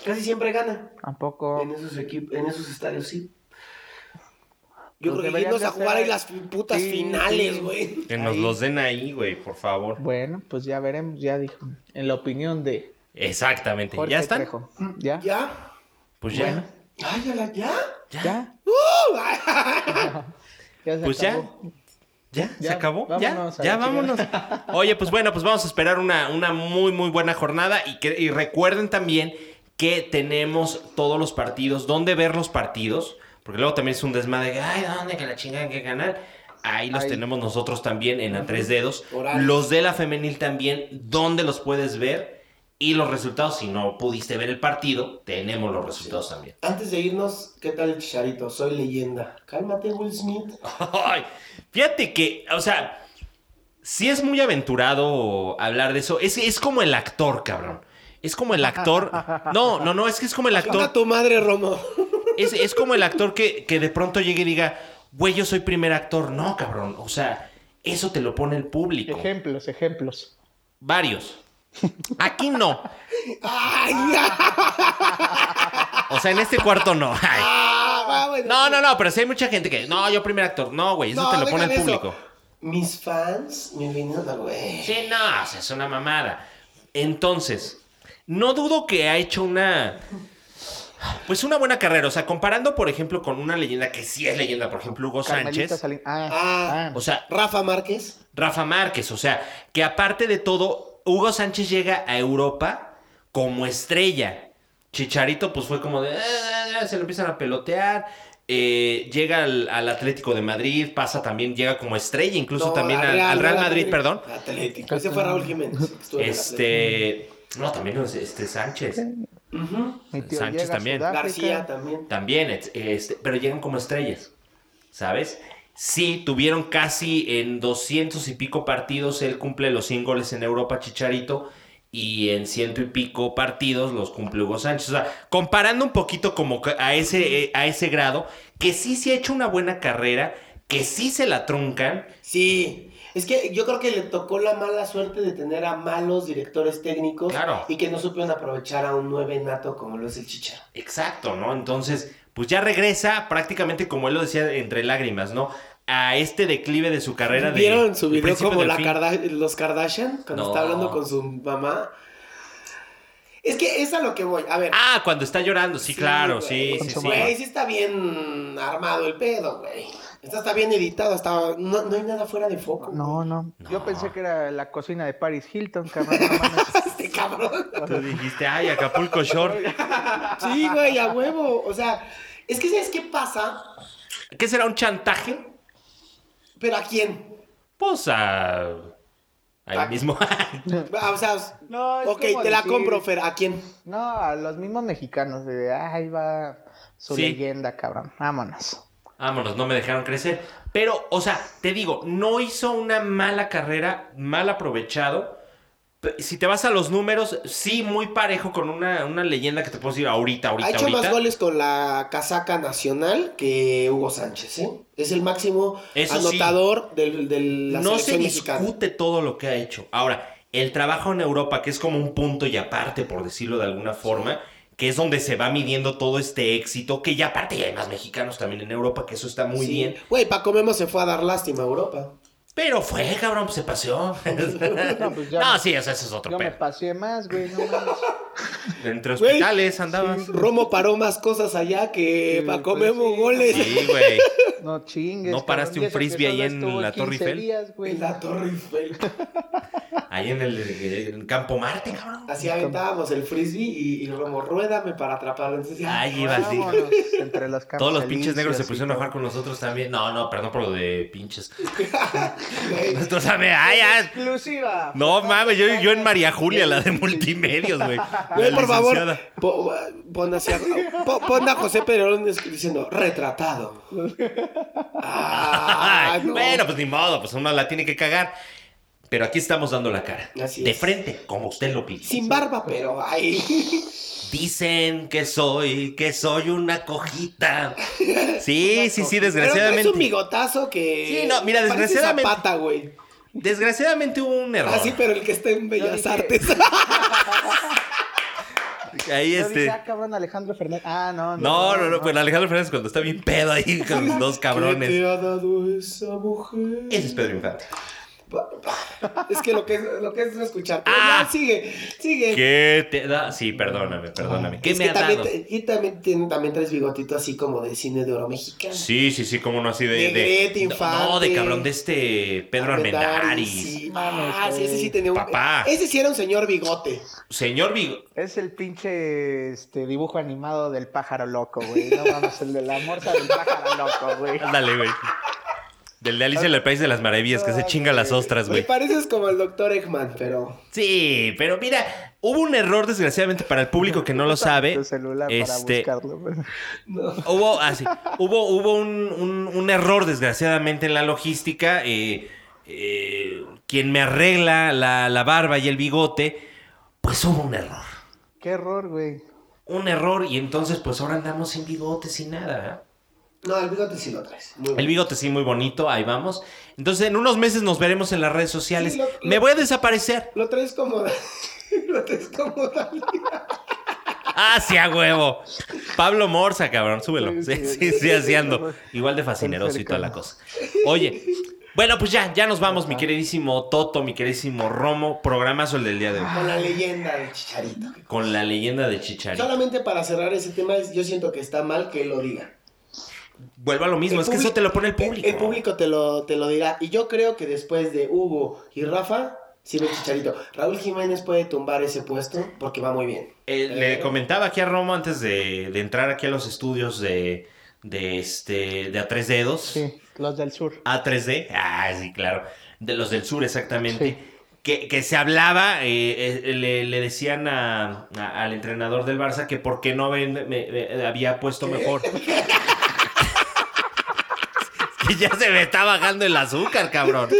Speaker 3: Casi siempre gana.
Speaker 2: Tampoco.
Speaker 3: En esos, equipos, en esos estadios, sí. Yo
Speaker 2: Pues
Speaker 3: creo que
Speaker 2: deberían
Speaker 3: irnos
Speaker 2: de
Speaker 3: a
Speaker 2: hacer-
Speaker 3: jugar ahí las putas
Speaker 2: Sí,
Speaker 3: finales,
Speaker 2: sí.
Speaker 3: güey.
Speaker 1: Que nos
Speaker 2: Ahí.
Speaker 1: los den ahí, güey, por favor.
Speaker 2: Bueno, pues ya veremos, ya dijo. En la opinión de
Speaker 1: Exactamente.
Speaker 2: Jorge
Speaker 1: ¿Ya están?
Speaker 2: Trejo. ¿Ya? ¿Ya?
Speaker 3: ¿Ya?
Speaker 1: Pues ya.
Speaker 2: Bueno.
Speaker 3: Ay, ya la- ya.
Speaker 2: ¿Ya?
Speaker 3: ¡Uh!
Speaker 2: [laughs] se
Speaker 1: Pues ya.
Speaker 2: acabó.
Speaker 1: ¿Ya? ¿Se
Speaker 2: Ya,
Speaker 1: acabó? ¿Ya?
Speaker 2: vámonos a
Speaker 1: ¿Ya
Speaker 2: la
Speaker 1: vámonos? Oye, pues bueno, pues vamos a esperar una, una muy, muy buena jornada y, que, y recuerden también que tenemos todos los partidos, dónde ver los partidos, porque luego también es un desmadre, ay, ¿dónde que la chingan que ganar? Ahí los
Speaker 2: Ahí.
Speaker 1: tenemos nosotros también en a tres dedos.
Speaker 3: Horarios.
Speaker 1: Los de la femenil también, ¿dónde los puedes ver? Y los resultados, si no pudiste ver el partido, tenemos los resultados también.
Speaker 3: Antes de irnos, ¿qué tal el chicharito? Soy leyenda. Cálmate, Will Smith.
Speaker 1: Ay, fíjate que, o sea, sí es muy aventurado hablar de eso. Es, es como el actor, cabrón. Es como el actor. No, no, no, es que es como el
Speaker 3: Chinga
Speaker 1: actor.
Speaker 3: tu madre, Romo. [laughs]
Speaker 1: Es, es como el actor que, que de pronto llegue y diga, güey, yo soy primer actor. No, cabrón. O sea, eso te lo pone el público.
Speaker 2: Ejemplos, ejemplos.
Speaker 1: Varios. Aquí no.
Speaker 3: ¡Ay, ya!
Speaker 1: O sea, en este cuarto no. Ay.
Speaker 3: Ah, va, bueno.
Speaker 1: No, no, no, pero sí hay mucha gente que. No, yo primer actor. No, güey, eso
Speaker 3: No,
Speaker 1: te lo pone
Speaker 3: deja
Speaker 1: el
Speaker 3: de eso.
Speaker 1: público.
Speaker 3: Mis fans me vinieron a güey.
Speaker 1: Sí, no, o sea, es una mamada. Entonces, no dudo que ha hecho una. Pues una buena carrera. O sea, comparando, por ejemplo, con una leyenda que sí es leyenda, por ejemplo, Hugo
Speaker 2: Carmelita
Speaker 1: Sánchez.
Speaker 2: Salinas. Ah,
Speaker 3: Ah.
Speaker 2: ah,
Speaker 1: O sea,
Speaker 3: Rafa Márquez.
Speaker 1: Rafa Márquez. O sea, que aparte de todo, Hugo Sánchez llega a Europa como estrella. Chicharito, pues fue como de. "Eh, eh, eh", se lo empiezan a pelotear. Eh, llega al, al Atlético de Madrid, pasa también, llega como estrella, incluso
Speaker 3: No,
Speaker 1: también al, al Real Madrid, perdón.
Speaker 3: Atlético. Ese fue Raúl Jiménez. que estuvo en el
Speaker 1: Este. No, también es- este Sánchez.
Speaker 3: Atlético. Ujú.
Speaker 2: mi tío
Speaker 1: Pues Sánchez
Speaker 2: llega a
Speaker 1: también.
Speaker 2: Sudáfrica.
Speaker 3: García también.
Speaker 1: También, et- este, pero llegan como estrellas, ¿sabes? Sí, tuvieron casi en 200 y pico partidos. Él cumple los 100 goles en Europa, Chicharito. Y en ciento y pico partidos los cumple Hugo Sánchez. O sea, comparando un poquito como que a ese, eh, a ese grado, que sí se ha hecho una buena carrera, que sí se la truncan.
Speaker 3: Sí. Es que yo creo que le tocó la mala suerte de tener a malos directores técnicos
Speaker 1: Claro.
Speaker 3: y que no supieron aprovechar a un nueve nato como lo es el Chicharo.
Speaker 1: Exacto, ¿no? Entonces, pues ya regresa prácticamente como él lo decía, entre lágrimas, ¿no? A este declive de su carrera. de-
Speaker 3: ¿Vieron su
Speaker 1: del
Speaker 3: video
Speaker 1: principio
Speaker 3: como
Speaker 1: del
Speaker 3: la
Speaker 1: fin.
Speaker 3: Karda- los Kardashian? Cuando
Speaker 1: No.
Speaker 3: está hablando con su mamá. Es que es a lo que voy. A ver.
Speaker 1: Ah, cuando está llorando, sí, claro,
Speaker 3: güey.
Speaker 1: sí,
Speaker 2: Con
Speaker 1: sí,
Speaker 2: su
Speaker 1: sí.
Speaker 3: Güey, sí está bien armado el pedo, güey. Esto está bien editado, está... no, no hay nada fuera de foco.
Speaker 2: No, no,
Speaker 1: No.
Speaker 2: Yo pensé que era la cocina de Paris Hilton, cabrón. no mames.
Speaker 3: [laughs] [laughs] Este cabrón.
Speaker 1: Tú dijiste, ay, Acapulco Short.
Speaker 3: Sí, güey, a huevo. O sea, es que ¿sabes qué pasa?
Speaker 1: ¿Qué será un chantaje?
Speaker 3: ¿Pero a quién?
Speaker 1: Pues a.
Speaker 3: Ah.
Speaker 1: Ahí mismo. [laughs]
Speaker 3: Ah, O sea,
Speaker 2: [laughs] No, es
Speaker 3: ok,
Speaker 2: como
Speaker 3: te la
Speaker 2: decir-
Speaker 3: compro, Fer, ¿a quién?
Speaker 2: No, a los mismos mexicanos. De, "Ah, ahí va su
Speaker 1: Sí.
Speaker 2: leyenda, cabrón. Vámonos.
Speaker 1: Vámonos, no me dejaron crecer. Pero, o sea, te digo, no hizo una mala carrera, mal aprovechado. P- Si te vas a los números, sí, muy parejo con una, una leyenda que te puedo decir ahorita, ahorita,
Speaker 3: Ha hecho
Speaker 1: ahorita.
Speaker 3: más goles con la casaca nacional que Hugo Sánchez, ¿eh? Es el máximo
Speaker 1: Eso sí.
Speaker 3: anotador del, de la
Speaker 1: no se
Speaker 3: selección
Speaker 1: discute
Speaker 3: mexicana.
Speaker 1: todo lo que ha hecho. Ahora, el trabajo en Europa, que es como un punto y aparte, por decirlo de alguna forma, que es donde se va midiendo todo este éxito, que ya aparte ya hay más mexicanos también en Europa, que eso está muy
Speaker 3: Sí.
Speaker 1: bien.
Speaker 3: Güey, Paco Memo se fue a dar lástima a Europa.
Speaker 1: Pero fue, cabrón, pues se
Speaker 3: [laughs]
Speaker 1: paseó.
Speaker 2: No,
Speaker 1: no,
Speaker 2: pues ya-
Speaker 1: sí, o sea, eso es otro
Speaker 2: Yo me
Speaker 1: pedo.
Speaker 2: pasé más, güey. No, mames.
Speaker 1: Entre
Speaker 3: Güey,
Speaker 1: hospitales andabas.
Speaker 3: Romo paró más cosas allá que
Speaker 2: Sí,
Speaker 3: Paco
Speaker 2: pues
Speaker 3: Memo
Speaker 2: sí.
Speaker 3: goles.
Speaker 1: Sí, güey.
Speaker 2: no chingues.
Speaker 1: ¿No paraste
Speaker 2: cabrón,
Speaker 1: un
Speaker 2: y eso que
Speaker 1: frisbee ahí
Speaker 2: solo
Speaker 1: en
Speaker 2: estuvo
Speaker 1: la Torre
Speaker 2: 15
Speaker 1: Eiffel?
Speaker 2: días, güey.
Speaker 3: En la Torre Eiffel.
Speaker 1: Ahí en el, en Campo Marte, cabrón.
Speaker 3: Así aventábamos el frisbee y, y Romo, ruédame para atraparlo. Entonces, ya.
Speaker 1: Ahí iba el día.
Speaker 2: Vámonos, entre los
Speaker 1: Todos los
Speaker 2: Campos
Speaker 1: pinches negros se
Speaker 2: Elíseos y
Speaker 1: pusieron a jugar con nosotros también. No, no, perdón por lo de pinches. [laughs]
Speaker 3: güey.
Speaker 1: Nuestros amigos. Ay, ay,
Speaker 2: Exclusiva.
Speaker 1: No mames, yo, yo en María Julia, la de multimedios, güey. La
Speaker 3: Güey, por favor,
Speaker 1: licenciada.
Speaker 3: po- pon, así a, po- pon a José Perón diciendo, retratado. Ah,
Speaker 1: Ay,
Speaker 3: no.
Speaker 1: Bueno, pues ni modo, pues uno la tiene que cagar. Pero aquí estamos dando la cara.
Speaker 3: Así
Speaker 1: de
Speaker 3: es.
Speaker 1: frente, como usted lo pidió.
Speaker 3: Sin barba, pero ay.
Speaker 1: Dicen que soy, que soy una
Speaker 3: [laughs]
Speaker 1: cojita. Sí, sí, sí,
Speaker 3: Pero traes un
Speaker 1: desgraciadamente.
Speaker 3: bigotazo que.
Speaker 1: Sí, no, mira,
Speaker 3: parece
Speaker 1: desgraciadamente-
Speaker 3: Zapata, güey.
Speaker 1: Desgraciadamente hubo un error.
Speaker 3: Así, pero el que está en Bellas
Speaker 2: dije-
Speaker 3: Artes.
Speaker 1: Ahí
Speaker 2: Yo dije,
Speaker 1: este.
Speaker 2: ah, cabrón, Alejandro Fernández. Ah, no.
Speaker 1: No, no, no, pero Alejandro Fernández cuando está bien pedo
Speaker 3: [laughs]
Speaker 1: ahí con los dos
Speaker 3: ¿Qué
Speaker 1: cabrones.
Speaker 3: te ha dado esa mujer?
Speaker 1: Ese es Pedro Infante.
Speaker 3: Es que lo que es, lo que es no escuchar. Pero
Speaker 1: Ah.
Speaker 3: ya, sigue, sigue.
Speaker 1: ¿Qué te da? Sí, perdóname, perdóname. ¿Qué
Speaker 3: Ah, Es
Speaker 1: me
Speaker 3: que
Speaker 1: ha
Speaker 3: también,
Speaker 1: dado?
Speaker 3: te- Y también, tiene- también traes bigotito así como de cine de oro mexicano.
Speaker 1: Sí, sí, sí, como no así de. de-
Speaker 3: Negrete,
Speaker 1: no,
Speaker 3: Infante.
Speaker 1: No, de cabrón, de este Pedro Armendáriz.
Speaker 3: Sí.
Speaker 2: Mames,
Speaker 3: ah, sí,
Speaker 2: güey.
Speaker 3: ese sí tenía un.
Speaker 1: Papá.
Speaker 3: Ese sí era un señor bigote.
Speaker 1: Señor Vigo.
Speaker 2: Es el pinche este, dibujo
Speaker 1: [laughs]
Speaker 2: animado del pájaro loco, güey. No vamos, el de la morsa del pájaro loco, güey.
Speaker 1: Ándale, güey. Del de Alicia en el País de las Maravillas, que se chinga las ostras,
Speaker 3: Me
Speaker 1: Pues güey.
Speaker 3: pareces como el doctor Eggman, pero.
Speaker 1: Sí, pero mira, hubo un error, desgraciadamente, para el público que no lo sabe.
Speaker 2: Tu celular
Speaker 1: Este,
Speaker 2: para buscarlo. güey.
Speaker 1: Hubo, así, hubo, hubo un, un- un error, desgraciadamente, en la logística. eh, eh, quien me arregla la, la barba y el bigote, pues hubo un error.
Speaker 2: Qué error, güey.
Speaker 1: Un error, y entonces, pues ahora andamos sin bigote, sin nada, ¿verdad?
Speaker 3: No, el bigote sí lo traes. Muy
Speaker 1: El
Speaker 3: bien.
Speaker 1: bigote sí, muy bonito, ahí vamos. Entonces, en unos meses nos veremos en las redes sociales.
Speaker 3: Sí, lo-
Speaker 1: Me
Speaker 3: lo-
Speaker 1: voy a desaparecer.
Speaker 3: Lo traes como. [laughs] lo traes como Dalí.
Speaker 1: ¡Hacia huevo! Pablo Morza, cabrón, súbelo.
Speaker 2: Sí,
Speaker 1: Sí,
Speaker 2: sí,
Speaker 1: sí, sí, así ando. Igual de fascineroso y toda la cosa. Oye, bueno, pues ya, ya nos vamos, mi queridísimo Toto, mi queridísimo Romo. Programazo el del día de hoy.
Speaker 3: Con la leyenda del chicharito.
Speaker 1: Con la leyenda de Chicharito.
Speaker 3: Solamente para cerrar ese tema, es- yo siento que está mal que lo diga.
Speaker 1: Vuelvo a lo mismo,
Speaker 3: El
Speaker 1: es que eso
Speaker 3: público-
Speaker 1: te lo pone el
Speaker 3: El, el
Speaker 1: público.
Speaker 3: público te lo, te lo dirá. Y yo creo que después de Hugo y Rafa, sí ve chicharito. Raúl Jiménez puede tumbar ese puesto porque va muy bien.
Speaker 1: Eh, le comentaba aquí a Romo antes de, de entrar aquí a los estudios de, de, este, de A Tres Dedos.
Speaker 2: Sí, los del sur.
Speaker 1: A3D. Ah, sí, claro. De los del sur, exactamente.
Speaker 2: Sí.
Speaker 1: Que, que se hablaba, eh, eh, le, le decían a- a- al entrenador del Barça que por qué no ven- me- me- había puesto mejor. [laughs] Es que ya se me está bajando el azúcar, cabrón.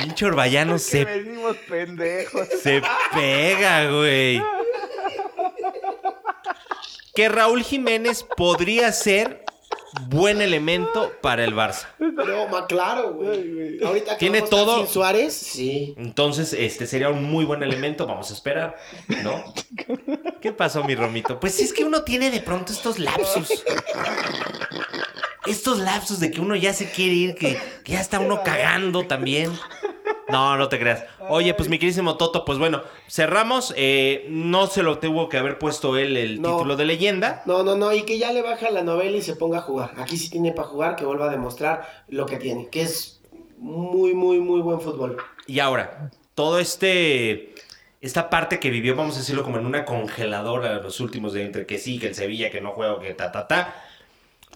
Speaker 1: Pinche Orbayano
Speaker 2: [laughs] Que
Speaker 1: se,
Speaker 2: venimos pendejos.
Speaker 1: se pega, güey. Que Raúl Jiménez podría ser buen elemento para el Barça.
Speaker 3: Pero, ma, claro, güey. Ahorita que
Speaker 1: Tiene
Speaker 3: vamos a estar
Speaker 1: todo.
Speaker 3: sin Suárez, sí.
Speaker 1: Entonces, este sería un muy buen elemento, vamos a esperar, ¿no? ¿Qué pasó, mi Romito? Pues es que uno tiene de pronto estos lapsus. Estos lapsus de que uno ya se quiere ir, que, que ya está uno cagando también. No, no te creas. Oye, pues mi querísimo Toto, pues bueno, cerramos. eh, no se lo tuvo que haber puesto él el
Speaker 3: No.
Speaker 1: título de leyenda.
Speaker 3: No, no, no. Y que ya le baja la novela y se ponga a jugar. Aquí sí tiene para jugar, que vuelva a demostrar lo que tiene. Que es muy, muy, muy buen fútbol.
Speaker 1: Y ahora, todo este. Esta parte que vivió, vamos a decirlo como en una congeladora los últimos de entre que sí, que el Sevilla, que no juego, que ta, ta, ta.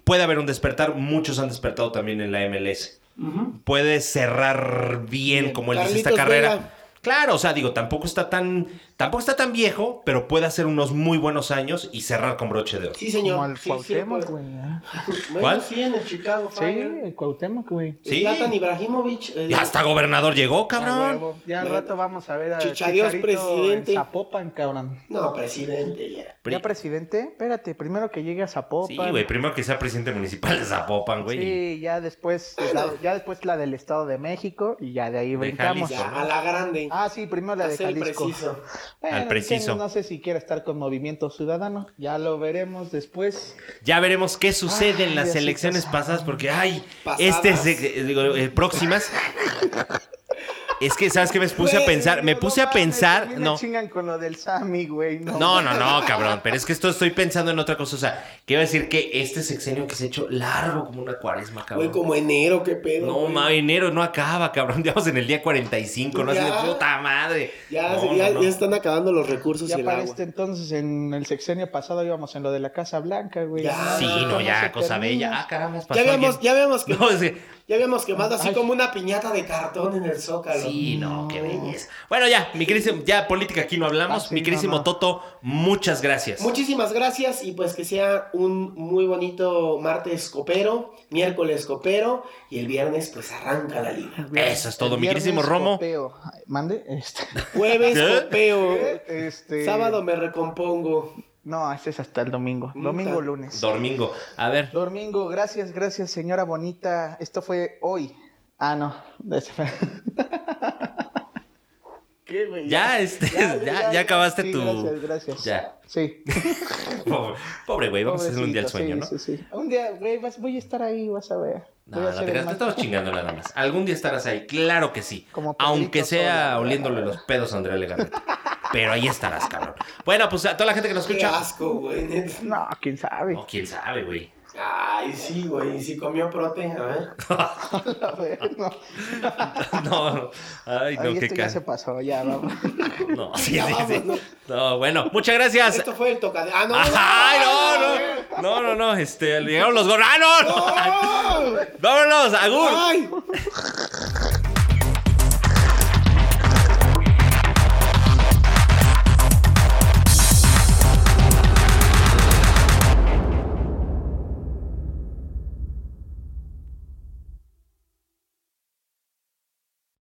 Speaker 1: Puede haber un despertar. Muchos han despertado también en la MLS. Puede cerrar bien,
Speaker 3: Bien.
Speaker 1: como él dice, esta
Speaker 3: Carlitos
Speaker 1: carrera.
Speaker 3: Vela.
Speaker 1: Claro, o sea, digo, tampoco está tan. Tampoco está tan viejo, pero puede hacer unos muy buenos años y cerrar con broche de oro.
Speaker 3: Sí,
Speaker 2: Como
Speaker 3: señor.
Speaker 2: al
Speaker 3: Sí, sí,
Speaker 2: Cuauhtémoc,
Speaker 3: pues.
Speaker 2: güey. ¿eh?
Speaker 3: Bueno,
Speaker 1: ¿Cuál?
Speaker 3: Sí, en el Chicago
Speaker 2: Sí,
Speaker 3: Fire.
Speaker 2: el Cuauhtémoc, güey.
Speaker 1: Sí.
Speaker 3: Zlatan Ibrahimovic. eh,
Speaker 1: Y hasta gobernador llegó,
Speaker 2: A
Speaker 1: cabrón.
Speaker 2: Ah, huevo. Ya al
Speaker 3: Bueno.
Speaker 2: rato vamos a ver a
Speaker 3: Chichadios,
Speaker 2: Chicharito
Speaker 3: presidente.
Speaker 2: en Zapopan, cabrón.
Speaker 3: No, presidente, ya.
Speaker 1: Pri-
Speaker 2: ¿Ya presidente? Espérate, primero que llegue a Zapopan.
Speaker 1: Sí, güey, primero que sea presidente municipal de Zapopan, güey.
Speaker 2: Sí, ya después, la- ya después la del Estado de México y ya de ahí
Speaker 1: De
Speaker 2: brincamos.
Speaker 1: Jalisco.
Speaker 3: Ya, a la grande.
Speaker 2: Ah, sí, primero la de
Speaker 3: Hacer el
Speaker 2: Jalisco.
Speaker 3: preciso.
Speaker 2: Bueno,
Speaker 1: Al preciso.
Speaker 2: que No sé si quiere estar con Movimiento Ciudadano. Ya lo veremos después.
Speaker 1: Ya veremos qué sucede en
Speaker 2: Ay,
Speaker 1: las
Speaker 2: así
Speaker 1: elecciones
Speaker 2: pasa.
Speaker 1: pasadas, porque, ay,
Speaker 3: Pasadas.
Speaker 1: este es, eh, digo, eh, próximas. Es que, ¿sabes qué? Me puse a
Speaker 3: Güey,
Speaker 1: pensar, me
Speaker 2: No
Speaker 1: puse a
Speaker 2: mames,
Speaker 1: pensar,
Speaker 2: también me
Speaker 1: no.
Speaker 2: chingan con lo del Sami, güey. No.
Speaker 1: No, no, no, cabrón, pero es que esto estoy pensando en otra cosa. O sea, quiero decir que este sexenio que se ha hecho largo como una cuaresma,
Speaker 3: Güey,
Speaker 1: cabrón.
Speaker 3: como enero, qué pedo.
Speaker 1: No,
Speaker 3: güey.
Speaker 1: ma, enero no acaba, cabrón. [laughs] Ya vamos en el día 45, no así de
Speaker 3: Ya.
Speaker 1: puta madre.
Speaker 3: Ya,
Speaker 1: No,
Speaker 3: ya,
Speaker 1: no, no.
Speaker 3: ya están acabando los recursos
Speaker 2: Ya
Speaker 3: y el
Speaker 2: para
Speaker 3: agua.
Speaker 2: este entonces, en el sexenio pasado íbamos en lo de la Casa Blanca, güey.
Speaker 3: Ya.
Speaker 1: Sí,
Speaker 2: ¿Cómo
Speaker 1: no,
Speaker 2: se
Speaker 1: ya, cosa
Speaker 2: termina?
Speaker 1: bella. Ah, caramba, pasó
Speaker 3: Ya habíamos,
Speaker 1: alguien. [laughs]
Speaker 3: ya habíamos que-
Speaker 1: No, es que-
Speaker 3: ya habíamos quemado así
Speaker 2: Ay. Mm.
Speaker 3: como una piñata de cartón en el zócalo.
Speaker 1: Sí, no, qué belleza. Bueno, ya, mi querísimo, ya política aquí no hablamos.
Speaker 2: Ah, sí,
Speaker 1: mi querísimo
Speaker 2: no, no.
Speaker 1: Toto, muchas gracias.
Speaker 3: Muchísimas gracias y pues que sea un muy bonito martes copero, miércoles copero y el viernes pues arranca la liga.
Speaker 1: Eso es todo, mi
Speaker 2: Viernes
Speaker 1: querísimo Romo.
Speaker 2: copeo. Ay, Mande. Este,
Speaker 3: Jueves
Speaker 1: ¿Qué?
Speaker 3: copeo,
Speaker 2: este,
Speaker 3: sábado me recompongo.
Speaker 2: No, este es hasta el domingo. Domingo,
Speaker 3: Puta.
Speaker 2: lunes.
Speaker 1: Domingo. A
Speaker 3: [laughs]
Speaker 1: ver,
Speaker 2: Domingo, gracias, gracias, señora bonita. Esto fue hoy. Ah, no. ¿Qué, güey?
Speaker 1: ya, este, ya, ya, acabaste
Speaker 2: sí,
Speaker 1: tu.
Speaker 2: Gracias, gracias.
Speaker 1: Ya.
Speaker 2: Sí.
Speaker 1: Pobre- Pobre güey, vamos a hacer un día al
Speaker 2: Pobrecito,
Speaker 1: sueño,
Speaker 2: sí,
Speaker 1: ¿no?
Speaker 2: sí, sí. Un día, güey, vas- voy a estar ahí, vas a ver.
Speaker 1: No,
Speaker 2: Voy
Speaker 1: no,
Speaker 2: a
Speaker 1: te
Speaker 2: hacer el
Speaker 1: creas, te
Speaker 2: mal.
Speaker 1: estamos chingando nada más. Algún día estarás ahí, claro que sí.
Speaker 2: Como Pedrito
Speaker 1: Aunque sea
Speaker 2: Sola.
Speaker 1: oliéndole los pedos a Andrea Legarreta. Pero ahí estarás, cabrón. Bueno, pues a toda la gente que nos
Speaker 3: Qué
Speaker 1: escucha.
Speaker 3: asco, güey. neta.
Speaker 2: No, quién sabe.
Speaker 1: No, quién sabe, güey. [laughs]
Speaker 3: Ah, Ay, sí, güey. Si comió prote, a ver.
Speaker 2: [laughs] A ver, no.
Speaker 1: No, ay, no,
Speaker 2: Ay,
Speaker 1: qué
Speaker 2: esto ya se
Speaker 1: caso.
Speaker 2: pasó, ya vamos.
Speaker 1: No, sí, sí, sí.
Speaker 3: vámonos.
Speaker 1: No, bueno, muchas gracias.
Speaker 3: Esto fue el tocadero. Ah, no.
Speaker 1: Ay, no, no. No, no, no, este, llegaron los gorros. ¡Ah, no! no!
Speaker 3: no.
Speaker 1: ¡Vámonos, Agur!
Speaker 3: Ay.